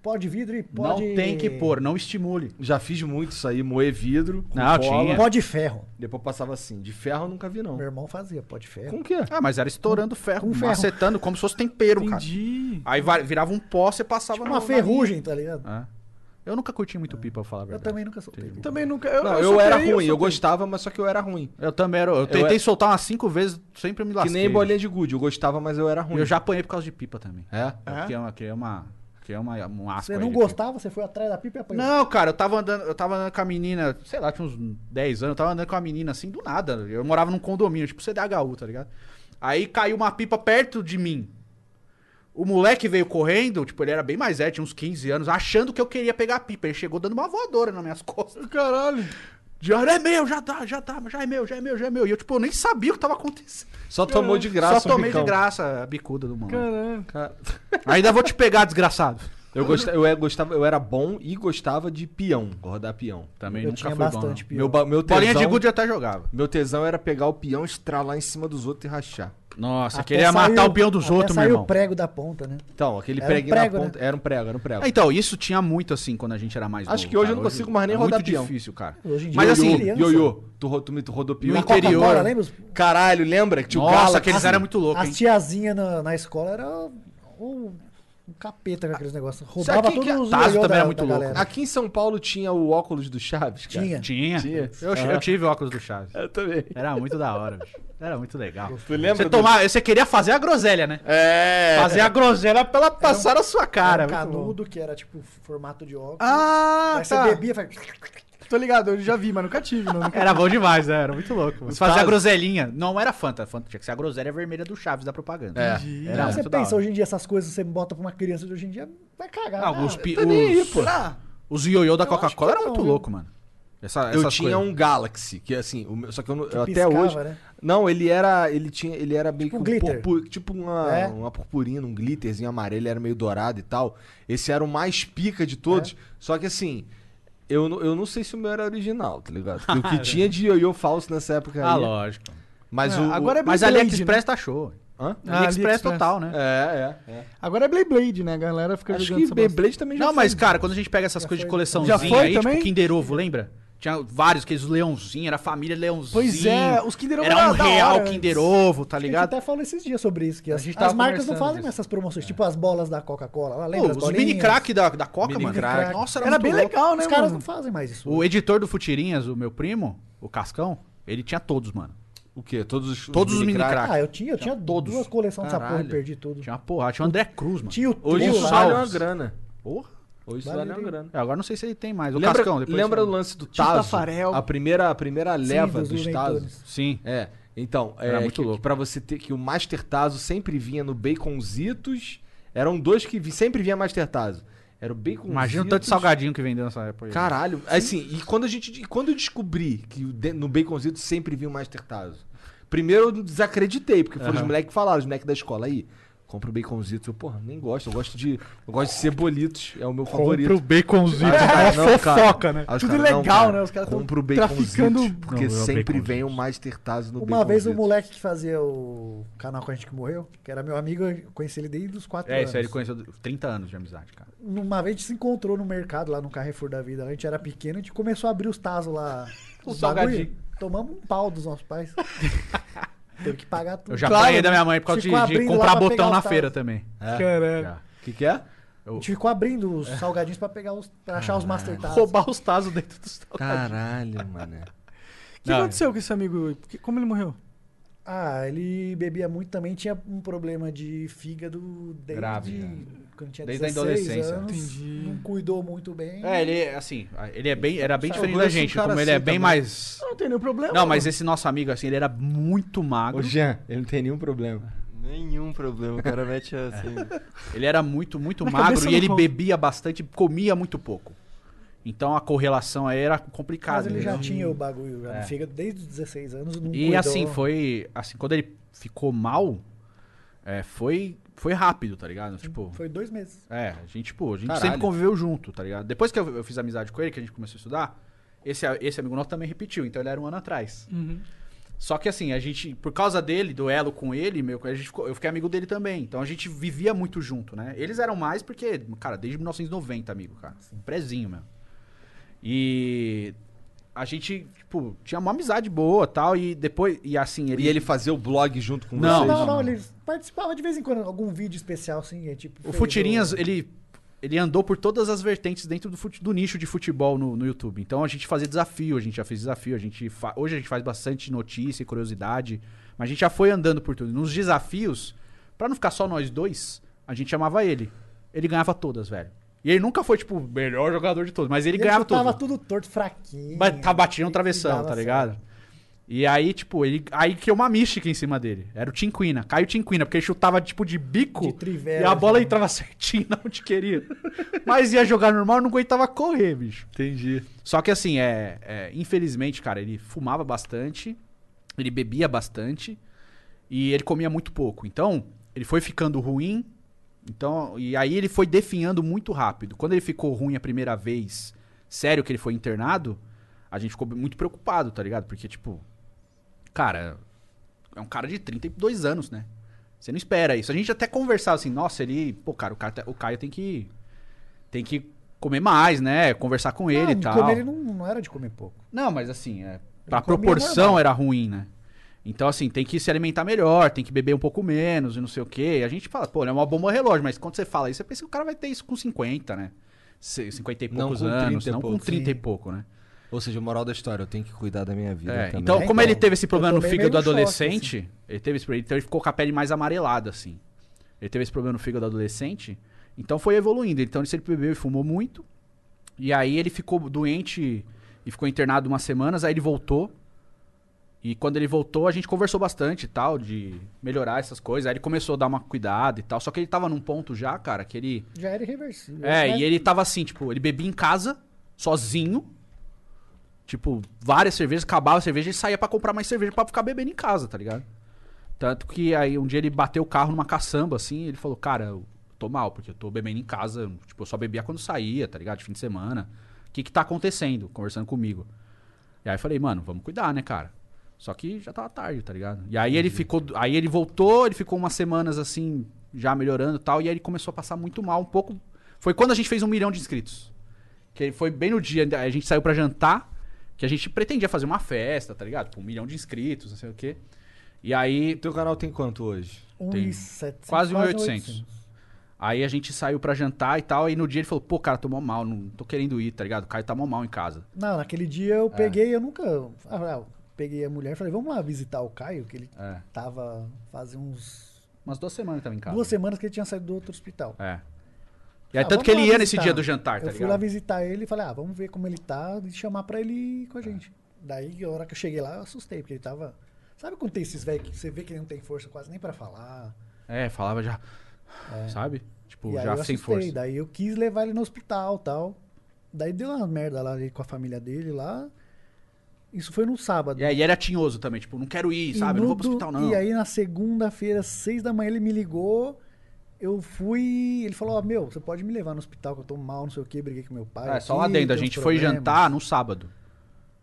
S3: Pó de vidro e pó
S4: Não
S3: de...
S4: tem que pôr, não estimule.
S1: Já fiz muito isso aí, moer vidro. com
S4: Não,
S1: cola.
S4: tinha.
S3: Pó de ferro.
S1: Depois passava assim. De ferro eu nunca vi, não.
S3: Meu irmão fazia pó de ferro. Tipo
S1: Com o quê?
S4: Ah, mas era estourando ferro,
S3: Com ferro.
S4: macetando como se fosse tempero, cara.
S2: Entendi.
S4: Aí va- virava um pó, você passava
S3: Uma
S4: na- na
S3: ferrugem, tá ligado?
S4: linha. É. Eu nunca curti muito pipa, pra falar a
S3: Eu
S4: verdade. Então,
S3: também nunca soltei.
S4: Entendi.
S2: Também nunca. Eu,
S1: Não,
S2: eu
S1: eu,
S2: soltei,
S1: era ruim, eu
S2: soltei.
S1: gostava, mas só que eu era ruim.
S4: Eu também era. Eu é- tentei soltar umas cinco vezes, sempre me
S1: Que
S4: lasquei.
S1: nem bolinha de gude, eu gostava, mas eu era ruim.
S4: Eu já apanhei por causa de pipa também.
S1: É?
S4: Eu criei uma, criei uma, criei uma, um asco
S3: Você
S4: aí
S3: não
S4: de pipa.
S3: gostava, você foi atrás da pipa e apanhou.
S4: Não, cara, eu tava andando, eu tava andando com a menina, sei lá, tinha uns 10 anos, eu tava andando com a menina assim, do nada. Eu morava num condomínio, tipo CDHU, tá ligado? Aí caiu uma pipa perto de mim. O moleque veio correndo, tipo, ele era bem mais velho, tinha uns 15 anos, achando que eu queria pegar a pipa. Ele chegou dando uma voadora nas minhas costas.
S2: Caralho.
S4: De, "Ah, é meu, já tá, já tá, já é meu, já é meu, já é meu. E eu, tipo, eu nem sabia o que tava acontecendo.
S1: Só tomou de graça,
S4: Só
S1: um
S4: tomei de
S1: bicão.
S4: graça a bicuda do mano.
S2: Caralho.
S1: Cara,
S4: Ainda vou te pegar, desgraçado.
S1: Eu, gosta- eu é- gostava, eu era bom e gostava de peão, rodar peão.
S4: Também
S3: Eu tinha bastante pipa.
S1: Meu, ba- meu
S4: Bolinha de
S1: tesão-
S4: gude é- eu até jogava.
S1: Meu tesão era pegar o peão, estralar em cima dos outros e rachar.
S4: Nossa,
S3: Até
S4: queria
S3: saiu-
S4: matar o peão dos
S3: até
S4: outros, meu
S3: saiu
S4: irmão.
S3: o prego da ponta, né?
S1: Então, aquele
S3: Era um
S1: preguinho na
S3: prego, né?
S1: ponta. Era um prego, era um prego.
S4: Ah, Então, isso tinha muito assim quando a gente era mais
S1: Acho
S4: novo,
S1: que hoje
S4: cara.
S1: eu não consigo mais nem
S4: é
S1: rodar
S4: muito
S1: peão.
S4: difícil, cara.
S3: Hoje em dia,
S4: Mas
S3: eu
S4: assim,
S3: sou criança.
S1: Ioiô, tu, ro- tu, me- tu rodou peão.
S4: No
S1: Na
S4: interior.
S3: Coca-Cola, lembra? Os-
S1: Caralho, lembra que tinha o Assim,
S4: Nossa,
S1: Galaxy?
S4: aqueles eram muito loucos, hein?
S3: As tiazinhas na, na escola era um, um capeta com aqueles negócios. Roubava
S1: aqui
S3: todos
S1: que-
S3: os
S4: Tazo
S3: melhor
S4: também era muito louco.
S3: galera.
S1: Aqui em São Paulo tinha o óculos do Chaves, cara.
S3: Tinha.
S4: Tinha.
S1: Tinha.
S4: Eu, eu tive óculos do Chaves.
S1: Eu também.
S4: Era muito da hora, bicho. Era muito legal.
S1: Tu lembra?
S4: Você,
S1: do-
S4: tomava, você queria fazer a groselha, né?
S1: É.
S4: Fazer a groselha pra ela passar na sua
S3: um
S4: cara.
S3: Era um
S4: muito bom.
S3: canudo que era tipo formato de óculos.
S2: Ah,
S3: Aí você
S2: tá.
S3: bebia e faz...
S2: Tô ligado, eu já vi, mas nunca tive. Não, nunca...
S4: Era bom demais, né? Era muito louco. Você fazia a
S1: Tazo.
S4: groselinha. Não era Fanta. Fanta tinha que ser a groselha vermelha do Chaves da propaganda.
S1: É.
S4: Era
S3: Aí você
S4: muito da
S3: pensa,
S4: hora.
S3: hoje em dia, essas coisas você bota pra uma criança de hoje em dia, vai cagar.
S4: Ah, os,
S3: Ah,
S4: pi-
S1: tá nem aí,
S4: os,
S1: pô.
S4: os ioiô
S3: Eu
S4: da
S3: acho que
S4: Coca-Cola era
S3: não,
S4: muito
S3: viu?
S4: louco, mano. Essa,
S1: Eu
S4: essas
S1: tinha
S4: coisas.
S1: um Galaxy, que assim, o meu- só que eu, não- eu até
S3: piscava,
S1: hoje.
S3: né?
S1: Não, ele era. Ele tinha. Ele era meio
S3: Tipo um
S1: que um
S3: glitter.
S1: purpu- tipo uma,
S3: É.
S1: uma purpurina, um glitterzinho amarelo, era meio dourado e tal. Esse era o mais pica de
S3: É.
S1: todos. Só que assim, eu, não- eu não sei se o meu era original, tá ligado? Porque o que tinha de ioiô falso nessa época
S4: Ah,
S1: aí.
S4: lógico.
S1: Mas
S2: Ah,
S1: o.
S2: agora é
S4: Mas
S2: Blade,
S4: AliExpress
S1: né?
S4: tá show.
S1: Hã?
S2: Ah,
S4: AliExpress
S2: AliExpress.
S4: total, né?
S1: É, é. é.
S2: Agora é Blade Blade, né? A galera fica
S1: Acho
S2: jogando
S1: que
S2: essa bosta.
S1: Beyblade também É, já
S4: Não,
S1: foi.
S4: mas cara, quando a gente pega essas coisas de coleçãozinha
S2: Já foi
S4: aí,
S2: também?
S4: tipo Kinder Ovo, lembra? Tinha vários, aqueles leãozinhos, era a família leãozinho.
S2: Pois é, os Kinder Ovo
S4: Era
S2: era
S4: um
S2: da
S4: real
S2: hora
S4: Kinder
S2: antes.
S4: Ovo, tá
S3: A gente
S4: ligado?
S3: até falou esses dias sobre isso, que as,
S4: gente
S3: as
S4: tava
S3: marcas não
S4: conversando
S3: fazem
S4: disso.
S3: essas promoções, tipo as bolas da Coca-Cola lá,
S4: Pô,
S3: lembra? as
S4: os
S3: bolinhas?
S4: mini crack da, da Coca,
S1: Mini
S4: mano.
S1: crack.
S4: Nossa, era,
S2: Era
S4: muito
S2: bem
S4: louco.
S2: legal, né,
S3: Os caras não
S2: mano?
S3: fazem mais isso.
S4: O editor do Futirinhas, o meu primo, o Cascão, ele tinha todos, mano.
S1: O quê? Todos os.
S4: Todos os mini
S1: crack?
S4: crack.
S3: Ah, eu tinha, eu tinha
S4: todos.
S3: duas coleções dessa porra e
S1: Caralho.
S3: perdi tudo.
S4: Tinha uma porrada, tinha o André Cruz, mano.
S3: Tinha o trio
S1: Hoje isso
S3: lá.
S1: vale uma
S4: Salves.
S1: grana.
S4: Porra.
S1: Hoje isso
S3: Vale
S1: vale uma
S3: aí.
S1: grana.
S4: É, Agora não sei se ele tem mais. O
S1: lembra
S4: Cascão, depois.
S1: lembra o
S4: você-
S1: lance do
S2: Tio
S1: Tazo?
S2: Tafarel.
S1: A primeira, a primeira leva
S3: dos
S1: dos
S3: Looney
S1: Tazos.
S3: Tunes.
S4: Sim.
S1: É. Então,
S4: Era
S1: é
S4: muito
S1: que,
S4: louco.
S1: que pra você ter que o Master Tazo sempre vinha no Baconzitos. Eram dois que vi- sempre vinha Master Tazo. Era o Baconzitos.
S4: Imagina o tanto um de salgadinho que vendeu nessa época. aí.
S1: Caralho, assim, e quando a gente e quando eu descobri que o de- no Baconzitos sempre vinha o Master Tazo. Primeiro eu desacreditei, porque foram os moleques que falaram, os moleques da escola aí. Compra o baconzitos. Eu, porra, nem gosto. Eu gosto de. Eu gosto de cebolitos. É o meu favorito.
S4: baconzinho.
S1: Aí os caras, não, cara.
S4: É, né?
S1: Aí os
S2: Tudo
S1: caras, não,
S2: ilegal,
S1: cara,
S2: né? Os caras tão
S1: compra o baconzitos,
S2: traficando-
S1: Porque
S4: Não, é o
S1: sempre
S4: baconzitos.
S1: vem o Master Tazo no
S3: Uma vez o
S1: baconzitos.
S3: moleque que fazia o canal com a gente que morreu, que era meu amigo, eu conheci ele desde os 4
S4: É,
S3: anos.
S4: isso aí ele conheceu 30 anos de amizade, cara.
S3: Uma vez a gente se encontrou no mercado lá no Carrefour da Vida. A gente era pequeno, a gente começou a abrir os tazos lá.
S1: O
S3: os bagulho.
S1: salgadinho.
S3: Tomamos um pau dos nossos pais. Teve que pagar tudo.
S4: Eu já
S3: Claro,
S4: apanhei da minha mãe por causa de,
S3: ficou
S4: de
S3: abrindo lá
S4: comprar
S3: pra pegar
S4: botão
S3: os
S4: na
S3: tazos.
S4: feira também. É.
S2: Caralho.
S4: Já.
S1: O que, que é?
S3: A gente ficou abrindo os salgadinhos pra, pegar os, pra achar os master tazos.
S4: Roubar os tazos dentro dos tazos.
S1: Caralho, mano.
S2: O que aconteceu com esse amigo? Que- Como ele morreu?
S3: Ah, ele bebia muito também, tinha um problema de fígado desde
S4: Grave, né?
S3: quando tinha
S4: Desde a
S3: 16
S4: adolescência.
S3: anos.
S2: Entendi.
S3: Não cuidou muito bem.
S4: É, ele, é assim, ele é bem, era bem
S1: Sabe, eu
S4: diferente da
S1: conheço um
S4: gente.
S1: cara
S4: Como ele é
S1: assim
S4: bem
S1: também.
S4: mais.
S2: Não tem nenhum problema.
S4: Não, mas esse nosso amigo, assim, ele era muito magro.
S1: Ô, Jean, ele não tem nenhum problema.
S10: Nenhum problema, o cara mete assim.
S4: Ele era muito, muito
S10: Na
S4: magro
S10: cabeça
S4: e
S10: não
S4: ele
S10: conta.
S4: bebia bastante, comia muito pouco. Então a correlação aí era complicada.
S3: Mas ele já
S4: entendeu?
S3: tinha o bagulho já
S4: É.
S3: no fígado desde os 16 anos. Não
S4: E
S3: cuidou.
S4: assim, foi. Assim, quando ele ficou mal, é, foi, foi rápido, tá ligado? Tipo.
S3: Foi dois meses.
S4: É, a gente, pô, a gente
S3: Caralho.
S4: sempre conviveu junto, tá ligado? Depois que eu, eu fiz amizade com ele, que a gente começou a estudar, esse, esse amigo nosso também repetiu, então ele era um ano atrás. Só que assim, a gente, por causa dele, do elo com ele, meu, a gente ficou- eu fiquei amigo dele também. Então a gente vivia muito junto, né? Eles eram mais porque, cara, desde 1990, amigo, cara. Um prezinho mesmo. E a gente, tipo, tinha uma amizade boa tal. E depois, e assim, ele.
S1: E ele fazia o blog junto com
S4: Não,
S1: vocês?
S4: não,
S3: Não, não, ele participava de vez em quando, algum vídeo especial, assim, é tipo...
S4: O
S3: fez
S4: Futirinhas, ele, ele andou por todas as vertentes dentro do, fute- do nicho de futebol no, no YouTube. Então a gente fazia desafio, a gente já fez desafio, a gente fa- hoje a gente faz bastante notícia e curiosidade, mas a gente já foi andando por tudo. Nos desafios, pra não ficar só nós dois, a gente chamava ele. Ele ganhava todas, velho. E ele nunca foi, tipo, o melhor jogador de todos, mas ele, ganhava
S3: chutava
S4: todas.
S3: tudo torto, fraquinho.
S4: Mas tá batia no travessão,
S3: dava
S4: tá ligado? E aí, tipo, ele, aí criou uma mística em cima dele. Era o Tinquina, Caio Tinquina, porque ele chutava, tipo, de bico
S3: trivela, né?
S4: e a bola entrava certinho na onde queria. Mas ia jogar normal, não aguentava correr, bicho.
S10: Entendi.
S4: Só que assim, é, é, infelizmente, cara, ele fumava bastante, ele bebia bastante e ele comia muito pouco. Então, ele foi ficando ruim. Então, e aí ele foi definhando muito rápido. Quando ele ficou ruim a primeira vez, sério que ele foi internado, a gente ficou muito preocupado, tá ligado? Porque tipo, cara, é um cara de 32 anos, né? Você não espera isso. A gente até conversava assim, nossa, ele, pô, cara, o Caio, o Caio tem que tem que comer mais, né? Conversar com ele e
S3: De
S4: tal.
S3: comer ele não, não era de comer pouco.
S4: Não, mas assim, é, a
S3: comia
S4: proporção
S3: normal.
S4: era ruim, né? Então, assim, tem que se alimentar melhor, tem que beber um pouco menos e não sei o quê. A gente fala, pô, ele é uma bomba relógio, mas quando você fala isso, você pensa que o cara vai ter isso com 50, né? C- 50 e
S1: Não
S4: poucos
S1: com 30
S4: anos,
S1: e
S4: não com
S1: poucos.
S4: 30 e
S1: Sim.
S4: pouco, né?
S1: Ou seja, moral da história, eu tenho que cuidar da minha vida.
S4: É,
S1: também.
S4: então, como ele teve esse
S1: eu
S4: problema no
S1: tomei
S4: fígado
S1: meio um choque, assim.
S4: adolescente, ele teve esse problema, então ele ficou com a pele mais amarelada, assim. Ele teve esse problema no fígado adolescente, então foi evoluindo. Então ele sempre bebeu e fumou muito. E aí ele ficou doente e ficou internado umas semanas, aí ele voltou. E quando ele voltou, a gente conversou bastante e tal, de melhorar essas coisas. Aí ele começou a dar uma cuidada e tal. Só que ele tava num ponto já, cara, que ele.
S3: Já era irreversível.
S4: É,
S3: Mas
S4: e ele tava assim, tipo, ele bebia em casa, sozinho. Tipo, várias cervejas, acabava a cerveja e saía pra comprar mais cerveja pra ficar bebendo em casa, tá ligado? Tanto que aí um dia ele bateu o carro numa caçamba, assim, e ele falou, cara, eu tô mal, porque eu tô bebendo em casa, tipo, eu só bebia quando saía, tá ligado? De fim de semana. O que que tá acontecendo? Conversando comigo. E aí eu falei, mano, vamos cuidar, né, cara? Só que já tava tarde, tá ligado? E aí ele ficou. Aí ele voltou, ele ficou umas semanas assim, já melhorando e tal, e aí ele começou a passar muito mal, um pouco. Foi quando a gente fez um milhão de inscritos. Que foi bem no dia, a gente saiu pra jantar, que a gente pretendia fazer uma festa, tá ligado? Com um milhão de inscritos, não sei o quê. E aí.
S1: Teu canal tem quanto hoje?
S3: Um
S4: Tem
S3: e setecentos,
S4: Quase
S3: quase
S4: 1.800.
S3: 800.
S4: Aí a gente saiu pra jantar e tal, e no dia ele falou, pô, cara, tô mó mal, não tô querendo ir, tá ligado? O Caio tá mó mal em casa.
S3: Não, naquele dia
S4: É.
S3: eu peguei, eu nunca. ah, eu peguei a mulher e falei, vamos lá visitar o Caio, que ele
S4: É. Tá.
S3: tava fazendo uns.
S4: Umas duas semanas tava em casa.
S3: Duas semanas que ele tinha saído do outro hospital.
S4: É. E aí,
S3: Ah,
S4: tanto
S3: vamos
S4: que ele
S3: lá
S4: ia nesse
S3: visitar.
S4: dia do jantar, tá
S3: Eu
S4: ligado?
S3: fui lá visitar ele e falei, ah, vamos ver como ele tá e chamar pra ele ir com a
S4: Tá.
S3: gente. Daí, a hora que eu cheguei lá, eu assustei, porque ele tava. Sabe quando tem esses velhos que você vê que ele não tem força quase nem pra falar?
S4: É, falava já.
S3: É.
S4: Sabe? Tipo,
S3: E aí
S4: já
S3: eu
S4: sem
S3: assustei,
S4: força.
S3: Daí eu quis levar ele no hospital tal. Daí deu uma merda lá ele com a família dele lá. Isso foi no sábado.
S4: E aí era tinhoso também, tipo, não quero ir, sabe?
S3: E no
S4: Não vou pro
S3: do-
S4: hospital, não.
S3: E aí na segunda-feira, seis da manhã, ele me ligou. Eu fui. Ele falou: Ó, meu, você pode me levar no hospital que eu tô mal, não sei o que, briguei com meu pai.
S4: é, só
S3: aqui,
S4: lá dentro. A
S3: tem uns
S4: gente foi
S3: problemas."
S4: jantar no sábado.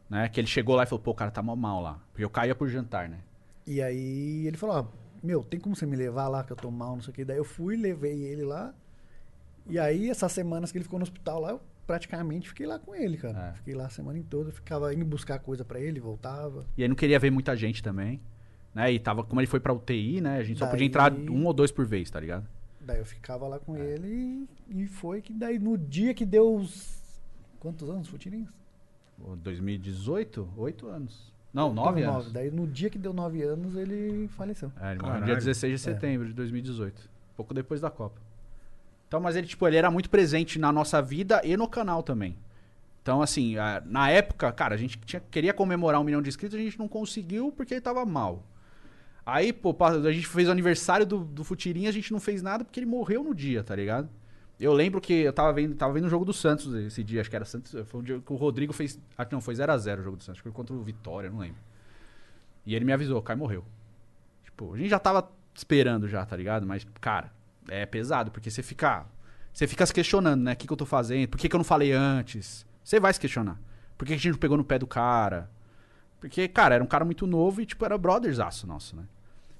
S4: Né? Que ele chegou lá e falou, pô, o cara tá mal mal lá. Porque eu caía por jantar, né?
S3: E aí ele falou, ó, meu, tem como você me levar lá que eu tô mal, não sei o que. Daí eu fui, levei ele lá. E aí essas semanas que ele ficou no hospital lá, eu praticamente fiquei lá com ele,
S4: É.
S3: cara. Fiquei lá a semana em toda, ficava indo buscar coisa pra ele, voltava.
S4: E aí não queria ver muita gente também. Né? E tava, como ele foi pra UTI, né? A gente só podia
S3: Daí-
S4: entrar um ou dois por vez, tá ligado?
S3: Daí eu ficava lá
S4: É.
S3: com ele e e foi que daí no dia que deu os... Quantos anos, Futirinhos?
S4: Ô, 2018? Oito anos. Não, nove
S3: Então,
S4: anos.
S3: Daí no dia que deu nove anos ele faleceu.
S4: É, ele morreu no dia 16 de
S3: É.
S4: setembro de 2018. Pouco depois da Copa. Então, mas ele, tipo, ele era muito presente na nossa vida e no canal também. Então, assim, a- na época, cara, a gente tinha- queria comemorar um milhão de inscritos, a gente não conseguiu porque ele tava mal. Aí, pô, pá, a gente fez o aniversário do, do Futirinha, a gente não fez nada porque ele morreu no dia, tá ligado? Eu lembro que eu tava vendo, tava vendo o jogo do Santos esse dia, acho que era Santos. Foi um dia que o Rodrigo fez. Ah, não, foi 0x0 o jogo do Santos. Acho que foi contra o Vitória, não lembro. E ele me avisou, o Caio morreu. Tipo, a gente já tava esperando já, tá ligado? Mas, cara, é pesado, porque você fica. Você fica se questionando, né? O que, que eu tô fazendo? Por que, que eu não falei antes? Você vai se questionar. Por que, que a gente não pegou no pé do cara? Porque, cara, era um cara muito novo e, tipo, era brotherzaço nosso, né?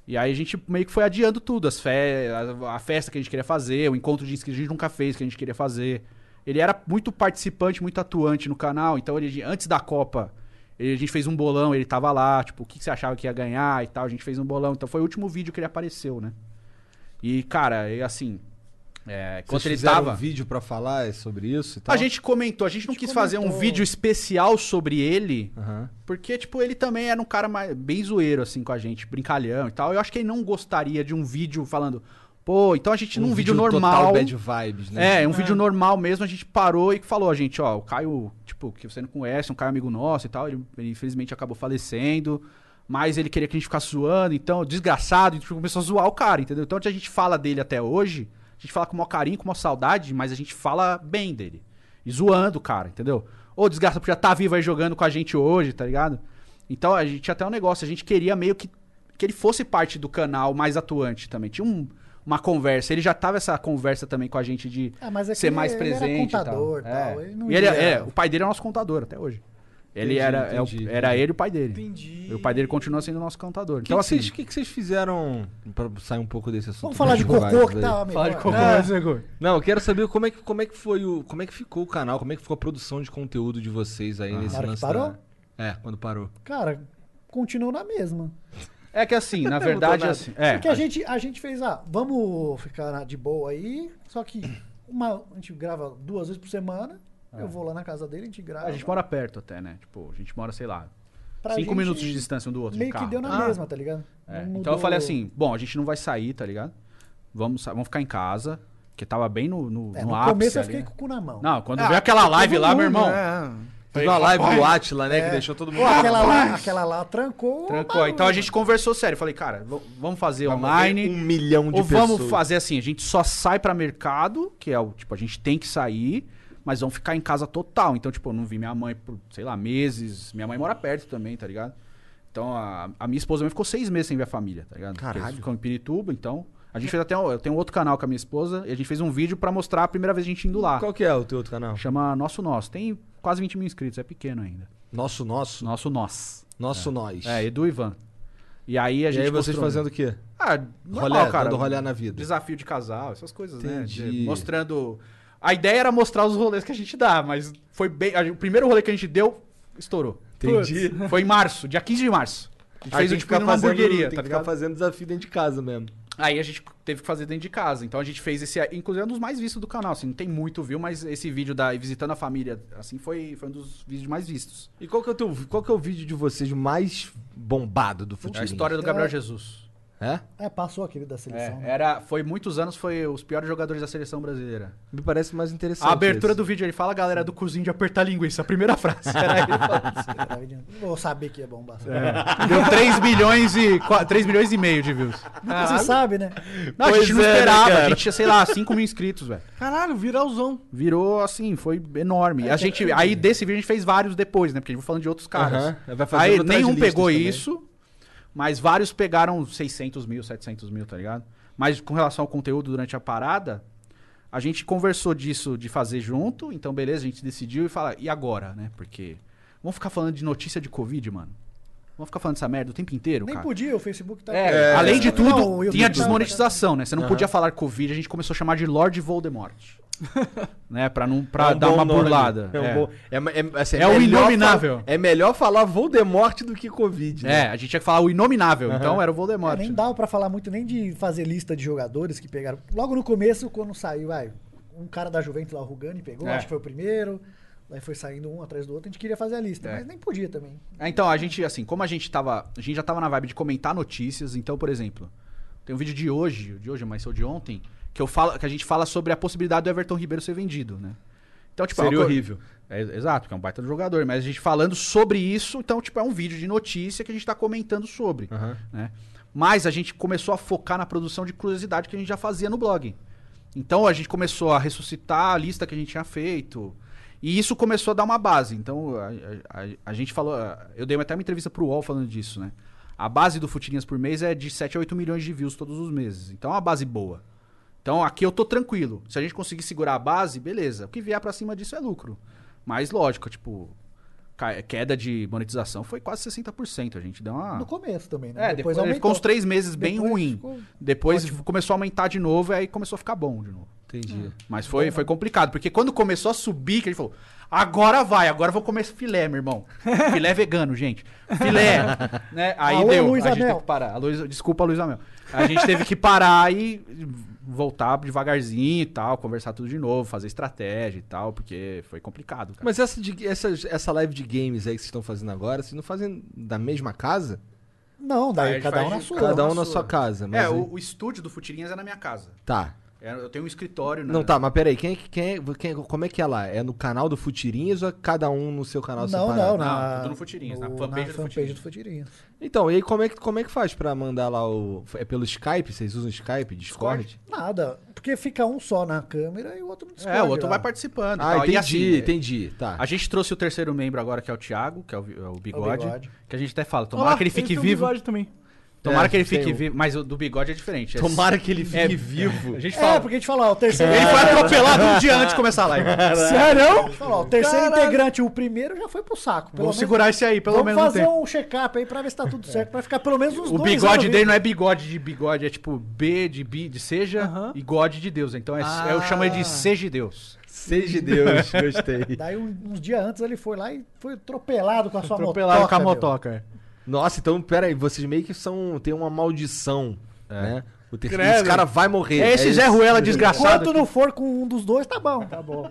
S4: E aí a gente meio que foi adiando tudo, as fe a, a festa que a gente queria fazer, o encontro de inscritos que a gente nunca fez, que a gente queria fazer. Ele era muito participante, muito atuante no canal, então ele, antes da Copa, ele- a gente fez um bolão, ele tava lá, tipo, o que que você achava que ia ganhar e tal, a gente fez um bolão. Então foi o último vídeo que ele apareceu, né? E, cara, e assim, é,
S1: Vocês
S4: enquanto ele
S1: fizeram
S4: tava...
S1: um vídeo pra falar sobre isso e tal?
S4: A gente comentou, a gente não quis fazer um
S1: Tá. comentou.
S4: vídeo especial sobre ele,
S1: Aham.
S4: porque, tipo, ele também era um cara mais, bem zoeiro, assim, com a gente, brincalhão e tal. Eu acho que ele não gostaria de um vídeo falando, pô, então a gente,
S1: Um
S4: num vídeo,
S1: vídeo total
S4: normal.
S1: bad vibes, né?
S4: É, um
S1: É.
S4: vídeo normal mesmo, a gente parou e falou, gente, ó, o Caio, tipo, que você não conhece, um Caio amigo nosso e tal, ele, ele infelizmente acabou falecendo. Mas ele queria que a gente ficasse zoando, então, desgraçado, e a gente começou a zoar o cara, entendeu? Então, a gente fala dele até hoje, a gente fala com o maior carinho, com uma saudade, mas a gente fala bem dele. E zoando o cara, entendeu? Ô, desgraça, porque já tá vivo aí jogando com a gente hoje, tá ligado? Então a gente tinha até um negócio, a gente queria meio que que ele fosse parte do canal mais atuante também. Tinha um- uma conversa, ele já tava essa conversa também com a gente de
S3: Ah, mas é que
S4: ser mais
S3: ele- ele era
S4: presente.
S3: contador,
S4: e tal. É.
S3: tal, ele não
S4: E ele-
S3: ia-
S4: é, o pai dele é nosso contador até hoje. Ele
S1: Entendi,
S4: era, é o-
S1: entendi,
S4: era
S1: entendi.
S4: ele e o pai dele. Entendi. E o pai dele continua sendo nosso contador.
S1: Que
S4: então,
S1: que
S4: assim.
S1: vocês- O que, que vocês fizeram pra sair um pouco desse assunto?
S4: Vamos falar
S1: bad
S4: de cocô
S1: vibes
S4: que
S1: aí?
S4: tá melhor. Falar de cocô,
S1: É.
S4: né, Zegor?
S1: Não, eu quero saber como é, que, como é que foi o. Como é que ficou o canal, como é que ficou a produção de conteúdo de vocês aí nesse
S3: Na hora Ah. que
S1: lance
S3: parou?
S1: da- É, quando parou.
S3: Cara, continuou na mesma.
S4: É que assim, na
S3: Não
S4: verdade,
S3: mudou nada.
S4: assim. É,
S3: Porque a gente, a gente fez, ah, vamos ficar na- de boa aí, só que uma, a gente grava duas vezes por semana,
S4: É.
S3: eu vou lá na casa dele, a gente grava.
S4: a gente mora perto até, né? Tipo, a gente mora, sei lá,
S3: Pra
S4: cinco
S3: gente,
S4: minutos de distância um do outro. de
S3: Meio que
S4: carro,
S3: deu
S4: tá?
S2: Ah.
S3: na mesma, tá ligado?
S4: É,
S3: Não
S4: Então eu
S3: mudou-
S4: falei assim, bom, a gente não vai sair, tá ligado? Vamos, sa- vamos ficar em casa, que tava bem no, no,
S3: É,
S4: no
S3: no
S4: ápice
S3: começo eu
S4: ali,
S3: fiquei
S4: né?
S3: com o cu na mão.
S4: Não, quando
S3: Ah,
S4: veio aquela
S3: todo
S4: live lá,
S3: mundo,
S4: meu irmão.
S2: É.
S3: né?
S1: Fez uma live do Atila, né? Que
S3: É.
S1: deixou todo
S3: Pô,
S1: mundo.
S3: aquela, lá, aquela lá trancou.
S4: Trancou. Então a gente conversou sério. Falei, cara, v- vamos fazer
S1: Vamos
S4: online.
S1: ver um milhão de
S4: Ou vamos
S1: pessoas.
S4: fazer assim, a gente só sai pra mercado, que é o tipo, a gente tem que sair, mas vamos ficar em casa total. Então, tipo, eu não vi minha mãe por, sei lá, meses. Minha mãe mora perto também, tá ligado? Então a, a minha esposa também ficou seis meses sem ver a família, tá ligado? Porque
S1: Caralho.
S4: Ficou em Pirituba, então. A gente fez até. um- Eu tenho outro canal com a minha esposa e a gente fez um vídeo pra mostrar a primeira vez a gente indo lá.
S1: Qual que é o teu outro canal?
S4: Chama Nosso Nós. Tem quase 20 mil inscritos, é pequeno ainda.
S1: Nosso Nosso?
S4: Nosso Nós.
S1: Nosso
S4: É.
S1: Nós.
S4: É, Edu e Ivan. E aí a
S1: E
S4: gente.
S1: aí vocês
S4: mostrou-
S1: fazendo o quê?
S4: Ah, normal,
S1: Rolé,
S4: cara.
S1: dando rolé na vida.
S4: Desafio de casal, essas coisas, né?
S1: Entendi.
S4: De- Mostrando. A ideia era mostrar os rolês que a gente dá, mas foi bem. a- O primeiro rolê que a gente deu, estourou.
S1: Entendi.
S4: Putz. Foi em março, dia 15 de março. A gente
S1: Aí
S4: fez
S1: tem
S4: um
S1: que
S4: tipo
S1: ficar
S4: numa
S1: fazendo-
S4: hamburgueria,
S1: tem
S4: tá
S1: que ficar
S4: ligado?
S1: fazendo desafio dentro de casa mesmo.
S4: Aí a gente teve que fazer dentro de casa. Então a gente fez esse. Inclusive é um dos mais vistos do canal, assim. Não tem muito view, mas esse vídeo da Visitando a Família, assim, foi, foi um dos vídeos mais vistos.
S1: E qual que é o teu, qual que é o vídeo de vocês mais bombado do futebol?
S4: É a história do Gabriel Jesus.
S1: É?
S3: É, passou aquele da seleção.
S4: É,
S3: né?
S4: era, foi muitos anos, foi os piores jogadores da seleção brasileira.
S1: Me parece mais interessante.
S4: A abertura
S1: esse.
S4: do vídeo, ele fala, galera do cozinho de apertar linguiça. A primeira frase era ele falando
S3: Tá
S4: isso.
S3: Não Vou saber que ia bombar.
S4: É. Deu 3 milhões e... 3 milhões e meio de views.
S3: Nunca se sabe, né?
S4: Não, a
S3: Pois
S4: gente não
S3: é, né,
S4: esperava.
S3: cara?
S4: a gente tinha, sei lá, 5 mil inscritos, velho.
S2: Caralho, viralzão.
S4: Virou assim, foi enorme.
S1: É,
S4: a gente, aí desse vídeo a gente fez vários depois, né? Porque a gente foi falando de outros caras.
S1: Aham, vai fazendo
S4: Aí
S1: outras
S4: nenhum
S1: listas
S4: pegou
S1: também.
S4: isso, mas vários pegaram 600 mil, 700 mil, tá ligado? Mas com relação ao conteúdo durante a parada, a gente conversou disso de fazer junto, então beleza, a gente decidiu e fala, e agora, né? Porque vamos ficar falando de notícia de Covid, mano? Vamos ficar falando dessa merda o tempo inteiro,
S3: Nem
S4: cara?
S3: podia, o Facebook tá.
S4: É, além de tudo,
S3: Não, o YouTube
S4: tinha
S3: tá-
S4: desmonetização, né? Você não
S3: Aham.
S4: podia falar Covid, a gente começou a chamar de Lord Voldemort. né? Pra, não, pra
S1: É um
S4: dar
S1: bom
S4: uma
S1: nome.
S4: burlada.
S1: É, um
S4: É.
S1: bom- é- é- assim,
S4: É o
S1: melhor
S4: inominável.
S1: falar- é melhor falar Voldemort do que Covid. né?
S4: É, a gente tinha que falar o inominável, então era o
S3: É,
S4: Voldemort.
S3: nem dava pra falar muito nem de fazer lista de jogadores que pegaram. Logo no começo, quando saiu, vai, um cara da Juventus lá, o Rugani, pegou,
S4: É.
S3: acho que foi o primeiro. Daí foi saindo um atrás do outro, a gente queria fazer a lista,
S4: É.
S3: mas nem podia também.
S4: É, Então, a gente, assim, como a gente tava. A gente já tava na vibe de comentar notícias, então, por exemplo, tem um vídeo de hoje, de hoje, mas ou de ontem, que, eu falo, que a gente fala sobre a possibilidade do Everton Ribeiro ser vendido, né? Então, tipo, é uma
S1: Seria
S4: co-
S1: horrível.
S4: É, exato, porque é um baita do jogador, mas a gente falando sobre isso, então, tipo, é um vídeo de notícia que a gente tá comentando sobre. né? Mas a gente começou a focar na produção de curiosidade que a gente já fazia no blog. Então a gente começou a ressuscitar a lista que a gente tinha feito. E isso começou a dar uma base. Então a, a- a- a gente falou. Eu dei até uma entrevista pro UOL falando disso, né? A base do Futirinhas por mês é de 7 a 8 milhões de views todos os meses. Então é uma base boa. Então aqui eu tô tranquilo. Se a gente conseguir segurar a base, beleza. O que vier pra cima disso é lucro. Mas lógico, tipo, ca- queda de monetização foi quase 60%. A gente deu uma.
S3: No começo também, né?
S4: É, depois, ele ficou uns três meses bem
S3: Depois
S4: ruim.
S3: ficou
S4: Depois começou a aumentar de novo e aí começou a ficar bom de novo.
S3: É.
S1: Entendi.
S4: Mas foi, foi complicado, porque quando começou a subir, que a gente falou, agora vai, agora eu vou comer filé, meu irmão. filé vegano, gente. Filé. né? Aí
S3: Alô,
S4: deu.
S3: Luiz
S4: a gente
S3: Amel.
S4: teve que parar. A Luiz- desculpa, Luiz Amel. A gente teve que parar e voltar devagarzinho e tal, conversar tudo de novo, fazer estratégia e tal, porque foi complicado, cara.
S1: Mas essa, de- essa, essa live de games aí que vocês estão fazendo agora, vocês não fazem da mesma casa?
S3: Não, daí
S4: Aí
S3: cada
S4: faz
S3: um na
S4: de-
S3: sua.
S1: Cada um na sua casa. Mas
S4: é,
S1: aí-
S4: o, o estúdio do Futirinhas é na minha casa.
S1: Tá.
S4: É, Eu tenho um escritório, né?
S1: Não, tá, mas peraí, quem, é que- quem, é- quem, como é que é lá? É no canal do Futirinhas ou é cada um no seu canal
S3: Não,
S1: separado?
S3: não,
S4: Não, tá
S3: na,
S4: tudo no Futirinhas, na
S3: no-
S4: fanpage do Futirinhas.
S3: do Futirinhas.
S1: Então, e aí como é, que, como é que faz pra mandar lá o... É pelo Skype? Vocês usam Skype? Discord?
S3: Nada, porque fica um só na câmera e o outro no Discord.
S4: É, o outro
S3: lá.
S4: vai participando. e
S1: Ah,
S4: tal.
S1: entendi,
S4: e assim,
S1: entendi, tá.
S4: A gente trouxe o terceiro membro agora, que é o Thiago, que é o, vi- é o bigode,
S3: Bigode.
S4: Que a gente até fala, tomara
S2: Olá,
S4: que ele fique
S2: tem um
S4: vivo.
S2: bigode também.
S4: Tomara
S1: É,
S4: que ele
S1: tem
S4: fique
S1: um.
S4: vivo. Mas o do bigode é diferente. é-
S1: Tomara que ele fique
S4: é-
S1: vivo.
S4: A gente
S3: É,
S4: fala.
S3: porque é. a gente fala, ó, o terceiro.
S4: Ele foi atropelado um dia antes de começar a live.
S2: Sério?
S3: Fala, ó, o terceiro
S2: Caralho.
S3: integrante, o primeiro já foi pro saco. Pelo
S4: é Vamos
S3: menos-
S4: segurar esse aí, pelo
S3: Vamos
S4: menos um
S3: fazer
S4: tempo.
S3: um check-up aí pra ver se tá tudo certo. Pra ficar pelo menos uns
S4: O
S3: dois
S4: bigode
S3: anos
S4: dele
S3: vivos.
S4: não é bigode de bigode, é tipo B de bi de seja e God de Deus. Então é, eu chamo
S3: Ah.
S4: ele de seja de Deus.
S1: Seja Deus, gostei.
S3: Daí um- uns dias antes ele foi lá e foi atropelado com a sua
S4: Atropelado
S3: motoca.
S4: com a
S3: meu.
S4: motoca.
S1: Nossa, então, peraí, vocês meio que são... Tem uma maldição, né? O terceiro,
S4: Credo.
S1: esse cara vai morrer.
S4: É esse
S1: isso.
S4: Zé Ruela desgraçado.
S3: Enquanto não for com um dos dois, tá bom. Tá bom.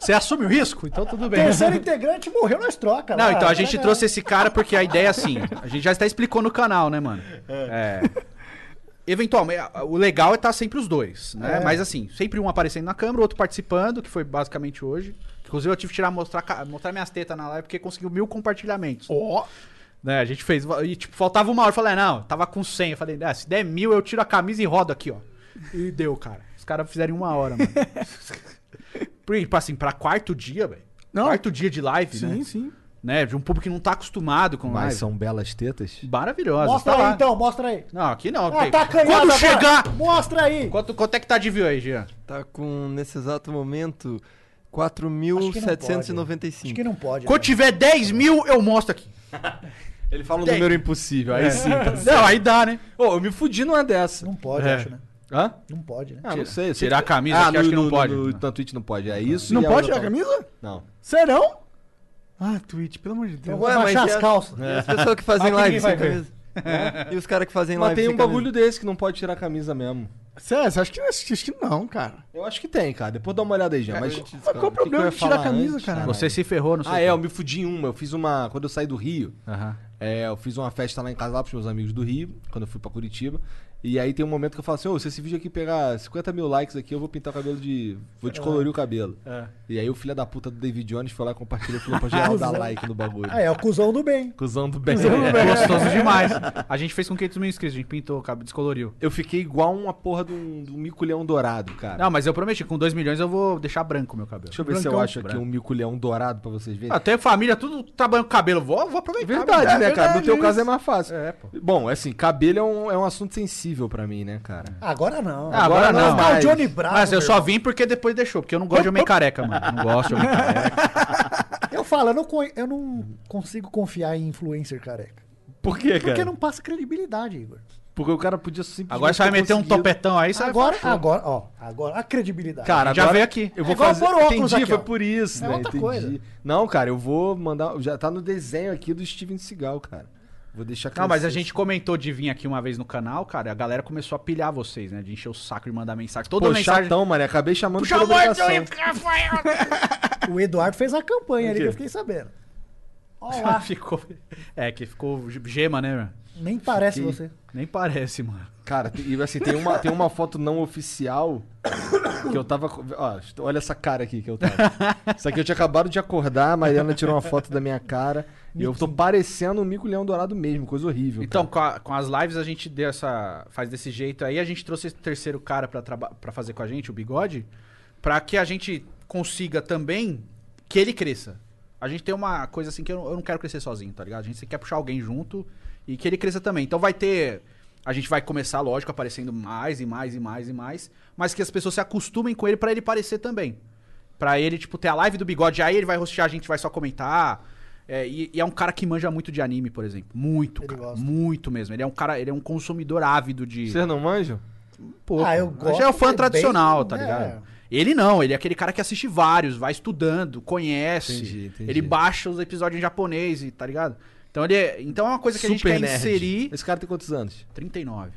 S4: Você assume o risco? Então tudo bem.
S3: Terceiro integrante morreu, nós troca.
S4: Não,
S3: lá. É,
S4: então a gente
S3: Pega-
S4: trouxe esse cara porque a ideia é assim. A gente já até explicou no canal, né, mano? É. Eventualmente, a- a- o legal é estar sempre os dois, né? Mas assim, sempre um aparecendo na câmera, o outro participando, que foi basicamente hoje. Inclusive, eu tive que tirar, mostrar, ca- mostrar minhas tetas na live porque conseguiu mil compartilhamentos. Ó! Né, a gente fez. E tipo, faltava uma hora. Eu falei, ah, não, tava com 100. Eu falei, ah, se der mil, eu tiro a camisa e rodo aqui, ó. E deu, cara. Os caras fizeram em uma hora, mano. Porque, tipo assim, pra quarto dia, velho.
S2: Não.
S4: Quarto dia de live, né?
S2: Sim, sim.
S4: né? De um público que não tá acostumado com
S1: Mas
S4: live.
S1: são belas tetas?
S4: Maravilhosa.
S3: Mostra
S4: tá
S3: aí
S4: lá.
S3: então, mostra aí.
S4: Não, aqui não.
S3: Ah,
S4: tem-
S3: tá canhado
S4: Quando
S3: agora.
S4: chegar...
S3: Mostra aí.
S4: Quanto, quanto é que tá de view aí, Jean?
S10: Tá com, nesse exato momento,
S3: Acho que
S2: né?
S3: não pode.
S10: 4.795.
S3: Acho que não pode.
S4: Quando tiver 10 mil, eu mostro aqui.
S1: Ele fala um
S4: Tem.
S1: número impossível, aí sim.
S4: Não, aí dá, né?
S1: Ô, eu me fudi numa dessa.
S3: né? Não pode,
S4: É.
S3: acho, né?
S1: Hã?
S3: Não pode, né?
S1: Ah, não sei. eu sei
S4: tirar
S1: que- Ah,
S4: a camisa aqui, acho que não pode.
S1: No, na Twitch não pode, é isso.
S2: Não
S1: e
S2: pode
S1: outra
S2: tirar a
S1: palavra.
S2: camisa?
S1: Não.
S2: Serão? Ah, Twitch, pelo amor de Deus.
S10: Ué, mas
S3: baixar
S10: e
S3: as
S10: a-
S3: calças.
S10: E as pessoas que fazem
S4: Aqui
S10: live
S4: ninguém vai
S10: sem
S4: ver.
S10: camisa? E os caras que fazem
S1: Mas
S10: live
S1: tem
S10: sem
S1: um
S10: camisa?
S1: bagulho desse que não pode tirar a camisa mesmo.
S2: Sério, você acha que não acho que não, cara?
S1: Eu acho que tem, cara. Depois dá uma olhada aí, já. Mas,
S2: Mas qual o
S1: que que eu
S2: problema
S1: ia
S2: de tirar a
S1: falar
S2: camisa,
S1: antes,
S2: cara?
S1: caralho?
S4: Você se ferrou, não sei.
S1: Ah, é,
S4: como.
S1: eu me fudi em uma. Eu fiz uma. Quando eu saí do Rio,
S4: Aham.
S1: é, eu fiz uma festa lá em casa, lá pros meus amigos do Rio, quando eu fui pra Curitiba. E aí tem um momento que eu falo assim: ô, se esse vídeo aqui pegar 50 mil likes aqui, eu vou pintar o cabelo de. Vou descolorir o cabelo.
S4: É.
S1: E aí o filho da puta do David Jones foi lá e compartilhou e falou pra geral dar like no bagulho.
S3: Ah, é o cuzão do bem.
S1: Cusão do bem.
S4: É gostoso demais. A gente fez com 500 mil inscritos, a gente pintou, cara, descoloriu.
S1: Eu fiquei igual uma porra de um, de um mico-leão dourado, cara.
S4: Não, mas eu prometi, com 2 milhões eu vou deixar branco o meu cabelo.
S1: Deixa eu ver se eu acho aqui um mico-leão dourado pra vocês verem.
S4: Até família, tudo trabalhando com cabelo. Vou, vou aproveitar.
S1: Ah, verdade, né, cara? No teu caso é
S4: mais.
S1: mais fácil.
S4: É, pô.
S1: Bom, assim, cabelo é um, é um assunto sensível pra mim, né, cara?
S3: Agora não.
S4: Ah, agora não,
S3: Tá o
S1: mas-
S3: Johnny Bravo.
S4: Mas eu
S3: meu
S4: só vim porque depois deixou, porque eu não gosto de homem careca, mano. Não gosto de homem careca.
S3: Eu falo, eu não, con- eu não consigo confiar em influencer careca.
S1: Por quê,
S3: Porque não passa credibilidade, Igor.
S1: Porque o cara podia simplesmente.
S4: Agora você vai
S1: ter
S4: meter um
S1: conseguido-
S4: topetão aí, você
S3: Agora,
S4: vai
S3: agora, ó, agora a credibilidade.
S1: Cara,
S4: Já
S1: agora
S4: veio aqui.
S1: Eu vou
S3: É igual
S1: fazer.
S3: pôr óculos
S1: Entendi,
S3: aqui, ó.
S1: foi por isso,
S3: É
S1: né?
S3: outra
S1: Entendi.
S3: coisa.
S1: Não, cara, eu vou mandar. Já tá no desenho aqui do Steven Seagal, cara. Vou deixar
S4: Não, mas a
S1: crescer.
S4: gente comentou de vir aqui uma vez no canal, cara, e a galera começou a pilhar vocês, né? De encher o saco e mandar mensagem. Toda
S1: Pô,
S4: mensagem.
S1: chatão, mano. Acabei chamando
S4: Puxa
S1: por
S4: o morto
S1: obrigação.
S4: aí, Rafael!
S3: O Eduardo fez a campanha ali
S1: quê?
S3: que eu fiquei sabendo. Ó lá.
S4: ficou. É, que ficou gema, né, mano?
S3: Nem parece
S4: Fiquei-
S3: você.
S4: Nem parece, mano.
S1: Cara, te- e assim, tem uma, tem uma foto não oficial que eu tava. co- Ó, est- olha essa cara aqui que eu tava. Isso aqui eu tinha acabado de acordar, a Mariana tirou uma foto da minha cara. E eu tô parecendo um mico leão dourado mesmo, coisa horrível.
S4: Então, com, a- com as lives a gente deu essa, faz desse jeito aí. A gente trouxe esse terceiro cara pra traba- pra fazer com a gente, o Bigode, pra que a gente consiga também que ele cresça. A gente tem uma coisa assim que eu não, eu não quero crescer sozinho, tá ligado? A gente sempre quer puxar alguém junto e que ele cresça também. Então vai ter. A gente vai começar, lógico, aparecendo mais e mais e mais e mais, mas que as pessoas se acostumem com ele pra ele parecer também. Pra ele, tipo, ter a live do bigode, aí ele vai rostear, a gente vai só comentar. É, e, e é um cara que manja muito de anime, por exemplo. Muito, cara. Muito mesmo. Ele é um cara, ele é um consumidor ávido de.
S10: Vocês não manjam?
S4: Pô,
S10: Ah, eu
S4: mas
S10: gosto,
S4: Já é o fã
S10: mas é
S4: tradicional,
S10: bem-
S4: tá
S10: é.
S4: ligado? Ele não, ele é aquele cara que assiste vários, vai estudando, conhece.
S10: Entendi, entendi.
S4: Ele baixa os episódios em japonês, e- tá ligado? Então ele é, então é uma coisa que a
S1: Super
S4: gente quer
S1: nerd.
S4: inserir.
S1: Esse cara tem quantos anos?
S4: 39.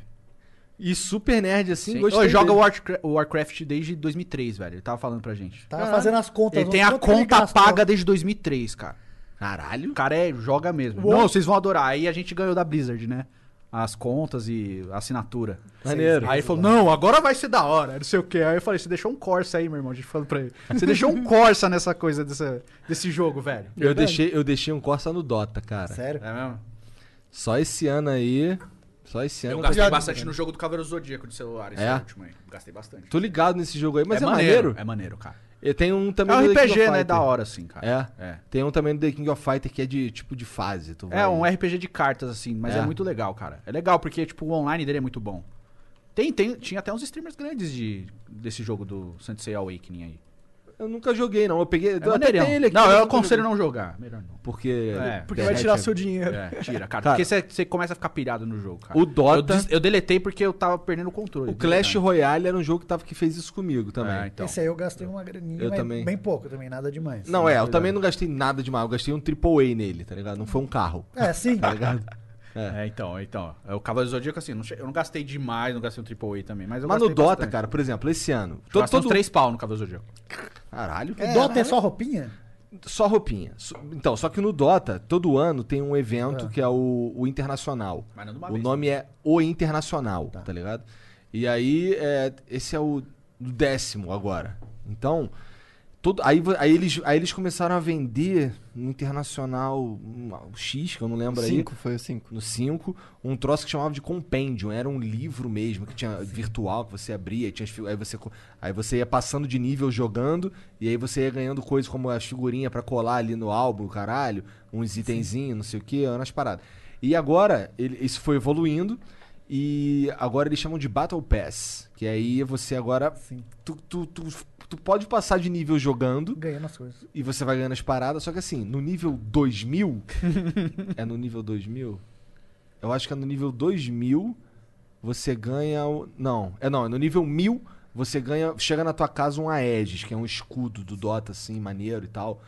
S1: E super nerd assim,
S4: Sim.
S1: gostei
S4: Ele joga
S1: dele.
S4: o Warcraft, o Warcraft desde 2003, velho. Ele tava falando pra gente.
S3: Tava tá fazendo as contas,
S4: Ele tem a
S3: quanto que ele
S4: conta
S3: gastou.
S4: paga desde 2003, cara. Caralho. O cara é, joga mesmo.
S3: Uou.
S4: Não, vocês vão adorar. Aí a gente ganhou da Blizzard, né? As contas e a assinatura.
S1: Maneiro.
S4: Aí ele falou, não, agora vai ser da hora, não sei o quê. Aí eu falei, você deixou um Corsa aí, meu irmão. A gente falou pra ele. Você deixou um Corsa nessa coisa, dessa, desse jogo, velho.
S1: Eu deixei, eu deixei um Corsa no Dota, cara.
S3: Sério?
S4: É mesmo?
S1: Só esse ano aí. Só esse ano.
S4: Eu
S1: eu
S4: gastei
S1: tô-
S4: bastante no jogo do Cavaleiro Zodíaco do celular, esse
S1: É?
S4: último aí. Gastei bastante.
S1: Tô ligado nesse jogo aí, mas é,
S4: É
S1: maneiro.
S4: maneiro, é maneiro, cara.
S1: E tem um também
S4: É um
S1: do The King
S4: RPG,
S1: of
S4: né?
S1: Fighter.
S4: Da hora, assim, cara.
S1: É.
S4: É.
S1: Tem um também do The King of Fighter que é de tipo de fase. tu vai-
S4: É um RPG de cartas, assim, mas é.
S1: É.
S4: muito legal, cara. É legal porque, tipo, o online dele é muito bom. Tem, tem, tinha até uns streamers grandes de, desse jogo do Sensei Awakening aí.
S1: Eu nunca joguei, não. Eu peguei. eu
S4: É maneirão.
S1: até tenho ele aqui,
S4: não,
S1: mas
S4: eu
S1: nunca
S4: aconselho
S1: joguei.
S4: não jogar. Melhor não.
S1: Porque.
S4: É,
S2: Porque vai tirar seu dinheiro.
S4: É, tira, cara.
S1: Cara.
S4: Porque você- você começa a ficar pilhado no jogo, cara.
S1: O Dota-
S4: Eu, des- eu deletei porque eu tava perdendo o controle.
S1: O Clash Royale era um jogo que, tava, que fez isso comigo também.
S4: Ah, então.
S3: Esse aí eu gastei uma graninha,
S1: Eu
S3: mas
S1: também.
S3: bem pouco também, nada demais.
S1: Não, é, eu também não gastei nada demais. Eu gastei um AAA nele, tá ligado? Não foi um carro.
S3: É, sim.
S1: Tá ligado?
S4: É. então, então. É, O Cavaleiro Zodíaco, assim, não che- eu não gastei demais, não gastei um AAA também, mas eu
S1: Mas no
S4: gastei
S1: Dota,
S4: bastante.
S1: cara, por exemplo, esse ano.
S4: Eu
S1: to-
S4: gastei uns três pau no Cavaleiro Zodíaco.
S1: Caralho.
S3: O Dota é só roupinha?
S1: Só roupinha. So- Então, só que no Dota, todo ano tem um evento que é o, o Internacional.
S4: Mas não de uma
S1: o
S4: vez, né?
S1: nome é O Internacional, tá, ligado? E aí, é, esse é o décimo agora. Então, todo, aí, vo- aí, eles, aí eles começaram a vender no Internacional um, o X, que eu não lembro aí.
S10: Cinco, foi o cinco.
S1: No 5, um troço que chamava de Compendium. Era um livro mesmo, que tinha virtual, que você abria, tinha as fi- aí você, co- aí você ia passando de nível jogando, e aí você ia ganhando coisas como as figurinhas pra colar ali no álbum, caralho, uns itenzinhos, não sei o que, umas paradas. E agora, ele- isso foi evoluindo, e agora eles chamam de Battle Pass, que aí você agora. Tu, tu, tu, tu pode passar de nível jogando,
S3: Ganhando as coisas.
S1: e você vai ganhando as paradas, só que assim, no nível 2000. é no nível 2000? Eu acho que é no nível 2000 você ganha. o- Não, é não, é no nível 1000 você ganha. Chega na tua casa um Aegis, que é um escudo do Dota assim, maneiro e tal.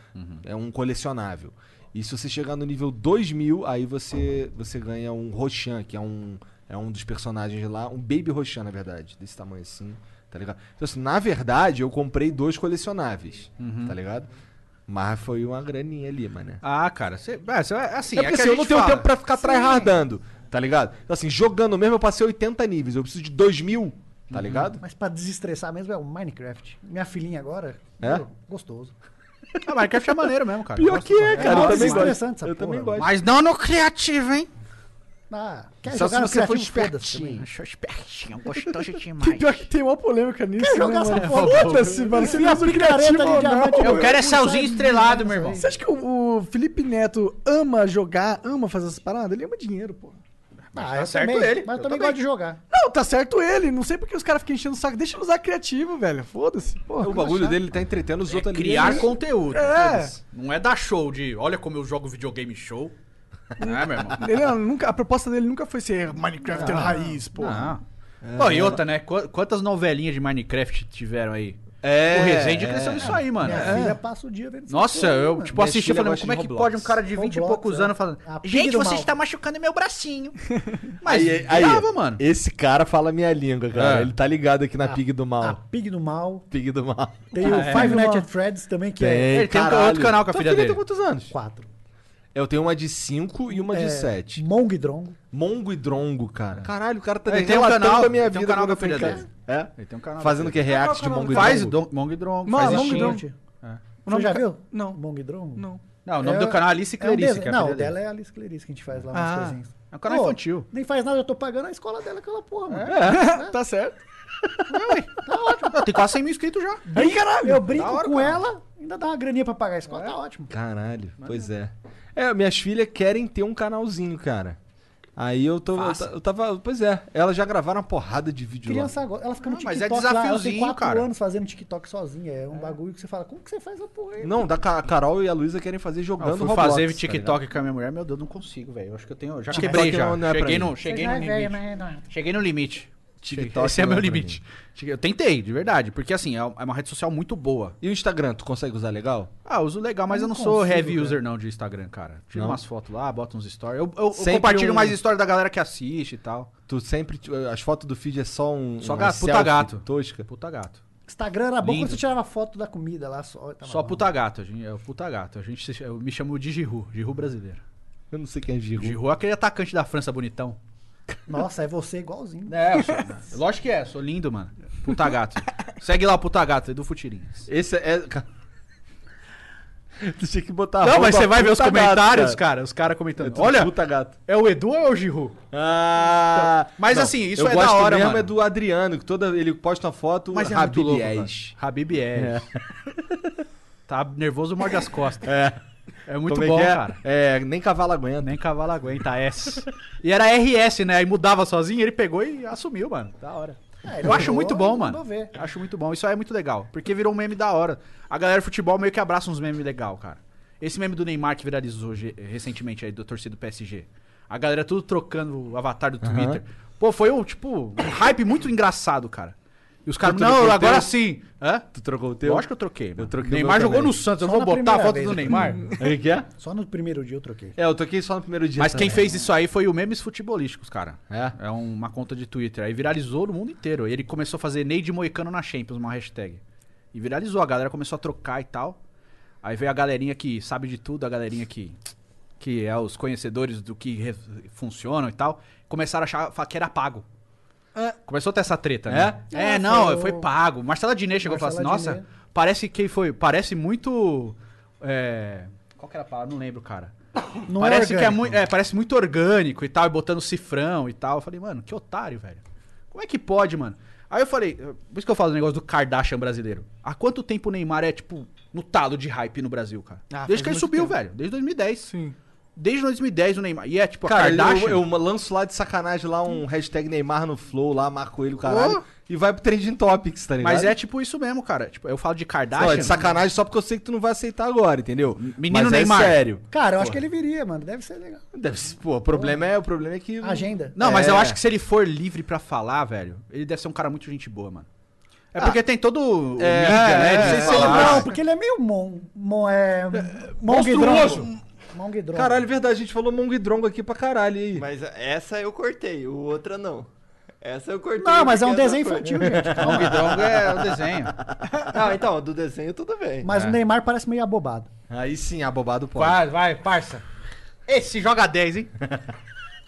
S1: É um colecionável. E se você chegar no nível 2000, aí você, você ganha um Roshan, que é um, é um dos personagens lá, um Baby Roshan, na verdade, desse tamanho assim, tá ligado? Então, assim, na verdade, eu comprei dois colecionáveis, tá ligado? Mas foi uma graninha ali, mané.
S4: Ah, cara, você. É, você- é assim,
S1: é
S4: é,
S1: porque
S4: que
S1: assim, eu
S4: a gente
S1: não tenho
S4: fala.
S1: tempo pra ficar tryhardando, tá ligado? Então, assim, jogando mesmo, eu passei 80 níveis, eu preciso de 2000, tá ligado?
S3: Mas pra desestressar mesmo é o Minecraft. Minha filhinha agora,
S1: É?
S3: meu, gostoso.
S4: Ah, Minecraft é maneiro mesmo, cara. Eu
S1: Pior
S4: gosto
S1: que é,
S4: pra
S1: cara, eu
S3: nossa,
S1: também
S3: isso é
S1: gosto.
S3: interessante essa
S1: eu também
S3: porra,
S1: gosto.
S4: Mas não no criativo, hein?
S3: Ah, quer
S1: Só
S3: jogar
S1: se
S3: no
S1: você for
S3: criativo? Foda-se
S1: espertinho.
S3: também.
S4: Achou espertinho, gostoso demais.
S2: Pior que tem uma polêmica nisso.
S3: Quer jogar
S2: né, mano?
S3: essa porra?
S2: Foda-se, mano. Se não é
S3: picareta
S2: criativo
S3: de
S2: ou não.
S3: diamante,
S4: Eu quero é Celzinho estrelado, meu irmão.
S2: Você acha que o, o Felipe Neto ama jogar, ama fazer essas paradas? Ele ama dinheiro, pô.
S3: Ah,
S4: tá
S3: eu
S4: certo
S3: também,
S4: ele.
S3: Mas eu também
S4: Eu também.
S3: gosto de jogar.
S2: Não, tá certo ele. Não sei porque os caras ficam enchendo o saco. Deixa ele usar criativo, velho. Foda-se. Porra,
S10: É
S1: O
S2: coisa
S1: bagulho
S2: chata.
S1: dele tá entretendo os outros ali.
S4: É Criar
S1: né?
S4: conteúdo.
S2: É.
S4: foda-se. Não é dar show de olha como eu jogo videogame show. Não é, meu irmão?
S2: Ele não- nunca, a proposta dele nunca foi ser Minecraft raiz, pô.
S4: Não.
S1: É.
S4: Pô, e outra, né? Qu- Quantas novelinhas de Minecraft tiveram aí?
S1: É,
S4: o Rezende
S1: é.
S4: cresceu nisso aí, mano.
S3: Minha
S4: É.
S3: filha passa o dia vendo essa
S4: Nossa,
S3: porra aí,
S4: eu,
S3: mano.
S4: tipo,
S1: Minha
S4: assisti
S1: filha
S4: falando
S1: gosta
S4: como é
S1: de
S4: que
S1: Roblox.
S4: pode um cara de 20 e
S3: Roblox,
S4: poucos
S3: é.
S4: anos falando
S3: A pig
S4: Gente,
S3: do
S4: você
S3: mal."
S4: está machucando meu bracinho. Mas
S1: aí, aí,
S4: grava, mano.
S1: Esse cara fala minha língua, cara.
S4: É.
S1: Ele tá ligado aqui na Pig do Mal.
S3: A Pig do Mal.
S1: Pig do Mal.
S3: Tem o Five Nights at Freddy's também, que é
S4: Ele tem um outro canal com a filha
S1: Tua
S4: dele.
S1: tem quantos anos?
S3: quatro.
S1: Eu tenho uma de 5 e uma
S3: É,
S1: de 7.
S3: Mongo e Drongo.
S1: Mongo e Drongo, cara. Caralho, o cara tá
S4: Ele tem um
S1: relatando
S4: canal-
S1: a minha
S4: tem um
S1: vida
S4: canal
S1: quando
S4: da
S1: eu
S4: filha
S1: fui em
S4: dele.
S1: casa. É?
S4: Ele tem um canal
S1: Fazendo
S4: da
S1: o que?
S4: filha dele.
S1: React de
S4: Qual é o
S1: Mongo e
S4: canal? Faz
S1: Drongo?
S4: do- Mongo e Drongo,
S2: Mano,
S4: faz
S2: Mongo e
S4: enchente.
S2: Drongo.
S4: É.
S2: O
S3: Você
S2: nome
S3: já
S2: do ca-
S3: viu?
S2: Não.
S3: Mongo e Drongo?
S2: Não.
S4: Não, o nome do canal é Alice
S3: é um
S4: Clarice,
S3: desen-
S4: que é a
S3: Não,
S4: filha
S3: o
S4: dele.
S3: dela é Alice Clarice que a gente faz lá
S4: Ah.
S3: umas coisinhas.
S4: É um canal
S3: Pô,
S4: infantil.
S3: Nem faz nada, eu tô pagando a escola dela aquela porra, mano.
S2: Tá certo.
S4: Não, tem quase 100 mil inscritos já.
S3: Brinco- Eu brinco
S4: Da hora,
S3: com
S4: cara.
S3: ela, ainda dá uma graninha pra pagar a escola, tá ótimo.
S1: Caralho, pois é. É, minhas filhas querem ter um canalzinho, cara. Aí eu tô. Eu,
S4: Faça.
S1: ta- eu tava. Pois é, elas já gravaram uma porrada de vídeo
S3: Criança agora, ela fica no
S4: Ah,
S3: TikTok
S4: mas é
S3: lá, ela tem
S4: desafiozinho,
S3: quatro
S4: cara.
S3: anos fazendo TikTok sozinha, é um bagulho que você fala, como que você faz a porra aí?
S1: lá. Não, da Ca- a Carol e a Luísa querem fazer
S4: Ah,
S1: jogando
S4: eu fui
S1: Roblox,
S4: fazer
S1: tá
S4: TikTok com a minha mulher, meu Deus, não consigo, velho. Eu acho que eu tenho. eu Já
S1: TikTok
S4: quebrei já.
S1: não- não é pra
S4: cheguei
S1: mim.
S4: no, cheguei
S3: Você
S4: no
S3: já é
S4: limite.
S3: velho, né, Renato?
S4: Cheguei no limite.
S1: TikTok
S4: Esse é
S1: não é
S4: meu
S1: pra
S4: limite. Cheguei- Eu tentei, de verdade, porque assim, é uma rede social muito boa.
S1: ligado? E o Instagram, tu consegue usar legal?
S4: Ah, uso legal, mas
S3: Eu
S4: eu
S3: não
S4: não, sou
S3: consigo,
S4: heavy
S3: cara.
S4: user não de Instagram, cara. Tiro
S1: Não?
S4: umas fotos lá, boto uns stories. Eu, eu- eu
S1: Sempre
S4: compartilho
S1: um-
S4: mais stories da galera que assiste e tal.
S1: Tu sempre. tu- As fotos do feed é só um.
S4: Só
S1: um
S4: gato, puta
S1: selfie
S4: gato.
S1: Tosca.
S4: Puta gato.
S3: Instagram era bom quando
S4: Lindo.
S3: você tirava foto da comida lá só. tava
S4: Só
S3: Tá bom.
S4: puta gato, a gente, é o puta gato. A gente se- eu me chamo de Giroud, Giroud brasileiro.
S1: Eu não sei quem é Giru.
S4: Giroud é aquele atacante da França bonitão.
S3: Nossa, é você igualzinho.
S4: É, eu sou, lógico que é, sou lindo, mano. Puta gato. Segue lá o puta gato, Edu Futirinhas.
S1: Esse é. ca- tu tinha que botar.
S4: Não, mas
S1: arroba
S4: você vai ver os
S1: puta gato,
S4: comentários,
S1: cara.
S4: cara. Os caras comentando.
S1: Tu-
S4: Olha,
S1: Puta gato.
S4: é o Edu ou é o Giroud?
S1: Ah,
S4: Mas, assim, isso
S1: eu
S4: é da
S1: gosto
S4: hora,
S1: mesmo
S4: mano.
S1: é do Adriano, que toda ele posta uma foto
S4: Mas é muito
S1: Habib
S4: louco,
S1: Yes.
S4: cara. Habib Yes. Tá nervoso, morde as costas.
S1: É.
S4: É muito
S1: Como é
S4: bom,
S1: que é?
S4: cara.
S1: É, nem cavalo aguenta.
S4: Nem cavalo aguenta, S. E era RS, né? Aí mudava sozinho, ele pegou e assumiu, mano. Da hora.
S3: É, ele
S4: Eu acho
S3: mandou,
S4: muito bom,
S3: ele
S4: mano.
S3: mandou ver.
S4: Acho muito bom. Isso aí é muito legal. Porque virou um meme da hora. A galera do futebol meio que abraça uns memes legal, cara. Esse meme do Neymar que viralizou ge- recentemente aí, do torcida do PSG. A galera tudo trocando o avatar do Twitter. Pô, foi um, tipo, um hype muito engraçado, cara. E os caras,
S1: Tu trocou
S4: não,
S1: o
S4: agora
S1: teu?
S4: sim. Hã?
S1: Tu trocou o teu?
S4: Lógico que eu troquei. mano.
S1: troquei o
S4: Neymar
S1: meu
S4: jogou
S1: também.
S4: no Santos. Eu
S3: Só
S4: vou
S3: na
S4: botar a
S3: primeira
S4: foto
S3: vez
S4: do
S3: eu
S4: Neymar.
S1: É que é?
S3: Só no primeiro dia eu troquei.
S1: É, eu toquei só no primeiro dia.
S4: Mas quem
S1: também.
S4: fez isso aí foi o Memes Futebolísticos, cara.
S1: É?
S4: É um- uma conta de Twitter. Aí viralizou no mundo inteiro. E ele começou a fazer Neide Moicano na Champions, uma hashtag. E viralizou, a galera começou a trocar e tal. Aí veio a galerinha que sabe de tudo, a galerinha que, que é os conhecedores do que re- funciona e tal. Começaram a achar fa- que era pago.
S2: É.
S4: Começou a ter essa treta, né?
S3: É?
S4: É,
S3: É,
S4: não,
S3: foi
S4: foi,
S3: o-
S4: pago. Marcela Diné chegou e falou assim,
S3: Marcela
S4: nossa,
S3: Diné.
S4: parece que foi, parece muito... é, Qual que era a palavra? Não lembro, cara
S3: Não é
S4: parece que é
S3: orgânico.
S4: muito, é, parece muito orgânico e tal, e botando cifrão e tal. Eu falei, mano, que otário, velho. Como é que pode, mano? Aí eu falei, por isso que eu falo do negócio do Kardashian brasileiro. Há quanto tempo o Neymar é, tipo, no talo de hype no Brasil, cara?
S2: Ah, faz
S4: Desde que ele
S2: muito
S4: subiu,
S2: tempo.
S4: velho. Desde 2010.
S2: Sim.
S4: Desde 2010 o Neymar. E é, tipo, a
S1: Cara,
S4: Kardashian.
S1: eu, eu lanço lá de sacanagem lá um hashtag Neymar no Flow, lá, marco ele o caralho.
S4: Oh.
S1: E vai pro Trending Topics, tá ligado?
S4: Mas é tipo isso mesmo, cara. Tipo, eu falo de Kardashian.
S1: Não, é de sacanagem só porque eu sei que tu não vai aceitar agora, entendeu?
S4: Menino
S1: Mas
S4: Neymar.
S1: É sério.
S3: Cara, eu acho que ele viria, mano. Deve ser legal.
S1: Deve ser- pô, o problema é, o problema é que.
S3: Agenda.
S4: Não, mas
S1: É.
S4: eu acho que se ele for livre pra falar, velho, ele deve ser um cara muito gente boa, mano. É porque tem todo o
S1: Ah. É,
S4: mídia, né?
S1: é,
S4: de
S1: é,
S4: se
S1: é.
S3: Sei lá,
S4: falar.
S3: não, porque ele é meio mon... mon é,
S4: monstruoso.
S3: monguidrongo. Monguidrongo.
S1: Caralho, é verdade, a gente falou Mongo e Drongo aqui pra caralho. E aí?
S10: Mas essa eu cortei, o outra não. Essa eu cortei.
S3: Não, mas é um
S10: porque essa
S3: desenho
S10: foi-
S3: infantil, gente.
S4: Não, o Guidrongo é o desenho.
S10: Não, então, do desenho tudo bem.
S3: Mas
S4: É.
S3: o Neymar parece meio abobado.
S1: Aí sim, abobado pode.
S4: Vai, vai, parça. Esse joga 10, hein?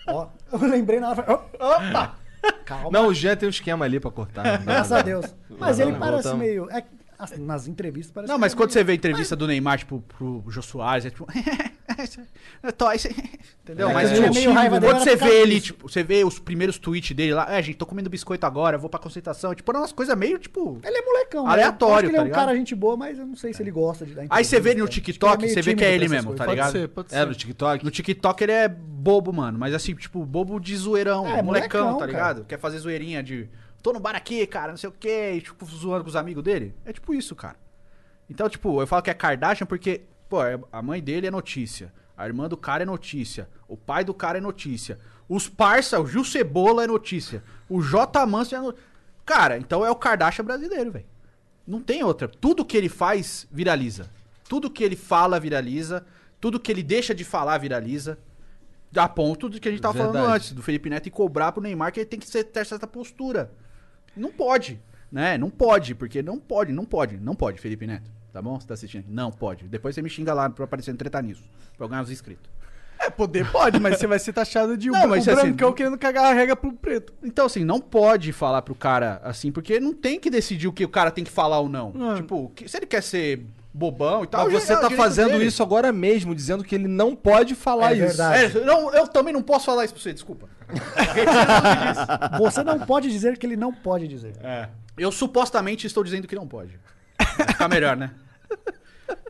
S3: Ó, eu lembrei na hora. ó, Opa! Calma.
S1: Não, o Jean tem um esquema ali pra cortar. não dá,
S3: Graças
S1: não
S3: a
S1: dá.
S3: Deus. Mas ele
S10: Voltamos.
S3: parece meio. é que, assim, nas entrevistas parece.
S4: Não,
S3: que
S4: mas
S3: ele é
S4: quando
S3: meio-
S4: você vê a entrevista do Neymar, tipo, pro Jô Soares, é tipo. é Toys. Entendeu?
S3: É,
S4: mas
S3: eu tinha
S4: tipo,
S3: meio raiva dele,
S4: quando
S3: era
S4: você
S3: por
S4: vê
S3: causa
S4: ele,
S3: disso.
S4: tipo, você vê os primeiros tweets dele lá, é, gente, tô comendo biscoito agora, vou pra concentração. Tipo, eram umas coisas meio, tipo.
S3: Ele é molecão. né?
S4: Aleatório,
S3: Eu acho que ele é
S4: tá
S3: um
S4: ligado?
S3: cara gente boa, mas eu não sei se ele gosta de dar
S4: Aí você vê ele
S3: entrevista.
S4: no
S3: Acho que
S4: TikTok,
S3: é meio
S4: você vê
S3: tímido
S4: que é ele
S3: pra essas
S4: mesmo, tá
S3: coisas.
S4: ligado?
S2: Pode ser, pode ser.
S1: É, no TikTok?
S4: No TikTok ele é bobo, mano. Mas assim, tipo, bobo de zoeirão.
S3: É,
S4: molecão,
S3: molecão,
S4: tá
S3: cara.
S4: ligado? Quer fazer zoeirinha de. Tô no bar aqui, cara, não sei o quê. E, tipo, zoando com os amigos dele. É tipo isso, cara. Então, tipo, eu falo que é Kardashian porque, pô, é- a mãe dele é notícia. A irmã do cara é notícia. O pai do cara é notícia. Os parça, o Gil Cebola é notícia. O J. Manso é notícia. Cara, então é o Kardashian brasileiro, velho. Não tem outra. Tudo que ele faz viraliza. Tudo que ele fala viraliza. Tudo que ele deixa de falar viraliza. A ponto do que a gente tava falando
S1: Verdade.
S4: antes, do Felipe Neto e cobrar pro Neymar que ele tem que ser, ter certa postura. Não pode, né? Não pode, porque não pode, não pode, não pode, Felipe Neto. Tá bom? Você tá assistindo? Não pode. Depois você me xinga lá pra eu aparecer no treta nisso. Pra eu ganhar os inscritos.
S2: poder pode, mas você vai ser taxado de um
S4: Não, mas
S2: o
S4: assim,
S2: brancão querendo cagar a regra pro preto.
S4: Então, assim, não pode falar pro cara assim, porque não tem que decidir o que o cara tem que falar ou não. Tipo, o que- se ele quer ser bobão e tal.
S1: Mas
S4: já
S1: você
S4: é o
S1: tá
S4: direito
S1: fazendo
S4: dele.
S1: isso agora mesmo, dizendo que ele não pode falar
S4: É
S1: isso.
S4: verdade. É, não, eu também não posso falar isso pra você, desculpa.
S3: Você não pode dizer que ele não pode dizer.
S4: É. Eu supostamente estou dizendo que não pode. Vai ficar melhor, né?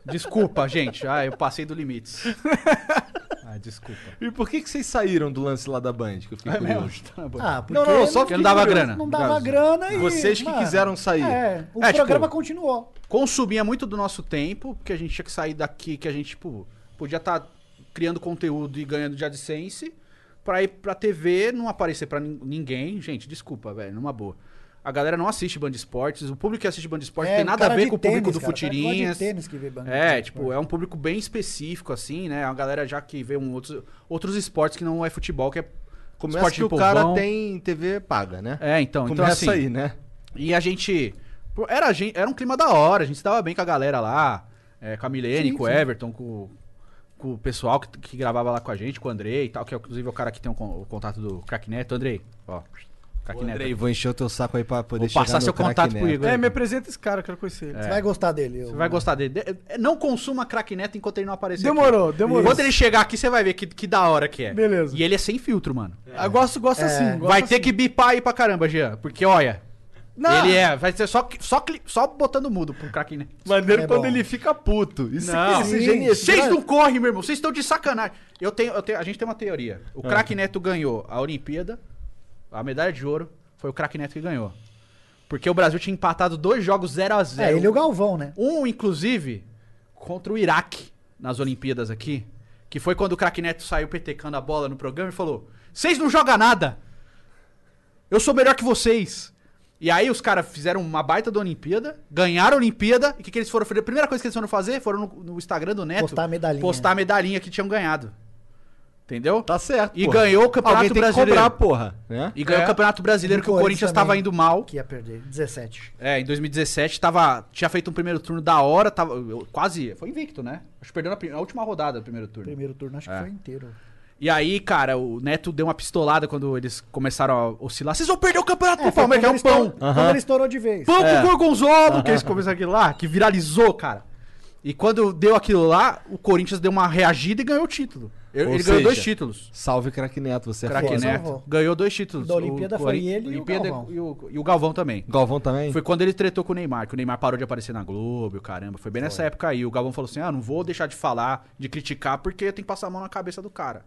S4: Desculpa, gente. Ah, eu passei do limite. Ah, desculpa.
S1: E por que, que vocês saíram do lance lá da Band? Que eu fiquei
S4: É
S1: curioso.
S4: mesmo? Tá bom.
S3: Ah, porque
S1: não, não, só
S3: não-
S1: fiquei curioso.
S3: Não dava grana e.
S1: Vocês que
S3: mano,
S1: quiseram sair.
S3: É, o
S4: É, tipo,
S3: programa continuou.
S4: consumia muito do nosso tempo, porque a gente tinha que sair daqui, que a gente, tipo, podia estar criando conteúdo e ganhando de AdSense, pra ir pra TV, não aparecer pra nin- ninguém. Gente, desculpa, velho, numa boa. A galera não assiste Band Esportes, o público que assiste Band Esportes
S3: É,
S4: tem nada a
S3: cara
S4: ver
S3: de
S4: com o
S3: tênis,
S4: público do
S3: cara, cara que gosta de
S4: Futirinhas.
S3: tênis que vê Band
S4: é,
S1: né?
S3: Esportes.
S4: tipo, é um público bem específico, assim, né? A galera já que vê um outros, outros esportes que não é futebol, que é
S1: Começa
S4: esporte
S1: que
S4: de
S1: o cara
S4: povão.
S1: tem TV paga, né?
S4: É, então, então
S1: Começa
S4: assim,
S1: aí, né?
S4: E a gente. pô, Era, a gente- era um clima da hora, a gente se dava bem com a galera lá, é, com a Milene,
S3: Sim,
S4: com o
S3: sim.
S4: Everton, com, com o pessoal que, que gravava lá com a gente, com o Andrei e tal, que é inclusive o cara que tem o, con- o contato do Crack Neto. Andrei, ó. Crack Neto.
S1: Andrei, vou encher o teu saco aí pra poder
S4: Vou passar
S1: chegar no
S4: seu
S1: craque
S4: contato pro
S1: Neto.
S4: Igor.
S2: É, me apresenta esse cara, eu quero conhecer ele.
S3: Você vai gostar dele.
S4: Você vai gostar dele. De- é, Não consuma Crack Neto enquanto ele não aparecer. aqui.
S2: Demorou, demorou.
S4: Quando ele chegar aqui, você vai ver que, que da hora que é.
S2: Beleza.
S4: E ele é sem filtro, mano.
S2: Ah, gosto, gosto assim. gosto
S4: vai
S2: assim.
S4: ter que bipar aí pra caramba, Jean. Porque, olha.
S2: Não.
S4: Ele é, vai ser só, cli- só, cli- só botando mudo pro Crack Neto.
S1: Maneiro
S3: É
S1: quando
S3: bom.
S1: ele fica puto. Isso
S4: Não.
S1: é esse genial.
S4: Vocês não correm, meu irmão. Vocês estão de sacanagem. Eu tenho, eu tenho- a gente tem uma teoria.
S1: Ah.
S4: O craque Neto ganhou a Olimpíada, a medalha de ouro. Foi o craque Neto que ganhou. Porque o Brasil tinha empatado dois jogos 0 a 0
S3: É, ele e o Galvão, né?
S4: Um, inclusive, contra o Iraque nas Olimpíadas aqui. Que foi quando o craque Neto saiu petecando a bola no programa e falou: Vocês não jogam nada! Eu sou melhor que vocês! E aí os caras fizeram uma baita da Olimpíada, ganharam a Olimpíada, e o que, que eles foram fazer? A primeira coisa que eles foram fazer foram no, no Instagram do Neto
S3: Postar a medalhinha.
S4: postar a medalhinha que tinham ganhado. Entendeu?
S1: Tá certo.
S4: E
S1: porra.
S4: ganhou o Campeonato
S1: Alguém tem
S4: Brasileiro.
S1: Que cobrar, porra. Né?
S4: E ganhou
S1: É.
S4: o Campeonato Brasileiro,
S3: Do
S4: que o
S3: Corinthians
S4: Corinthians estava
S3: também.
S4: indo mal.
S3: Que ia perder. 17.
S4: É, em 2017 tava, tinha feito um primeiro turno da hora, tava eu- quase. Foi invicto, né? Acho que perdeu na, pri- na última rodada do primeiro turno.
S3: Primeiro turno, acho que foi inteiro.
S4: E aí, cara, o Neto deu uma pistolada quando eles começaram a oscilar. Vocês vão perder o campeonato pro Palmeiras, que é um pão.
S3: Quando É. ele estourou de vez.
S4: Pão pro Gorgonzola, que eles começaram aquilo lá, que viralizou, cara. E quando deu aquilo lá, o Corinthians deu uma reagida e ganhou o título. Ele,
S1: Ou
S4: ele ganhou dois
S1: seja,
S4: títulos.
S1: Salve, craque Neto. Você é
S4: Craque
S1: foda.
S4: Neto.
S3: salvou.
S4: Ganhou dois títulos.
S3: Da Olimpíada
S4: O
S3: foi
S4: Corin-
S3: ele e o
S4: Olimpíada
S3: Galvão.
S4: E o, e o Galvão também.
S1: Galvão também?
S4: Foi quando ele tretou com o Neymar, que o Neymar parou de aparecer na Globo, e o caramba. Foi bem nessa época aí. O Galvão falou assim: ah, não vou deixar de falar, de criticar, porque eu tenho que passar a mão na cabeça do cara.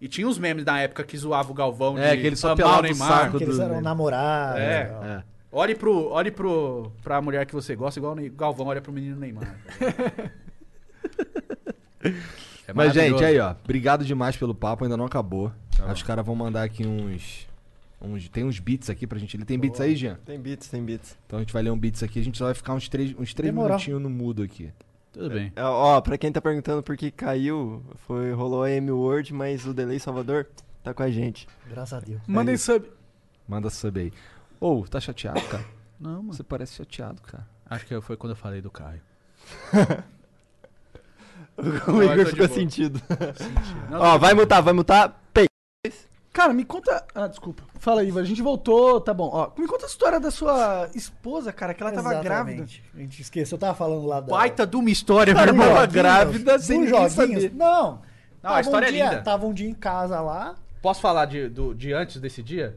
S4: E tinha uns memes na época que zoava o Galvão
S1: É,
S4: de
S1: que ele só
S4: amar
S1: pelava o saco.
S3: Porque eles
S1: do-
S3: eram namorados.
S4: É.
S3: tal.
S1: É.
S4: Olhe, pro, olhe pro, pra mulher que você gosta, igual o Ney- Galvão olha pro menino Neymar. É
S1: Mas,
S4: maravilhoso. Tá
S1: gente, aí, ó. Obrigado demais pelo papo, ainda não acabou. Acho que os caras vão mandar aqui uns, uns. Tem uns beats aqui pra gente. Ele tem beats aí, Jean?
S10: Tem beats, tem beats.
S1: Então a gente vai ler um beats aqui. A gente só vai ficar uns três, uns três
S3: Demorou.
S1: minutinhos no mudo aqui.
S4: Tudo bem.
S10: É, ó, pra quem tá perguntando por que caiu, foi, rolou a M-Word, mas o Delay Salvador tá com a gente. É
S3: Graças a Deus.
S2: Mandem
S3: é-
S2: sub.
S1: Manda sub aí. Ou, tá chateado, cara?
S4: Não, mano.
S1: Você parece chateado, cara.
S4: Acho que foi quando eu falei do Caio.
S10: O
S4: Agora eu
S10: Igor
S4: tô de
S10: ficou
S4: boa.
S10: sentido.
S4: Não,
S10: Ó, vai mutar, vai mutar. Pei.
S2: Cara, me conta. Ah, desculpa. Fala aí, Ivan, a gente voltou, tá bom. Ó, me conta a história da sua esposa, cara, que ela tava grávida.
S3: Exatamente. A gente esqueceu, eu tava falando lá da.
S4: Baita de uma história, meu
S3: Dos
S4: irmão.
S3: Tá joguinhos,
S1: grávida sem
S3: dos
S1: ninguém
S3: joguinhos.
S1: saber.
S3: Não.
S4: Não, a história
S3: um
S4: é
S3: dia,
S4: linda.
S3: Tava um dia em casa lá.
S4: Posso falar de, do- de antes desse dia?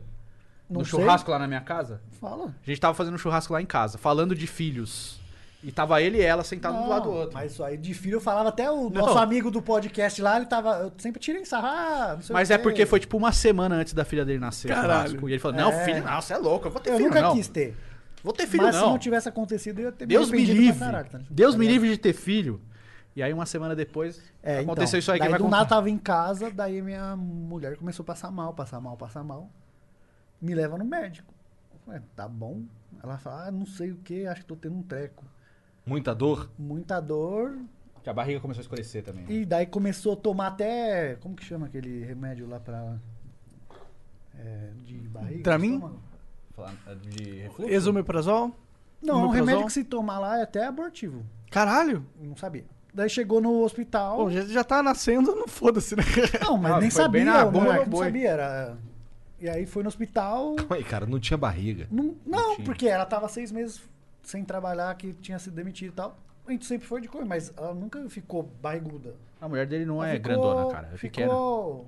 S3: Não
S4: no
S3: sei.
S4: churrasco lá na minha casa?
S3: Fala.
S4: A gente tava fazendo um churrasco lá em casa, falando de filhos. E tava ele e ela sentados um do lado do outro. Mas,
S3: Mas isso aí de filho eu falava até o nosso amigo do podcast lá, ele tava. Eu sempre tirei sarro. Ah, não sei o
S4: é
S3: quê.
S4: porque foi tipo uma semana antes da filha dele nascer o
S2: Caralho.
S4: churrasco. E ele falou: Não,
S3: É.
S4: filho, não, você é louco, eu vou ter
S3: Eu
S4: filho.
S3: nunca
S4: não.
S3: quis ter.
S4: Vou ter filho,
S3: mas
S4: não.
S3: se não tivesse acontecido, eu ia ter
S4: Deus me
S3: arrependido pra
S4: livre.
S3: caralho, tá ligado?
S4: Deus me livre de ter filho. E aí, uma semana depois,
S3: É, então,
S4: aconteceu isso aí que
S3: daí
S4: vai
S3: do
S4: contar.
S3: nada eu tava em casa, daí minha mulher começou a passar mal, passar mal, passar mal. Me leva no médico. Eu falei, tá bom. Ela fala, ah, não sei o que, acho que tô tendo um treco.
S1: Muita dor?
S3: Muita dor.
S4: Que a barriga começou a escurecer também. né?
S3: E daí começou a tomar até. Como que chama aquele remédio lá pra. É, de barriga?
S2: Dramin?
S3: estômago?
S4: Falar ah, de refluxo?
S2: Exomeprazol?
S3: Não, é um
S2: Omeprazol?
S3: remédio que se tomar lá é até abortivo.
S2: Caralho!
S3: Não sabia. Daí chegou no hospital.
S2: Bom, já, já tá nascendo, não foda-se, né?
S3: Não, mas
S1: Ah,
S3: nem
S1: foi
S3: sabia.
S1: bem na
S3: o
S1: bomba
S3: Monark
S1: do
S3: não
S1: boi.
S3: sabia. Era... E aí foi no hospital.
S1: Calma aí, cara, não tinha barriga.
S3: Não, não,
S1: tinha.
S3: porque ela tava seis meses sem trabalhar, que tinha sido demitida e tal. A gente sempre foi de cor, mas ela nunca ficou barriguda.
S4: A mulher dele não
S3: Ela
S4: é
S3: ficou-
S4: grandona, cara. É pequena.
S3: Ficou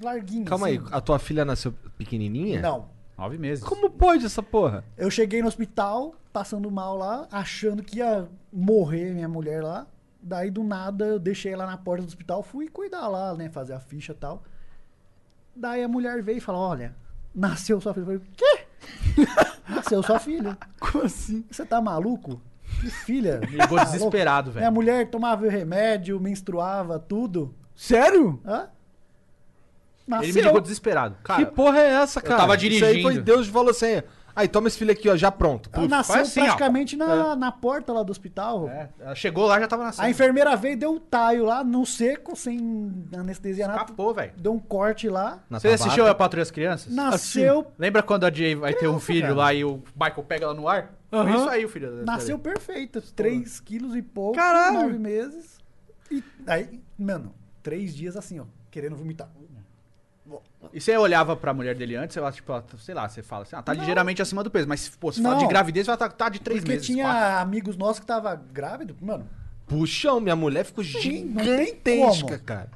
S3: larguinha.
S1: Calma aí,
S3: assim.
S1: a tua filha nasceu pequenininha?
S3: Não.
S4: Nove meses.
S1: Como pode essa porra?
S3: Eu cheguei no hospital, passando mal lá, achando que ia morrer minha mulher lá. Daí, do nada, eu deixei ela na porta do hospital, fui cuidar lá, né? Fazer a ficha e tal. Daí a mulher veio e falou: Olha, nasceu sua filha. Eu falei: Quê? Nasceu sua filha. Como assim? Você tá maluco? Que filha?
S4: Me ligou
S3: Tá
S4: desesperado,
S3: louco?
S4: velho.
S3: Minha mulher tomava o remédio, menstruava, tudo.
S2: Sério?
S3: Hã?
S4: Ele
S3: Nasceu.
S4: me ligou desesperado. Cara,
S1: que porra é essa,
S4: eu
S1: cara?
S4: tava
S1: Isso aí
S4: dirigindo.
S1: foi Deus que falou assim: aí toma esse filho aqui, ó, já pronto.
S3: Ela
S1: Puf,
S3: nasceu
S1: faz assim, ó.
S3: praticamente na, na porta lá do hospital.
S4: É, ela chegou lá, já tava nascendo.
S3: A enfermeira veio, deu um taio lá, no seco, sem anestesia nada.
S4: Escapou, velho.
S3: Deu um corte lá.
S1: Na
S4: Você
S1: tabata.
S4: assistiu a Patrulha das Crianças?
S3: Nasceu-
S4: Assisti. Lembra quando a Jay vai ter um filho
S3: cara.
S4: lá e o Michael pega ela no ar?
S2: Aham.
S4: É isso aí, o filho da-
S3: Nasceu perfeita. 3 quilos e pouco.
S2: Caralho!
S3: 9 meses. E aí, mano, três dias assim, ó, querendo vomitar.
S4: E você olhava pra mulher dele antes, ela, tipo, ela, sei lá, você fala assim, ah, tá ligeiramente acima do peso. Mas, pô, se fala
S3: Não.
S4: de gravidez, ela tá, tá de três
S3: Porque
S4: meses.
S3: tinha
S4: quatro.
S3: amigos nossos que tava grávido, mano,
S1: Puxão, minha mulher ficou
S3: não tem
S1: gigantesca,
S3: como.
S1: cara.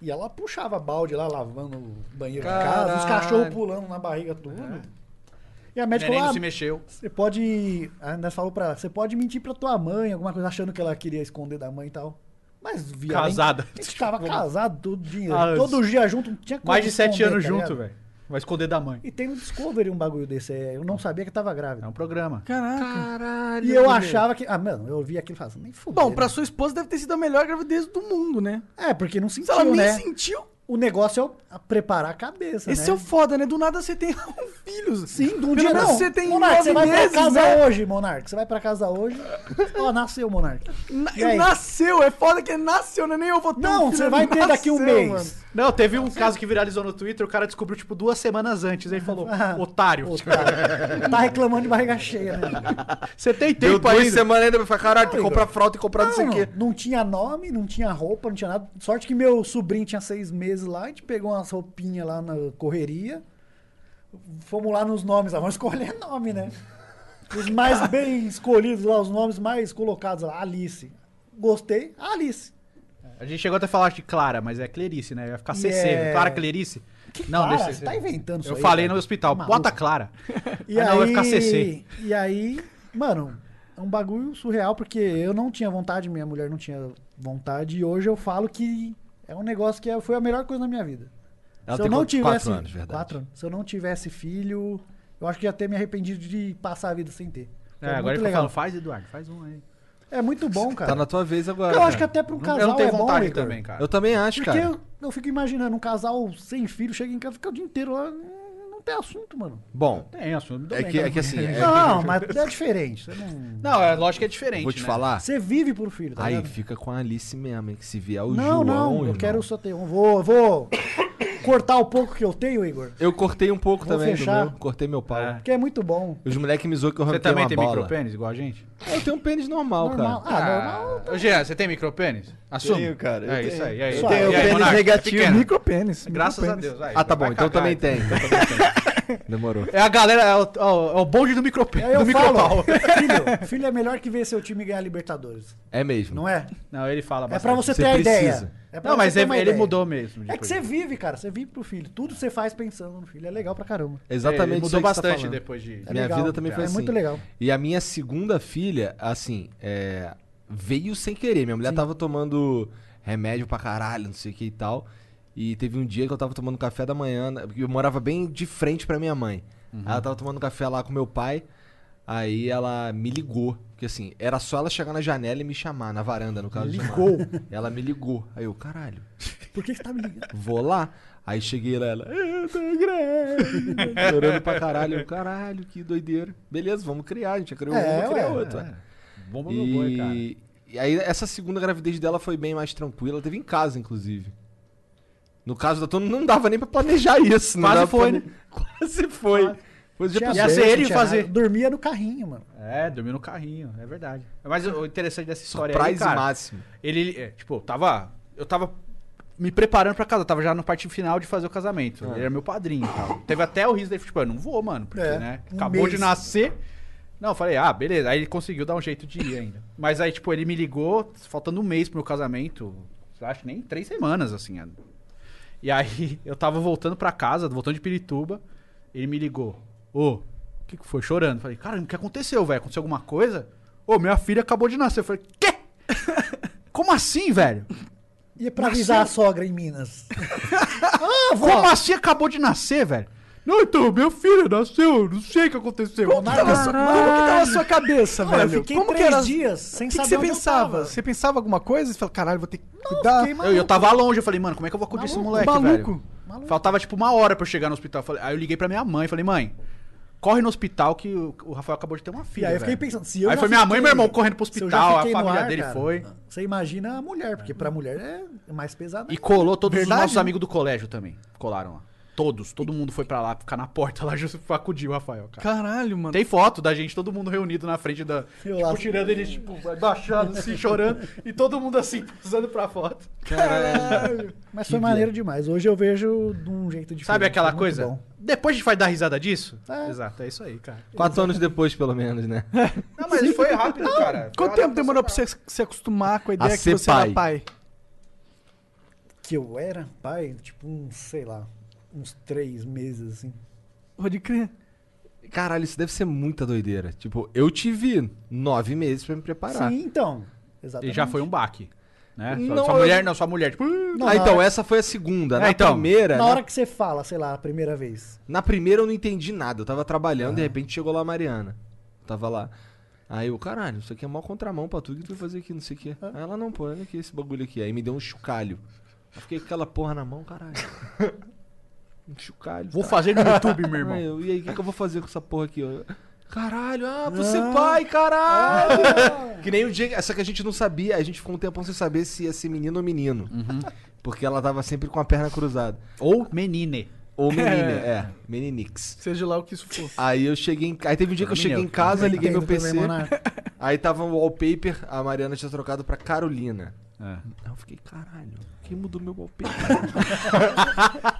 S3: e ela puxava balde lá, lavando o banheiro de casa, os
S1: Caralho.
S3: cachorros pulando na barriga, tudo.
S4: É.
S3: E a
S4: O
S3: médica falou,
S4: neném não
S3: "Ah,
S4: se mexeu.
S3: Você pode. Ainda falou pra ela, você pode mentir pra tua mãe, alguma coisa, achando que ela queria esconder da mãe e tal. Mas via.
S4: Casada.
S3: A gente tava
S2: Tipo,
S3: casado todo dia.
S4: Ah,
S3: todo dia junto, não tinha como
S4: Mais de sete
S3: esconder,
S4: anos
S3: tá
S4: junto,
S3: ligado?
S4: velho. Vai esconder da mãe.
S3: E tem no Discovery um bagulho desse. é, Eu não sabia que tava
S4: É
S3: grávida.
S4: um programa.
S2: Caraca.
S3: e eu achava que. Ah, mano, eu vi aquilo e falava, nem fudeu.
S2: Bom, pra sua esposa deve ter sido a melhor gravidez do mundo, né?
S3: É, porque não
S2: Se ela
S3: sentiu,
S2: nem
S3: né?
S2: sentiu,
S3: O negócio é o- preparar a cabeça.
S2: esse
S3: né?
S2: é o foda, né? Do nada você tem um filho.
S3: Sim, de um
S2: Pelo
S3: dia
S2: menos
S3: não.
S2: você tem
S3: Monark, você
S2: nove
S3: vai
S2: meses,
S3: pra casa
S2: né?
S3: hoje, Monark. Você vai pra casa hoje. Ó, nasceu, Monark.
S2: Na-
S3: E aí?
S2: nasceu, é foda que é nasceu, né? Nem eu vou ter um
S3: Não,
S2: filho,
S3: você vai ter daqui um
S2: nasceu,
S3: mês.
S2: mano.
S4: Não, teve um caso que viralizou no Twitter, o cara descobriu, tipo, duas semanas antes. Ele falou, otário.
S3: Ah.
S4: Tipo,
S3: Otário. Tá reclamando de barriga cheia, né?
S4: Você tem
S1: Deu
S4: tempo
S1: duas
S4: ainda.
S1: semanas ainda pra falar, caralho, tem que
S3: Não,
S1: comprar fralda e comprar não sei o quê.
S3: Não, não tinha nome, não tinha roupa, não tinha nada. Sorte que meu sobrinho tinha seis meses lá, a gente pegou umas roupinhas lá na correria. Fomos lá nos nomes, lá, vamos escolher nome, né? Os mais bem escolhidos lá, os nomes mais colocados lá. Alice. Gostei, Alice.
S4: A gente chegou até a falar de Clara, mas é Clerice, né? Vai ficar CC.
S3: Yeah.
S4: Clara Clerice?
S3: Clara?
S4: deixa-
S3: Você tá inventando isso
S4: Eu
S3: aí,
S4: falei
S3: cara.
S4: no hospital,
S3: Tá
S4: bota
S3: maluco.
S4: Clara.
S3: E
S4: Ah,
S3: aí,
S4: não, vai ficar CC.
S3: E aí, mano, é um bagulho surreal, porque eu não tinha vontade, minha mulher não tinha vontade, e hoje eu falo que é um negócio que é- foi a melhor coisa na minha vida.
S1: Ela
S3: Se
S1: tem
S3: eu não
S1: quatro
S3: tivesse.
S1: anos, verdade.
S3: Quatro anos. Se eu não tivesse filho, eu acho que ia ter me arrependido de passar a vida sem ter.
S4: É, agora ele
S3: muito
S4: tá
S3: legal.
S4: falando, faz, Eduardo, faz um aí.
S3: É muito bom, cara.
S1: Tá na tua vez agora.
S3: Eu acho que
S1: cara.
S3: até pra um casal
S4: eu não tenho
S3: é bom,
S4: vontade
S3: Igor.
S4: também, cara.
S1: Eu também acho,
S3: Porque
S1: cara.
S3: eu, eu fico imaginando, um casal sem filho chega em casa, fica o dia inteiro lá, não não tem assunto, mano.
S1: Bom,
S4: Tem assunto
S1: é que,
S4: bem,
S3: tá
S4: cara.
S1: é que assim, é-
S3: Não, mas é diferente. Você, não-
S4: Não, é lógico que é diferente,
S1: vou te
S4: né?
S1: falar.
S3: você vive por filho, tá
S1: Aí
S3: ligado?
S1: fica com a Alice mesmo, hein? Que se vier o
S3: não,
S1: João.
S3: não, eu
S1: irmão.
S3: quero só ter um. Vou, vou cortar o pouco que eu tenho, Igor.
S1: Eu cortei um pouco
S3: Vou
S1: também
S3: fechar.
S1: do meu. Cortei meu pau.
S4: É.
S3: Porque é muito bom.
S1: Os moleques me zoam que eu
S4: Você
S1: arranquei
S4: também
S1: uma
S4: tem
S1: bola.
S4: micropênis igual a gente?
S1: Eu tenho um pênis normal,
S3: Normal.
S1: cara.
S3: Ah, normal.
S4: Ô, Jean, você tem micropênis? Assume.
S10: Tenho, cara, eu
S4: É
S10: tenho.
S4: isso aí. e aí?
S10: Eu tenho
S4: E aí,
S10: pênis
S4: Monark,
S10: negativo.
S4: pequeno?
S2: Micropênis.
S4: Graças a
S2: micropênis.
S4: Deus. aí,
S1: Ah, tá
S4: vai
S1: bom, então
S4: cagar,
S1: também
S4: hein?
S1: tem. Demorou.
S4: É a galera, é o, ó, é o bonde do micropênis.
S3: Aí eu
S4: do
S3: falo,
S4: micropau.
S3: filho, filho é melhor que ver seu time ganhar Libertadores.
S1: É mesmo.
S3: Não é?
S4: Não, ele fala
S3: É pra
S4: bastante.
S3: você,
S1: Você
S3: ter a
S1: precisa.
S3: ideia. É pra
S4: Não,
S3: você
S4: mas
S3: ter
S4: ele,
S3: uma
S4: ele
S3: ideia.
S4: mudou mesmo.
S3: É que
S4: depois.
S3: você vive, cara. Você vive pro filho. Tudo você faz pensando no filho. É legal pra caramba.
S1: É
S4: É,
S1: Exatamente.
S4: ele
S1: isso
S4: mudou
S1: aí que você
S4: bastante
S1: tá falando.
S4: depois de...
S3: É
S1: Minha
S3: legal.
S1: vida também foi
S3: É
S1: assim.
S3: muito legal.
S1: E a minha segunda filha, assim, é, veio sem querer. Minha mulher tava tomando remédio pra caralho, não sei o que e tal. E teve um dia que eu tava tomando café da manhã, né, porque eu morava bem de frente pra minha mãe.
S3: Uhum.
S1: Ela tava tomando café lá com meu pai. Aí ela me ligou. Porque assim, era só ela chegar na janela e me chamar, na varanda, no caso. Ligou. Ela me ligou. Aí eu, caralho,
S3: Por que você tá me ligando?
S1: vou lá. Aí cheguei lá, ela, eu tô grávida. Chorando pra caralho. Eu, caralho, que doideira. Beleza, vamos criar. A gente já criou
S3: É,
S1: um, vamos criar
S3: ué,
S1: outro. ué.
S4: Bomba
S1: E...
S4: meu boi, cara.
S1: e aí, essa segunda gravidez dela foi bem mais tranquila. Teve em casa, inclusive. No caso da Tona, não dava nem pra planejar isso. não
S4: Quase
S1: dava pra
S4: foi, né?
S1: plane- Quase foi. Pois
S4: ia
S3: Tinha
S4: pro- ia
S3: berço,
S4: ser é ele
S3: não tinha
S4: fazer.
S3: nada. Dormia no carrinho, mano.
S4: É, dormiu no carrinho, é verdade. Mas o interessante dessa história
S1: Surprise
S4: aí, cara,
S1: máximo.
S4: Ele, é, tipo, tava, eu tava me preparando pra casa, eu tava já na parte final de fazer o
S3: Ah.
S4: casamento. Ele era meu padrinho e tal. Teve até o riso dele, tipo, eu não vou, mano, porque,
S3: É,
S4: né,
S3: um
S4: acabou
S3: mês.
S4: de nascer. Não, eu falei, ah, beleza. Aí ele conseguiu dar um jeito de ir ainda. Mas aí, tipo, ele me ligou, faltando um mês pro meu casamento, acho que nem três semanas, assim, a- e aí eu tava voltando pra casa, voltando de Pirituba, ele me ligou. Ô, o que, que foi? Chorando. Falei, cara, o que aconteceu, velho? Aconteceu alguma coisa? Ô, minha filha acabou de nascer. Eu falei, quê? Como assim, velho?
S3: Ia pra
S4: Nasceu.
S3: avisar a sogra em Minas. ah, vó.
S4: Como assim acabou de nascer, velho? Não, então, meu filho nasceu, eu não sei o que aconteceu. assim.
S3: Como que tava a sua-
S2: Como que tava a sua cabeça,
S3: Não, eu
S2: velho?
S3: fiquei
S2: Como
S3: três
S2: que era...
S3: dias sem
S2: o que que
S3: saber
S2: você
S3: onde eu
S2: pensava?
S3: tava.
S2: Você pensava alguma coisa? Você falou, caralho, vou ter que cuidar.
S4: Eu, eu tava longe, eu falei, mano, como é que eu vou acudir esse
S2: Maluco,
S4: moleque,
S2: maluco,
S4: velho? Faltava tipo uma hora pra eu chegar no hospital. Falei- aí eu liguei pra minha mãe, falei, mãe, corre no hospital que o, o Rafael acabou de ter uma filha.
S3: aí eu fiquei
S4: velho.
S3: pensando, se eu
S4: Aí
S3: já
S4: foi minha mãe e
S3: fiquei-
S4: meu irmão correndo pro
S3: se eu já
S4: hospital, a
S3: fiquei no
S4: família
S3: ar,
S4: dele
S3: cara,
S4: foi.
S3: Você imagina a mulher, porque pra mulher é mais pesado.
S4: E colou todos
S3: Verdade,
S4: os nossos
S3: né?
S4: amigos do colégio também. Colaram lá. Todos, todo mundo foi pra lá, ficar na porta lá, justo pra acudir o Rafael, cara.
S2: Caralho, mano.
S4: Tem foto da gente, todo mundo reunido na frente da.
S3: Eu
S4: tipo,
S3: lá-
S4: tirando eles, tipo, baixado, assim, chorando. E todo mundo assim, usando pra foto.
S3: Caralho. Mas foi maneiro demais. Hoje eu vejo de um jeito diferente.
S4: Sabe aquela
S3: é muito
S4: coisa?
S3: bom.
S4: Depois a gente vai dar risada disso?
S3: É.
S4: Exato, é isso aí, cara.
S1: Quatro anos depois, pelo menos, né?
S4: Não, mas foi rápido, cara.
S2: Quanto
S3: tá
S2: tempo demorou pra você se acostumar com a ideia que
S1: ser
S2: você era pai?
S3: Que eu era pai, tipo, um, sei lá, uns três meses, assim.
S2: Pode crer.
S1: Caralho, isso deve ser muita doideira. Tipo, eu tive nove meses pra me preparar.
S3: Sim, então. Exatamente.
S4: E já foi um baque. Né? Sua-
S1: Não,
S4: sua
S1: eu-
S4: mulher, não, sua mulher, tipo.
S3: Não,
S1: ah,
S3: na
S1: então,
S3: hora-
S1: essa foi a segunda.
S4: É,
S1: na
S4: então,
S1: primeira.
S3: Na
S1: Na,
S3: hora que você fala, sei lá, a primeira vez.
S1: na primeira eu não entendi nada. Eu tava trabalhando, de repente chegou lá a Mariana. Tava lá. Aí eu, caralho, isso aqui é mó contramão pra tudo que tu vai fazer aqui, não sei o quê. Aí ela, não, pô, olha aqui esse bagulho aqui. Aí me deu um chocalho. Eu fiquei com aquela porra na mão, caralho. um chocalho.
S4: Vou fazer no YouTube, meu
S1: Aí
S4: irmão.
S1: eu, e aí, o que, que eu vou fazer com essa porra aqui? Eu, caralho, ah, você pai, caralho! Ah. que nem o dia. Só que a gente não sabia, a gente ficou um tempão sem saber se ia ser menino ou menino. Porque ela tava sempre com a perna cruzada.
S4: Ou menine.
S1: Ou menina, é. Meninix.
S2: Seja lá o que isso for.
S1: Aí eu cheguei em Aí teve um dia que eu
S4: Menino.
S1: cheguei em casa, liguei meu
S3: Entendo
S1: PC.
S3: também, Monarca.
S1: Aí tava o wallpaper, a Mariana tinha trocado pra Carolina. Aí eu fiquei, caralho, quem mudou meu wallpaper?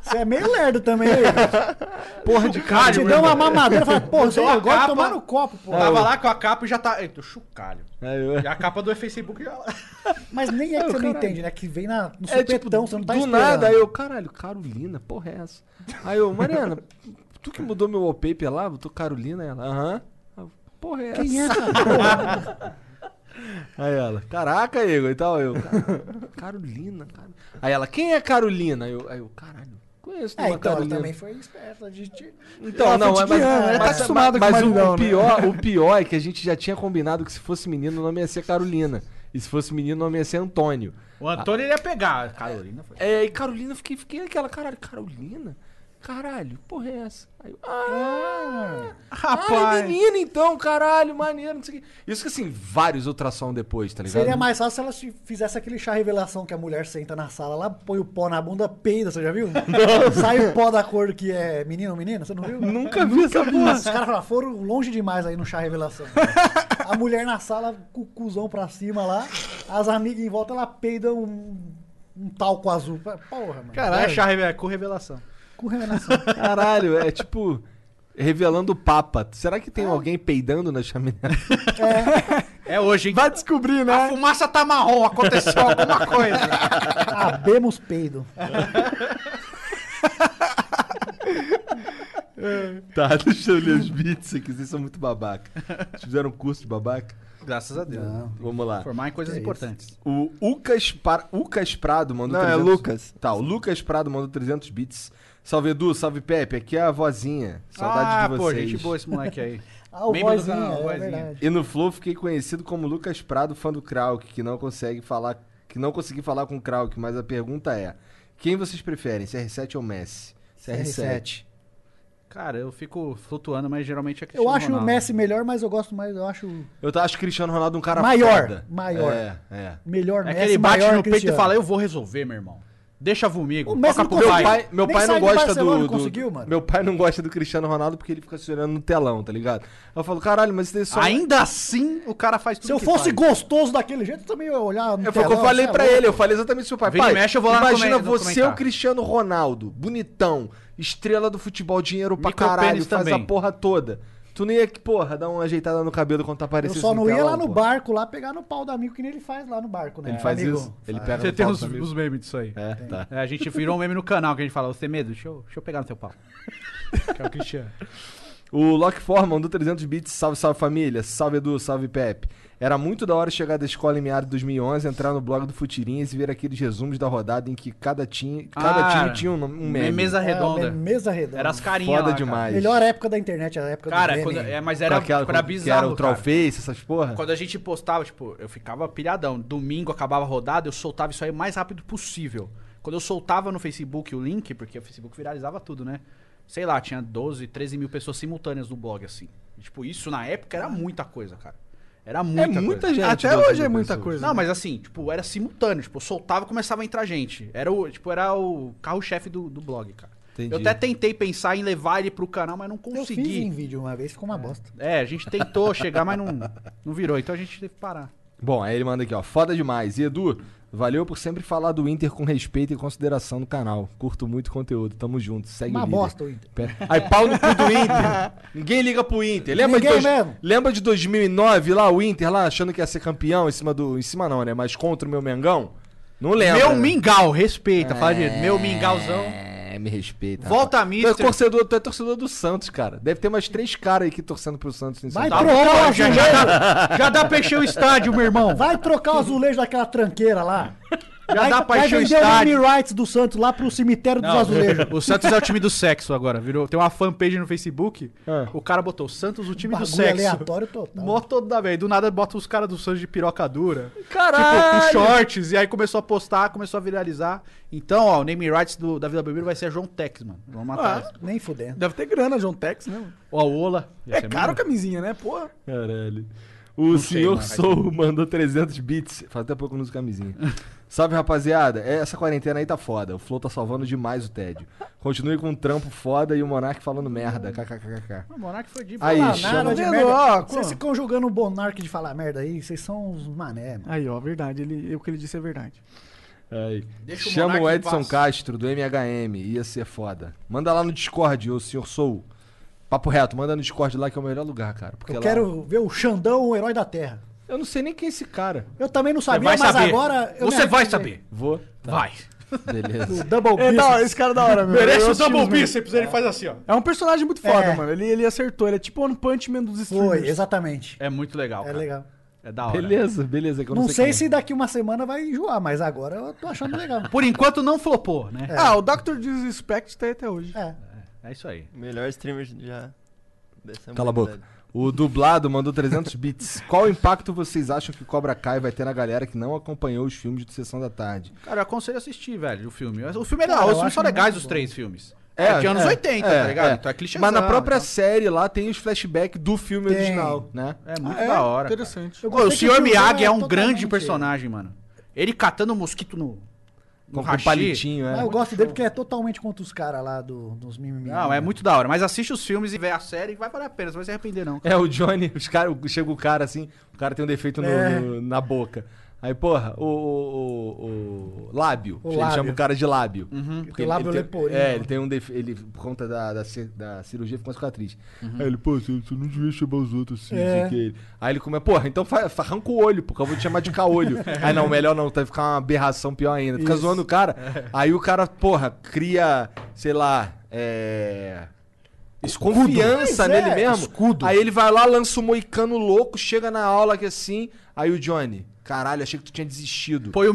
S3: Você é meio lerdo também, hein?
S1: Porra de cara,
S3: Te deu uma mamadeira e fala, pô, você
S4: Deu uma
S3: agora
S4: capa.
S3: tomar no copo, pô.
S4: Tava lá com a capa e já tá. Eita, chocalho.
S1: Aí eu-
S4: E a capa do Facebook já.
S3: Mas nem é que
S1: Eu,
S3: você não
S1: caralho.
S3: entende, né? Que vem na, no
S1: É,
S3: supetão,
S1: tipo,
S3: você não tá
S1: do
S3: esperando.
S1: nada, aí eu, caralho, Carolina, porra é essa? Aí eu, Mariana, tu que mudou meu wallpaper lá, botou Carolina, ela, aham. Aí eu, Porra é
S3: Quem é
S1: essa?
S3: essa porra?
S1: Aí ela, caraca, Igor, e tal, eu, "Car- Carolina, cara. Aí ela, quem é Carolina? Aí eu, aí eu caralho, conheço
S3: É,
S1: uma
S3: então, ela
S1: Carolina.
S3: também foi esperta. A gente...
S1: Então, não, é, mas,
S2: ela tá
S1: mas,
S2: acostumada com
S1: mas
S2: o maridão,
S1: o,
S2: né?
S1: pior, o pior é que a gente já tinha combinado que se fosse menino, o nome ia ser Carolina. E se fosse menino, o nome ia ser Antônio.
S4: O Antônio ele ia pegar. Carolina foi.
S1: É, e Carolina, eu fiquei, fiquei naquela, caralho, Carolina? Caralho, porra é essa? Aí eu, ah,
S4: rapaz.
S1: Ah, é menina então, caralho, maneiro, não sei o quê. Isso que assim, vários ultrassom depois, tá ligado?
S3: Seria mais fácil se ela se fizesse aquele chá revelação que a mulher senta na sala lá, põe o pó na bunda, peida, você já viu? Sai o pó da cor que é menino ou menina, você não viu?
S1: Nunca vi essa porra.
S3: Os caras falaram, foram longe demais aí no chá revelação. A mulher na sala, com o cuzão pra cima lá, as amigas em volta, ela peida um, um talco azul. Porra, mano.
S4: Caralho. É chá revela- com revelação.
S3: Com revelação.
S1: Caralho, é tipo, revelando o Papa. Será que tem alguém peidando na chaminé?
S4: É hoje, hein? Vai descobrir, né? A fumaça tá marrom, aconteceu alguma coisa.
S3: Abemos peido.
S1: tá, deixa eu ler os beats aqui, vocês são muito babaca. Vocês fizeram um curso de babaca?
S4: Graças a Deus.
S1: Vamos lá.
S4: Formar em coisas importantes.
S1: O Lucas, Par... Lucas Prado mandou
S10: Não, é Lucas.
S1: Tá, o Lucas Prado mandou 300 bits. Salve Edu, salve Pepe, aqui é a vozinha. Saudade
S4: ah,
S1: de
S4: pô,
S1: vocês.
S4: gente boa esse moleque aí.
S3: Ah, o
S4: Membro do
S3: vozinha,
S4: canal,
S3: é
S4: vozinha.
S3: verdade.
S1: E no Flow fiquei conhecido como Lucas Prado, fã do Krauk, que não consegue falar, que não consegui falar com o Krauk, mas a pergunta é: quem vocês preferem, CR7 ou Messi? CR7.
S4: Cara, eu fico flutuando, mas geralmente é
S3: Eu
S4: Cristiano
S3: acho o
S4: Ronaldo.
S3: Messi melhor, mas eu gosto mais, eu acho
S1: Eu tá- acho o Cristiano Ronaldo um cara
S3: Maior,
S1: foda.
S3: maior.
S1: É, é.
S3: melhor
S4: É
S3: Messi,
S4: que ele bate
S3: maior
S4: no peito e
S3: Cristiano.
S4: fala, eu vou resolver, meu irmão. Deixa vomigo.
S1: O Messi
S4: toca
S1: não
S4: pro
S1: meu
S4: pai.
S1: pai, meu pai não gosta do, do-
S4: conseguiu, mano.
S1: Meu pai não gosta do Cristiano Ronaldo porque ele fica se olhando no telão, tá ligado? Eu falo, caralho, mas isso daí só
S4: Ainda assim, o cara faz tudo
S3: Se eu
S4: que
S3: fosse
S4: faz.
S3: gostoso daquele jeito, eu também ia olhar.
S1: É, foi o que eu falei pra ele, eu falei exatamente isso, pai.
S4: Vira e
S1: Pai,
S4: mexe, eu vou lá
S1: imagina
S4: comer- vou
S1: você,
S4: comentar.
S1: o Cristiano Ronaldo, bonitão, estrela do futebol, dinheiro pra
S4: Micropênis
S1: caralho, faz
S4: também.
S1: a porra toda. Tu nem ia, que, porra, dar uma ajeitada no cabelo quando tá
S3: Eu
S1: aparecendo
S3: só não ia lá no barco lá pegar no pau do amigo que nem ele faz lá no barco, né?
S1: Ele faz
S3: Amigo.
S1: isso? Ele pega
S4: Você
S1: no
S4: tem
S1: pau
S4: uns,
S1: também.
S4: uns memes disso aí.
S1: É,
S4: Tem.
S1: tá.
S4: É, a gente virou um meme no canal que a gente fala, você tem medo? Deixa eu, deixa eu pegar no seu pau. Que é o Cristiano.
S1: O Lock Forman do 300 Bits, salve, salve família, salve Edu, salve Pepe. Era muito da hora chegar da escola em meados de 2011, entrar no blog do Futirinhas e ver aqueles resumos da rodada em que cada time, cada
S4: Ah,
S1: time tinha um, um meme.
S4: mesa redonda.
S3: É, mesa redonda.
S4: Era as carinhas
S1: Foda
S4: lá, cara.
S1: demais.
S3: Melhor época da internet, era a época
S4: Cara,
S3: do meme.
S4: quando- é, mas era,
S1: Com aquela-
S4: era
S1: com- que
S4: bizarro,
S1: era o
S4: cara.
S1: Trollface, essas porra.
S4: Quando a gente postava, tipo, eu ficava pilhadão. Domingo acabava a rodada, eu soltava isso aí o mais rápido possível. Quando eu soltava no Facebook o link, porque o Facebook viralizava tudo, né? Sei lá, tinha 12, 13 mil pessoas simultâneas no blog, assim. E, tipo, isso na época era muita coisa, cara. Era muita coisa.
S1: É muita gente,
S2: Até
S1: 12
S2: hoje é
S1: mil
S2: muita
S1: pessoas.
S2: coisa.
S4: Não, mas assim, tipo, era simultâneo. Tipo, eu soltava e começava a entrar gente. Era o, tipo, era o carro-chefe do, do blog, cara.
S1: Entendi.
S4: Eu até tentei pensar em levar ele pro canal, mas não
S3: Eu fiz em
S4: consegui.
S3: vídeo uma vez, ficou uma bosta.
S4: É, a gente tentou chegar, mas não, não virou. Então a gente teve que parar.
S1: Bom, aí ele manda aqui, ó. Foda demais. E Edu, valeu por sempre falar do Inter com respeito e consideração no canal. Curto muito o conteúdo. Tamo junto. Segue o
S3: Uma
S1: líder.
S3: bosta o Inter.
S1: Pera- Aí pau no cu do Inter. Ninguém liga pro Inter. Lembra,
S3: Ninguém
S1: de
S3: mesmo.
S1: Lembra de 2009 lá, o Inter lá achando que ia ser campeão em cima do... Em cima não, né? Mas contra o meu Mengão? Não lembro. Né?
S4: Meu mingau, respeita. Fala de meu mingauzão.
S1: É, me respeita.
S4: Volta,
S1: rapaz. Tu é,
S4: mister.
S1: torcedor, tu é torcedor do Santos, cara. Deve ter mais três caras aí que torcendo pro Santos. em
S3: Vai
S1: São Paulo.
S3: trocar o
S4: Tá Já,
S3: azulejo.
S4: já dá, já dá pra encher o estádio, meu irmão.
S3: Vai trocar o azulejo daquela tranqueira lá.
S4: Já
S3: vai,
S4: dá pra
S3: vai
S4: encher o
S3: vender
S4: estádio.
S3: o name rights do Santos lá pro cemitério dos
S4: Não,
S3: azulejos.
S4: O Santos é o time do sexo agora. Virou, tem uma fanpage no Facebook.
S1: Ah.
S4: O cara botou Santos, o time do
S3: Bagulho
S4: sexo.
S3: aleatório total.
S4: Mó toda vez. Do nada bota os caras do Santos de piroca dura.
S1: Caralho!
S4: Tipo, com shorts. E aí começou a postar, começou a viralizar. Então, ó, o name rights do, da Vila Belmiro vai ser João Tex, mano. Vamos matar. essa.
S3: Nem fudendo.
S2: Deve ter grana, John Tex, né? mano?
S4: Ó, o Ola.
S2: É caro a camisinha, né? Porra.
S1: Caralho. O
S4: sei,
S1: senhor
S4: mano. é-
S1: Soul mandou 300 bits. Faz até pouco que eu não uso camisinha. Salve, rapaziada. É, Essa quarentena aí tá foda. O Flow tá salvando demais o tédio. Continue com um trampo foda e o Monark falando merda. KKKK.
S4: O Monark foi de
S1: Aí,
S3: Falar
S1: chama...
S3: nada de
S2: Vendo,
S3: merda.
S2: ó,
S3: Vocês
S2: co-
S3: ficam julgando o Bonark de falar merda aí, vocês são uns mané, mano.
S2: Aí, ó, verdade. Ele, o que ele disse é verdade.
S1: Aí.
S4: Deixa o
S1: Chama o
S4: Monark em
S1: Edson
S4: paz.
S1: Castro, do MHM. Ia ser foda. Manda lá no Discord, ô senhor Soul. Papo reto, manda no Discord lá que é o melhor lugar, cara. Porque
S3: Eu
S1: lá-
S3: quero ver o Xandão, o herói da terra.
S1: Eu não sei nem quem é esse cara.
S3: Eu também não
S4: Você
S3: sabia,
S4: vai
S3: mas
S4: saber.
S3: agora. eu me
S4: Você vai
S3: arrependi.
S4: saber.
S1: Vou.
S4: Vai.
S1: Beleza.
S3: O Double
S2: É,
S3: Beast.
S2: da hora, esse cara é da hora, meu. Eu assisti os memes.
S4: Bíceps, ele faz assim, ó.
S2: É um personagem muito foda,
S3: É.
S2: mano. Ele, ele acertou. Ele é tipo One Punch Man dos streamers.
S3: Foi, exatamente.
S4: É muito legal,
S3: É
S4: cara.
S3: legal.
S4: É da hora.
S1: Beleza, beleza. que eu
S3: Não, sei,
S1: quem é.
S3: se daqui uma semana vai enjoar, mas agora eu tô achando legal.
S4: Por enquanto não flopou, né?
S2: Ah, o Dr. Disrespect tá aí até hoje.
S3: É.
S4: É isso aí.
S10: Melhor streamer já dessa
S1: Cala a boca.
S10: humanidade.
S1: O dublado mandou 300 bits. Qual impacto vocês acham que Cobra Kai vai ter na galera que não acompanhou os filmes de Sessão da Tarde?
S4: Cara, eu aconselho a assistir, velho, o filme. O filme é
S3: Cara,
S4: legal,
S3: eu
S4: os filmes
S3: acho
S4: são
S3: muito
S4: legais,
S3: bom.
S4: os três filmes. É, de anos 80, tá ligado? Então é clichê.
S1: Mas na própria série lá tem os flashbacks do filme
S3: Tem.
S1: original, né?
S4: É muito da hora. cara.
S2: Interessante.
S3: Eu
S4: Pô, o
S3: gostei que
S4: Sr.
S3: Jill
S4: Miyagi é
S3: era
S4: um grande
S3: totalmente-
S4: personagem, mano. Ele catando mosquito no.
S1: Com,
S4: no
S1: com
S4: hashi.
S1: palitinho,
S3: Ah,
S1: é.
S3: eu gosto dele porque é totalmente contra os caras lá do, dos mimimi.
S4: Não, é muito da hora. Mas assiste os filmes e vê a série e vai valer a pena, você não vai se arrepender, não.
S1: É, o Johnny, os cara, chega o cara assim, o cara tem um defeito no-
S3: É.
S1: no- na boca. Aí, porra, o, o, o- o lábio.
S3: O
S1: ele
S3: lábio.
S1: chama o cara de lábio. Porque
S3: O lábio
S1: tem,
S3: leporino. né?
S1: É, ele tem um defe... Ele, por conta da, da, ci- da cirurgia, ficou uma cicatriz. Aí ele, pô, você, você não devia chamar os outros assim,
S3: É.
S1: não sei o que. Ele- Aí ele começa, porra, então fa- fa- arranca o olho, porque eu vou te chamar de caolho. Aí não, melhor não, vai ficar uma aberração pior ainda. Fica zoando o cara. Aí o cara, porra, cria, sei lá, é. Confiança
S3: Mas
S1: nele
S3: é,
S1: mesmo.
S3: escudo.
S1: Aí ele vai lá, lança um moicano louco, chega na aula aqui assim. Aí o Johnny, caralho, achei que tu tinha desistido.
S4: Põe o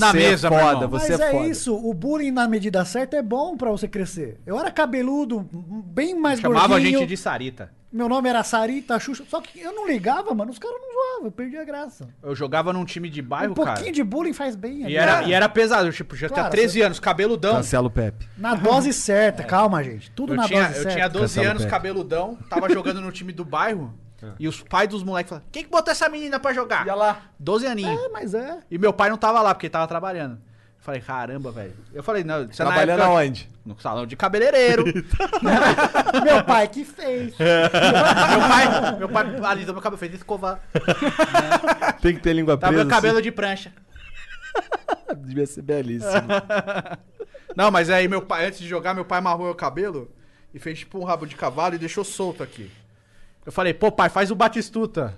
S1: Mas
S4: na
S1: você
S4: mesa,
S1: é
S4: meu
S1: foda,
S4: irmão.
S1: você-
S3: Mas
S1: é
S3: é
S1: foda.
S3: isso, o bullying na medida certa é bom pra você crescer. Eu era cabeludo, bem mais
S4: Chamava a
S3: É um gordinho.
S4: gente de Sarita.
S3: Meu nome era Sarita, Xuxa. Só que eu não ligava, mano. Os caras não zoavam, eu perdi a graça.
S4: Eu jogava num time de bairro,
S3: um pouquinho
S4: cara.
S3: de bullying faz bem.
S4: E
S3: é
S4: era,
S3: verdade.
S4: e era pesado, eu, tipo, já tinha
S3: Claro,
S4: 13 anos, cabeludão.
S1: Cancela o Pepe.
S3: Na dose certa, calma, gente. Tudo
S4: É. Eu
S3: na
S4: tinha,
S3: dose
S4: eu
S3: certa.
S4: tinha 12
S1: Cancela o
S4: anos,
S1: pé.
S4: cabeludão, tava jogando no time do bairro. E os pais dos moleques falaram: Quem que botou essa menina pra jogar?
S1: lá.
S4: 12 aninhos.
S3: É, mas é.
S4: E meu pai não tava lá, porque ele tava trabalhando. Falei, caramba, velho. Eu falei, não, isso é na
S11: Trabalhando
S4: época-
S11: aonde?
S4: No salão de cabeleireiro. Né?
S3: Meu pai que fez.
S4: meu pai, meu pai alisou meu cabelo, fez escovar.
S11: Tem que ter língua
S4: Tá
S11: presa.
S4: meu cabelo
S11: assim.
S4: de prancha.
S11: Devia ser belíssimo.
S4: Não, mas aí meu pai, antes de jogar, meu pai amarrou meu cabelo e fez tipo um rabo de cavalo e deixou solto aqui. Eu falei, pô, pai, faz o Batistuta.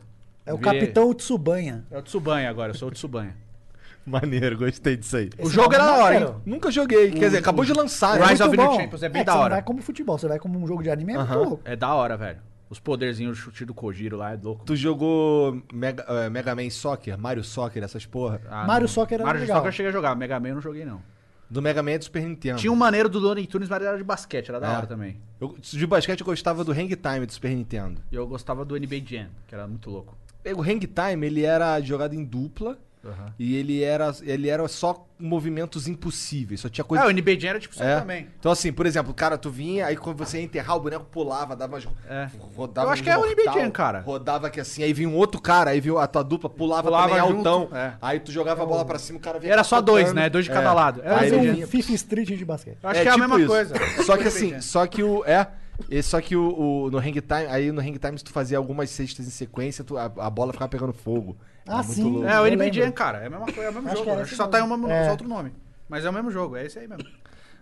S3: É o
S4: Virei.
S3: capitão Tsubanha.
S4: É o Tsubanha agora, eu sou o Tsubanha.
S11: Maneiro, gostei disso aí.
S4: O jogo era da hora, hein?
S1: é Nunca joguei.
S4: Quer dizer, acabou de lançar, né? Muito bom. é bem
S3: que
S4: da
S3: você não
S4: hora.
S3: vai como futebol, você vai como um jogo de anime, é muito
S4: Aham.
S3: louco.
S4: É da hora, velho. Os poderzinhos, o chute do Kojiro lá é louco.
S1: Tu jogou Mega, eh, Mega Man Soccer, Mario Soccer, essas porra?
S4: Ah,
S3: Mario Soccer era
S4: Mario
S3: legal.
S4: Soccer eu cheguei a jogar, Mega Man eu não joguei não.
S1: Do Mega Man é do Super Nintendo.
S4: Tinha um maneiro do Looney Tunes, mas era de basquete, era da
S1: É.
S4: hora também.
S1: Eu- de basquete eu gostava do Hang Time do Super Nintendo.
S4: E eu gostava do NBA Jam, que era muito louco.
S1: O Hang Time, ele era jogado em dupla.
S4: Aham.
S1: E ele era, ele era só movimentos impossíveis, só tinha coisa...
S4: É, o NBA Jam era tipo isso aí também.
S1: Então assim, por exemplo, cara, tu vinha, aí quando você ia enterrar, o boneco pulava, dava umas...
S4: É.
S1: Rodava
S4: Eu acho
S1: um
S4: que é o
S1: mortal,
S4: NBA Jam, cara.
S1: Rodava que assim, aí vinha um outro cara, aí viu a tua dupla, pulava,
S4: Pulava
S1: também
S4: junto,
S1: altão.
S4: é.
S1: Aí tu jogava a bola pra cima, o cara vinha...
S4: Era só dois,
S1: tocando.
S4: né? Dois de
S1: É.
S4: cada lado. Era
S1: Aí
S3: Fazer
S1: ele
S3: um
S1: vinha-
S3: FIFA Street de basquete.
S4: Eu acho que é a
S1: tipo
S4: mesma
S1: isso.
S4: coisa.
S1: Só que assim, só que o. É. e Só que o, o- no hang time, aí no hang time, se tu fazia algumas cestas em sequência, tu- a, a bola ficava pegando fogo.
S3: Ah,
S1: Era muito
S3: sim.
S1: louco.
S4: É, o
S3: Eu
S4: NBA
S3: lembro.
S4: Jam, cara. É a mesma coisa, é o mesmo
S3: Acho que
S4: jogo.
S3: era
S4: Acho que
S3: esse
S4: só
S3: mesmo.
S4: tá uma,
S3: É.
S4: só outro nome. Mas é o mesmo jogo, é esse aí mesmo.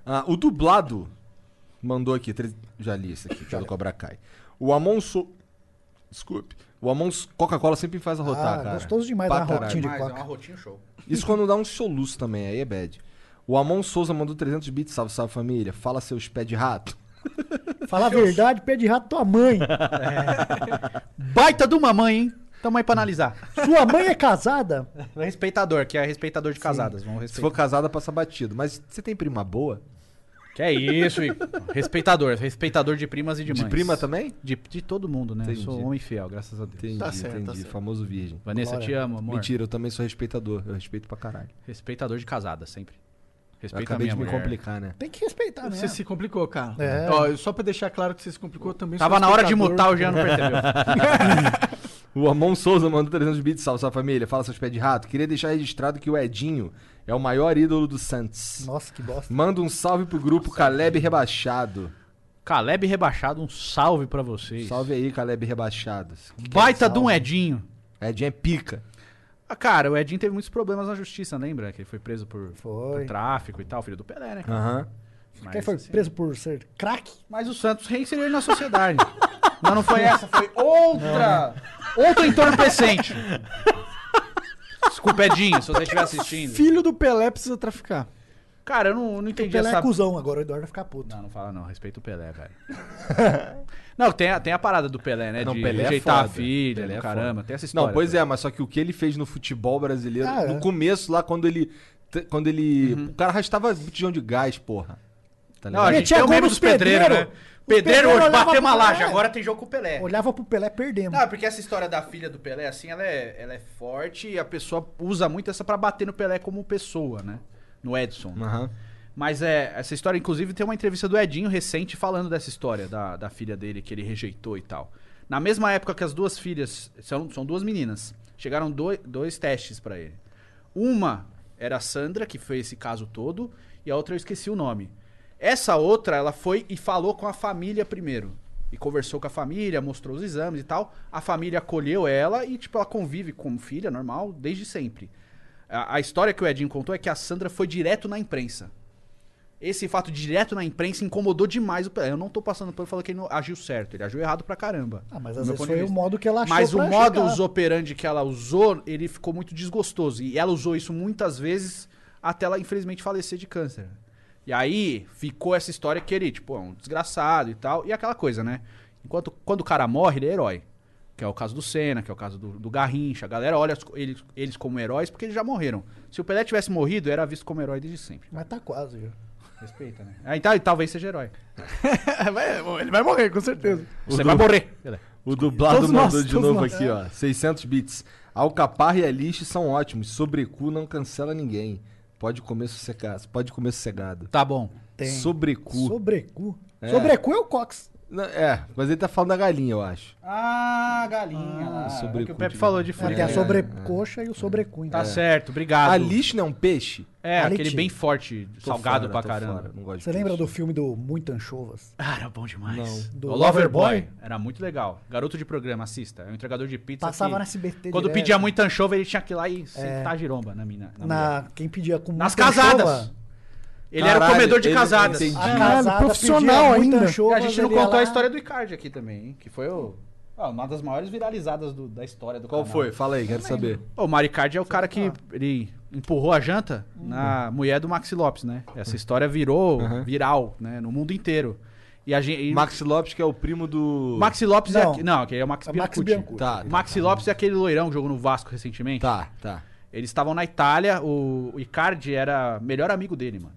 S1: Ah, o dublado mandou aqui, tre- já li isso aqui,
S3: É.
S1: pelo Cobra Kai. O Amon So. Desculpe. O Amon S- Coca-Cola sempre me faz arrotar,
S3: Ah,
S1: cara.
S3: gostoso demais
S1: Pra
S3: dar uma
S1: caralho.
S3: rotinha de
S4: Mas é
S3: coca.
S4: uma rotinha show.
S1: Isso quando dá um soluço também, aí é bad. O Amon Souza mandou 300 bits, salve, salve família. Fala seus pé de rato.
S3: Fala a verdade, pé de rato tua mãe.
S4: Baita de uma mãe, hein? Tamo aí pra analisar.
S3: Sua mãe é casada?
S4: Respeitador, que é respeitador de casadas. Vamos
S1: Se
S4: respeitar.
S1: for casada, passa batido. Mas você tem prima boa?
S4: Que é isso, Igor. Respeitador. Respeitador de primas e de mães.
S1: De prima também?
S4: De, de todo mundo, né? Eu sou
S1: Entendi.
S4: homem fiel, graças a Deus.
S1: Entendi,
S11: Tá certo, tá
S1: entendi.
S11: certo.
S1: Famoso virgem.
S4: Vanessa, eu te amo, amor.
S1: Mentira, eu também sou respeitador. Eu respeito pra caralho.
S4: Respeitador de casada, sempre.
S1: Eu
S4: Respeita a
S1: acabei
S4: minha
S1: de me
S11: é.
S4: mulher.
S1: complicar, né?
S3: Tem que respeitar, né?
S2: Você se complicou, cara.
S3: É.
S2: Ó, só pra deixar claro que você se complicou eu também. sou
S4: Tava na hora de
S2: espectador.
S4: mutar, o Jean não percebeu.
S1: O Amon Souza mandou 300 bits. Salve, sua família. Fala seus pés de rato. Queria deixar registrado que o Edinho é o maior ídolo do Santos.
S3: Nossa, que bosta.
S1: Manda um salve pro grupo Caleb Rebaixado.
S4: Caleb Rebaixado, um salve pra vocês.
S1: Salve aí, Caleb Rebaixado.
S4: Baita de um Edinho.
S1: Edinho é pica.
S4: Ah, cara, o Edinho teve muitos problemas na justiça, lembra? Que ele foi preso por,
S3: Foi.
S4: por tráfico e tal, filho do Pelé, né?
S1: Aham.
S4: Mas,
S3: Quem foi preso por ser craque?
S4: mas o Santos reinseriu ele na sociedade. Mas não foi essa, foi outra. Outro entorpecente. Desculpa, Edinho, se você estiver assistindo.
S2: Filho do Pelé precisa traficar.
S4: Cara, eu não, não entendi
S3: Pelé é
S4: essa
S3: cuzão, agora o Eduardo vai ficar puto.
S4: Não, não fala não. Respeita o Pelé, velho. não, tem a, tem a parada do Pelé, né?
S1: Não,
S4: de
S1: Pelé é
S4: rejeitar a
S1: foda.
S4: filha, né,
S1: Pelé é
S4: caramba.
S1: foda.
S4: Tem essa história.
S1: Não, pois é, mas só que o que ele fez no futebol brasileiro,
S3: Ah,
S1: no
S3: é.
S1: começo lá, quando ele. te- Quando ele.
S4: Uhum.
S1: O cara arrastava botijão de gás, porra. Tá
S4: Não, a
S1: ligado?
S4: gente
S3: Metia
S4: tem é o
S3: gol
S4: meme
S3: nos
S4: dos pedreiros,
S3: pedreiro.
S4: né?
S3: Os
S4: Pedreiro
S3: pedreiro
S4: hoje
S3: olhava
S4: bateu uma
S3: pro
S4: laje,
S3: Pelé.
S4: agora tem jogo com o Pelé.
S3: Olhava pro Pelé, perdemos.
S4: Não, porque essa história da filha do Pelé, assim, ela é, ela é forte e a pessoa usa muito essa pra bater no Pelé como pessoa, né? No Edson.
S1: Aham.
S4: Mas é, essa história, inclusive, tem uma entrevista do Edinho recente falando dessa história da, da filha dele que ele rejeitou e tal. Na mesma época que as duas filhas, são, são duas meninas, chegaram doi- dois testes pra ele. Uma era a Sandra, que foi esse caso todo, e a outra eu esqueci o nome. Essa outra, ela foi e falou com a família primeiro. E conversou com a família, mostrou os exames e tal. A família acolheu ela e, tipo, ela convive como filha normal desde sempre. A, a história que o Edinho contou é que a Sandra foi direto na imprensa. Esse fato direto na imprensa incomodou demais o Pelé. Eu não tô passando pano falando que ele não agiu certo. Ele agiu errado pra caramba.
S3: Ah, mas
S4: do
S3: às
S4: meu
S3: vezes
S4: ponto
S3: foi
S4: de
S3: o
S4: vista.
S3: modo que ela achou
S4: Mas o
S3: pra
S4: modo
S3: chegar.
S4: operandi que ela usou, ele ficou muito desgostoso. E ela usou isso muitas vezes até ela, infelizmente, falecer de câncer. E aí ficou essa história que ele, tipo, é um desgraçado e tal. E aquela coisa, né? Enquanto quando o cara morre, ele é herói. Que é o caso do Senna, que é o caso do, do Garrincha. A galera olha as co- eles, eles como heróis porque eles já morreram. Se o Pelé tivesse morrido, era visto como herói desde sempre.
S3: Mas tá quase, viu?
S4: Respeita, né? Ah, então, e talvez seja herói.
S2: Vai- ele vai morrer, com certeza.
S4: É. Você vai morrer.
S1: O dublado
S2: Todos
S1: mandou
S2: nós,
S1: de
S2: todos
S1: novo
S2: nós.
S1: aqui, ó. 600 bits. Alcaparra e Alice são ótimos. Sobrecu não cancela ninguém. Pode comer sossegado. Pode comer sossegado.
S4: Tá bom.
S3: Tem.
S1: Sobrecu.
S3: Sobrecu.
S1: É.
S3: Sobrecu é o Cox.
S1: Não, é, mas ele tá falando da galinha, eu acho.
S4: Ah, galinha. lá.
S1: sobrecu
S4: É o que o Pepe
S1: de
S4: falou de
S3: Tem a sobrecoxa e o sobrecunho.
S4: é. Tá
S3: É.
S4: certo, obrigado.
S1: A lixe não é um peixe?
S4: É,
S3: Ali
S4: aquele
S3: tinha.
S4: bem forte,
S1: Tô
S4: salgado
S1: fora,
S4: pra
S1: tô
S4: caramba.
S1: fora, não gosto de
S3: Você lembra do filme do Muito Anchovas?
S4: Ah, era bom demais.
S3: Do
S4: O
S3: Loverboy?
S4: Loverboy. Era muito legal. Garoto de programa, assista. É um entregador de pizza.
S3: Passava
S4: que-
S3: na SBT
S4: Quando
S3: direto.
S4: pedia muita anchova, ele tinha que ir lá e sentar a giromba na mina. na mulher.
S3: Na, quem pedia com
S4: Nas
S3: muita
S4: casadas.
S3: anchova-
S4: Ele era o comedor de casadas.
S3: A casada pedia muita anchova,
S4: E a gente não
S3: ele ia
S4: contou
S3: lá-
S4: a história do Icardi aqui também, hein? que foi o- ah, uma das maiores viralizadas do- da história do
S3: Ah,
S1: Qual
S4: canal.
S1: foi? Fala aí, quero saber.
S4: O Mario Cardi é o cara que ele empurrou a janta na mulher do Maxi Lopes, né? Essa história virou viral, né? No mundo inteiro. E a gente, e-
S1: Maxi Lopes, que é o primo do.
S4: Maxi Lopes é
S1: Não.
S4: aquele. Não, aquele é o Max
S1: É Max
S4: Biancucci.
S1: Biancucci. Tá,
S4: O Maxi Lopes é aquele loirão que jogou no Vasco recentemente.
S1: Tá, tá.
S4: Eles estavam na Itália, o o Icardi era melhor amigo dele, mano.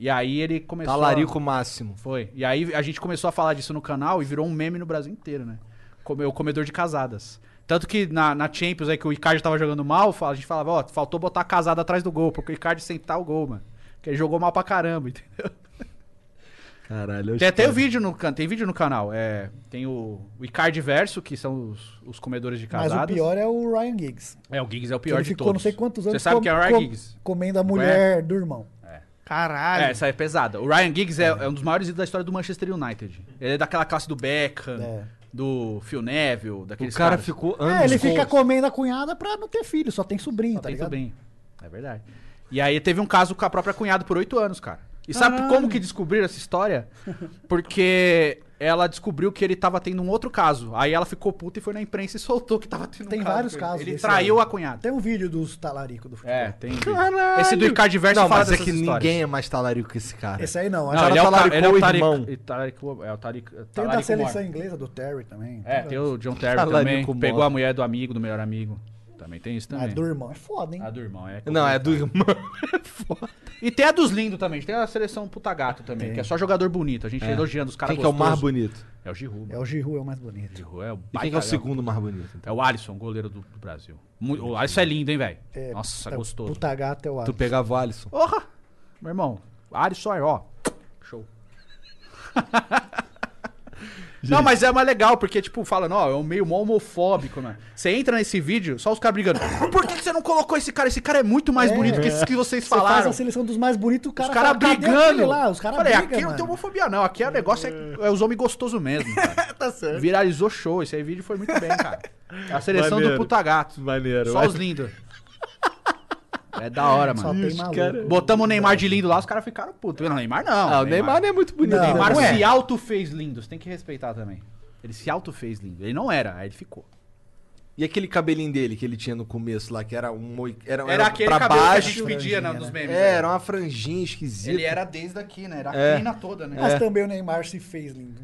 S4: E aí ele começou.
S1: Talarico
S4: a...
S1: Tá máximo.
S4: Foi. E aí a gente começou a falar disso no canal e virou um meme no Brasil inteiro, né? Como o comedor de casadas. Tanto que na, na Champions aí que o Icardi tava jogando mal, fala- a gente falava, ó, faltou botar a casada atrás do gol, porque o Icardi sentar o gol, mano. Porque ele jogou mal pra caramba, entendeu?
S1: Caralho, eu
S4: Tem até
S1: esqueço.
S4: o vídeo no, can- tem vídeo no canal. É, tem o, o Icardi Verso, que são os, os comedores de
S3: Mas
S4: casadas.
S3: o pior é o Ryan Giggs.
S4: É, o Giggs é o
S3: Que
S4: pior
S3: ele
S4: de
S3: ficou
S4: todos.
S3: não sei quantos
S4: Você
S3: anos
S4: sabe
S3: com-
S4: quem é o Ryan
S3: com-
S4: Giggs? é?
S3: comendo a mulher do irmão.
S4: Caralho. É, essa é pesada. O Ryan Giggs é, é um dos maiores ídolos da história do Manchester United. Ele é daquela classe do Beckham, do Phil Neville, daqueles
S1: cara
S4: caras.
S1: ficou
S3: É, ele fica comendo a cunhada pra não ter filho, só tem sobrinho, tá
S4: Tem
S3: ligado?
S4: bem. É verdade. E aí teve um caso com a própria cunhada por oito anos, cara. E sabe
S1: Ah.
S3: Caralho.
S4: como que descobriram essa história? Porque ela descobriu que ele tava tendo um outro caso. Aí ela ficou puta e foi na imprensa e soltou que tava tendo
S3: Tem
S4: um caso.
S3: vários
S4: com
S3: casos.
S4: Ele, ele
S3: desse
S4: traiu
S3: aí.
S4: a cunhada.
S3: Tem um vídeo dos talarico do futebol.
S4: É, tem.
S3: Caralho.
S4: Esse do Icardi Verso
S1: Não,
S4: fala
S1: mas é
S4: dessas
S1: que
S4: histórias.
S1: ninguém é mais talarico que esse cara.
S3: Esse aí não,
S1: O
S4: Não,
S1: cara
S4: ele é o
S1: talaricou
S4: ta- ele é o
S1: o irmão.
S4: tarico- e tarico- é o tarico-
S3: Tem o da
S4: talarico
S3: seleção
S4: morto.
S3: inglesa, do Terry também.
S4: É,
S3: vários.
S4: tem o John Terry
S1: Talarico
S4: também.
S1: morto.
S4: Pegou a mulher do amigo, do melhor amigo. Também tem isso
S3: Ah,
S4: também.
S3: do irmão é foda, hein?
S4: A do irmão, é.
S1: Não, é do irmão.
S4: E tem a dos lindos também. Tem a seleção puta gato também, que é só jogador bonito. A gente
S1: É.
S4: elogiando os caras
S1: Quem que é o
S4: gostosos.
S1: mais bonito?
S4: É o Giroud. mano.
S3: É o Giroud, é o mais bonito.
S4: Giroud é o
S1: E quem que é o segundo mais bonito?
S4: É o Alisson, goleiro do, do Brasil. Mu- o Alisson é lindo, hein, velho? Nossa,
S3: tá-
S4: gostoso.
S3: Puta gata é o
S1: Tu
S3: Alisson.
S1: pegava o Alisson.
S4: Porra! Meu irmão, Alisson é, ó. Show. Não, mas é mais legal, porque, tipo, falando, ó, é um meio mó homofóbico, né? Você entra nesse vídeo, só os caras brigando. Por que, que você não colocou esse cara? Esse cara é muito mais
S3: É.
S4: bonito que esses que vocês
S3: Você faz
S4: falaram.
S3: a seleção dos mais bonitos, o cara
S4: os caras
S3: fala, "Cadê
S4: brigando.
S3: aquele lá?" Os caras
S4: Falei,
S3: brigam,
S4: aqui não
S3: mano.
S4: tem homofobia, não. Aqui é o negócio, é, é os homens gostosos mesmo. cara.
S3: Tá certo.
S4: Viralizou show. Esse aí vídeo foi muito bem, cara. É A seleção
S1: Maneiro.
S4: do puta gato.
S1: Maneiro.
S4: Só os lindos. É da hora,
S3: Só
S4: mano.
S3: tem maluco.
S4: Botamos o Neymar de lindo lá, os caras ficaram putos. Não, Neymar não.
S1: Ah, o Neymar não é muito bonito.
S4: O Neymar
S1: não é.
S4: se auto-fez lindo. Você tem que respeitar também. Ele se auto-fez lindo. Ele não era, aí ele ficou.
S1: E aquele cabelinho dele que ele tinha no começo lá, que era um moi... era,
S4: Era aquele
S1: pra
S4: cabelo que a
S1: baixo.
S4: gente pedia na- nos memes,
S1: É,
S4: né?
S1: era uma franjinha esquisita.
S4: Ele era desde aqui, né? Era a
S1: É.
S4: crina toda, né?
S3: Mas também o Neymar se fez lindo.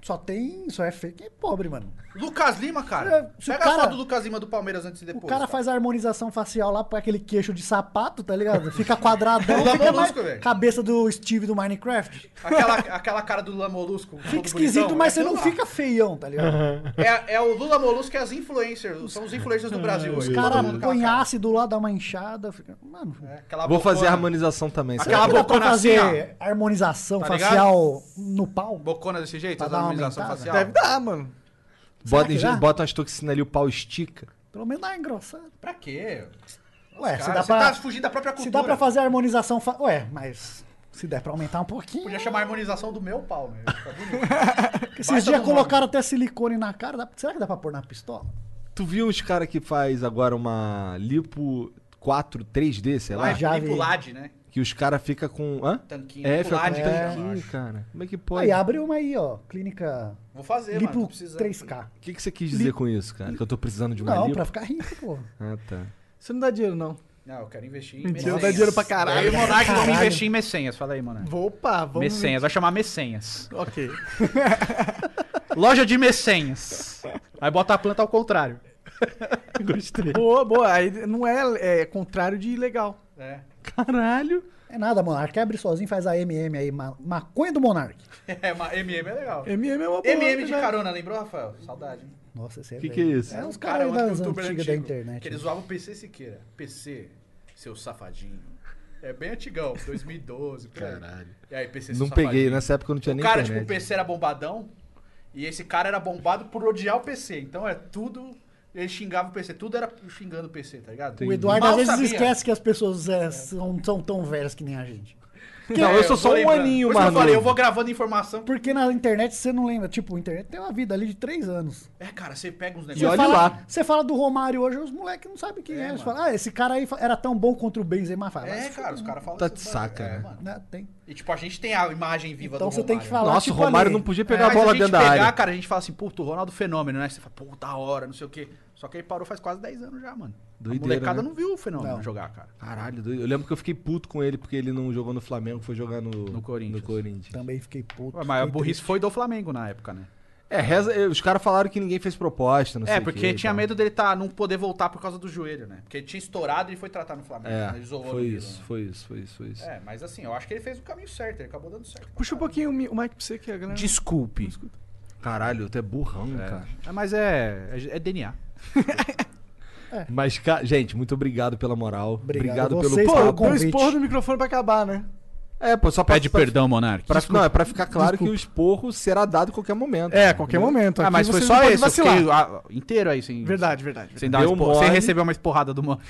S3: Só tem, só é feio quem é pobre, mano.
S4: Lucas Lima, cara.
S3: Se o
S4: Pega a
S3: cara-
S4: foto do Lucas Lima do Palmeiras antes e depois. tá.
S3: O cara faz a harmonização facial lá, põe aquele queixo de sapato, tá ligado? Fica quadradão,
S4: Lula
S3: fica mais
S4: Molusco, velho.
S3: cabeça do Steve do Minecraft.
S4: Aquela, aquela cara do Lula Molusco. todo
S3: Fica esquisito,
S4: bonitão,
S3: mas
S4: é
S3: você não
S4: aquilo lá.
S3: fica feião, tá ligado?
S4: É, é o Lula Molusco e as influencers. São os influencers do Brasil
S3: Os
S4: hoje. Todo mundo
S3: caras
S4: com aquela
S3: põem
S4: cara. É.
S3: ácido lá, dá uma inchada. Fica... Mano,
S4: Aquela
S1: Vou fazer a
S4: bocona.
S1: harmonização também.
S4: Aquela
S1: será?
S4: bocona assim,
S3: fazer
S4: ó.
S3: harmonização
S4: Tá ligado?
S3: facial no pau.
S4: Bocona desse jeito?
S3: Pra
S4: Essa
S3: dar uma
S4: harmonização
S3: aumentada?
S4: facial?
S3: Deve
S4: dar.
S3: mano.
S1: Bota,
S3: Será que dá?
S1: bota umas toxinas ali, o pau estica.
S3: Pelo menos dá uma engrossada.
S4: Pra quê?
S3: Ué,
S4: Cara,
S3: se dá
S4: você
S3: pra.
S4: tá fugindo da própria
S3: Se
S4: cultura.
S3: dá pra fazer a harmonização. Fa... Ué, mas. Se der pra aumentar um pouquinho.
S4: Podia chamar a harmonização do meu pau, né? Fica bonito.
S3: Porque
S4: Baixa
S3: Esses dias
S4: do
S3: colocaram até silicone na cara. dá- Será que dá pra pôr na pistola?
S1: Tu viu os caras que faz agora uma lipo 4, 3D, sei lá?
S4: Lá,
S3: já vi.
S4: Lipulade, né?
S1: Que os caras ficam com. Hã?
S4: Tanquinho.
S1: É, fica com
S4: Lipulade, né, eu
S1: tanquinho,
S4: acho.
S1: cara. Como é que
S3: Aí
S1: pode?
S3: abre uma aí, ó. Clínica.
S4: Vou fazer,
S3: Lipo
S4: mano. tô precisando.
S3: 3K.
S1: O que, que você quis dizer com isso, cara? Que eu tô precisando de uma
S3: Não,
S1: lipo?
S3: pra ficar rico, pô.
S1: Ah, tá.
S2: Você não dá dinheiro, não.
S4: Não, eu quero investir em
S2: Mentira,
S4: mecenhas.
S2: dá dinheiro pra caralho.
S4: Eu e o Monark vamos
S2: Caralho.
S4: investir em mecenhas. Fala aí, Monark.
S2: Vou, opa, vamos...
S4: Mecenhas, vai chamar mecenhas.
S2: Ok.
S4: Loja de mecenhas. Aí bota a planta ao contrário.
S1: Gostei.
S2: Boa, boa. Aí não é, é contrário de legal.
S4: É.
S1: Caralho.
S3: É nada, Monark. Abre sozinho, faz a MM aí. ma- Maconha do Monark.
S4: É, mas MM é legal.
S2: MM é uma boa.
S4: MM de
S2: né?
S4: carona, lembrou, Rafael? Saudade. hein?
S3: Nossa, esse é
S1: Que
S3: velho.
S1: que é isso?
S3: É uns
S4: Um
S3: caras
S4: um
S3: das
S4: youtuber
S3: antigas da né?
S4: antigo,
S3: internet.
S4: Que ele zoava o PC Siqueira. PC, seu safadinho. É bem antigão, 2012, por aí.
S1: Caralho.
S4: E aí, PC
S1: Não
S4: safadinho.
S1: peguei, nessa época eu não tinha
S4: o
S1: nem
S4: cara,
S1: internet. né?
S4: tipo, o PC era bombadão. E esse cara era bombado por odiar o PC. Então é tudo. Ele xingava o PC. Tudo era xingando o PC, tá ligado?
S3: O Eduardo
S4: Mal
S3: às vezes
S4: sabia.
S3: esquece que as pessoas é, são, são tão velhas que nem a gente.
S4: Não, eu sou só um aninho,
S3: mano.
S4: mano. Eu falei, eu vou gravando informação.
S3: Porque na internet você não lembra. Tipo, a internet tem uma vida ali de três anos.
S4: É, cara, você pega uns
S3: Você
S4: negócios.
S3: fala- Você fala do Romário hoje, os moleques não sabem quem é. Eles falam, ah, esse cara aí fa- era tão bom contra o Benzema. Fala, "Ah,
S4: É,
S3: "Mas
S4: cara, os caras falam
S1: Tá
S4: isso,
S1: de
S4: mano.
S1: saca,
S4: É,
S1: né?
S4: mano.
S3: Né, tem.
S4: E tipo, a gente tem a imagem viva
S3: Então
S4: do
S3: você
S4: Romário. É,
S3: tem que falar,
S1: Nossa, o tipo, Romário ali. não podia pegar a
S4: mas
S1: bola
S4: gente
S1: dentro da
S4: pegar,
S1: área.
S4: cara, a gente fala assim, puta, o Ronaldo fenômeno, né? Você fala, pô, da hora, não sei o quê. Só que ele parou faz quase 10 anos já, mano.
S1: Doideira,
S4: a molecada
S1: né?
S4: não viu o fenômeno
S1: Não.
S4: jogar, cara.
S1: Caralho, doido. eu lembro que eu fiquei puto com ele porque ele não jogou no Flamengo, foi jogar no, no
S4: Corinthians.
S3: Também fiquei puto.
S4: Ué, mas a burrice foi do Flamengo na época, né?
S1: É, reza- eh, os caras falaram que ninguém fez proposta, não sei
S4: é,
S1: o
S4: porque
S1: quê e
S4: tinha
S1: tal.
S4: medo dele tá, não poder voltar por causa do joelho, né? Porque ele tinha estourado e ele foi tratar no Flamengo.
S1: É,
S4: né? Isolou
S1: foi
S4: no Milan,
S1: isso, foi isso, foi isso, foi isso.
S4: né? É, mas assim, eu acho que ele fez o caminho certo, ele acabou dando certo.
S2: Puxa um pouquinho o mi- o mic pra você que a galera.
S1: Desculpe. Caralho, tu é burrão, cara.
S4: É, mas é, é, é DNA.
S1: Mas, ca- gente, muito obrigado pela moral. É. Obrigado,
S2: Vocês
S1: pelo
S2: pô,
S1: papo.
S2: dois porros do microfone pra acabar, né?
S1: É, pô, só pra-
S4: Pede
S1: pra-
S4: perdão, Monark.
S1: pra-
S4: Desculpa.
S1: não, é pra ficar claro que o esporro será dado a qualquer momento.
S2: É, a qualquer momento.
S4: ah,
S2: Aqui
S4: mas foi
S2: vocês
S4: só
S2: não podem
S4: esse, eu
S2: vacilar.
S4: fiquei ah, inteiro aí, sem,
S2: Verdade, É. verdade.
S4: sem,
S2: verdade.
S4: dar uma
S2: Deu
S4: espor- sem
S2: mole.
S4: receber uma esporrada do mano.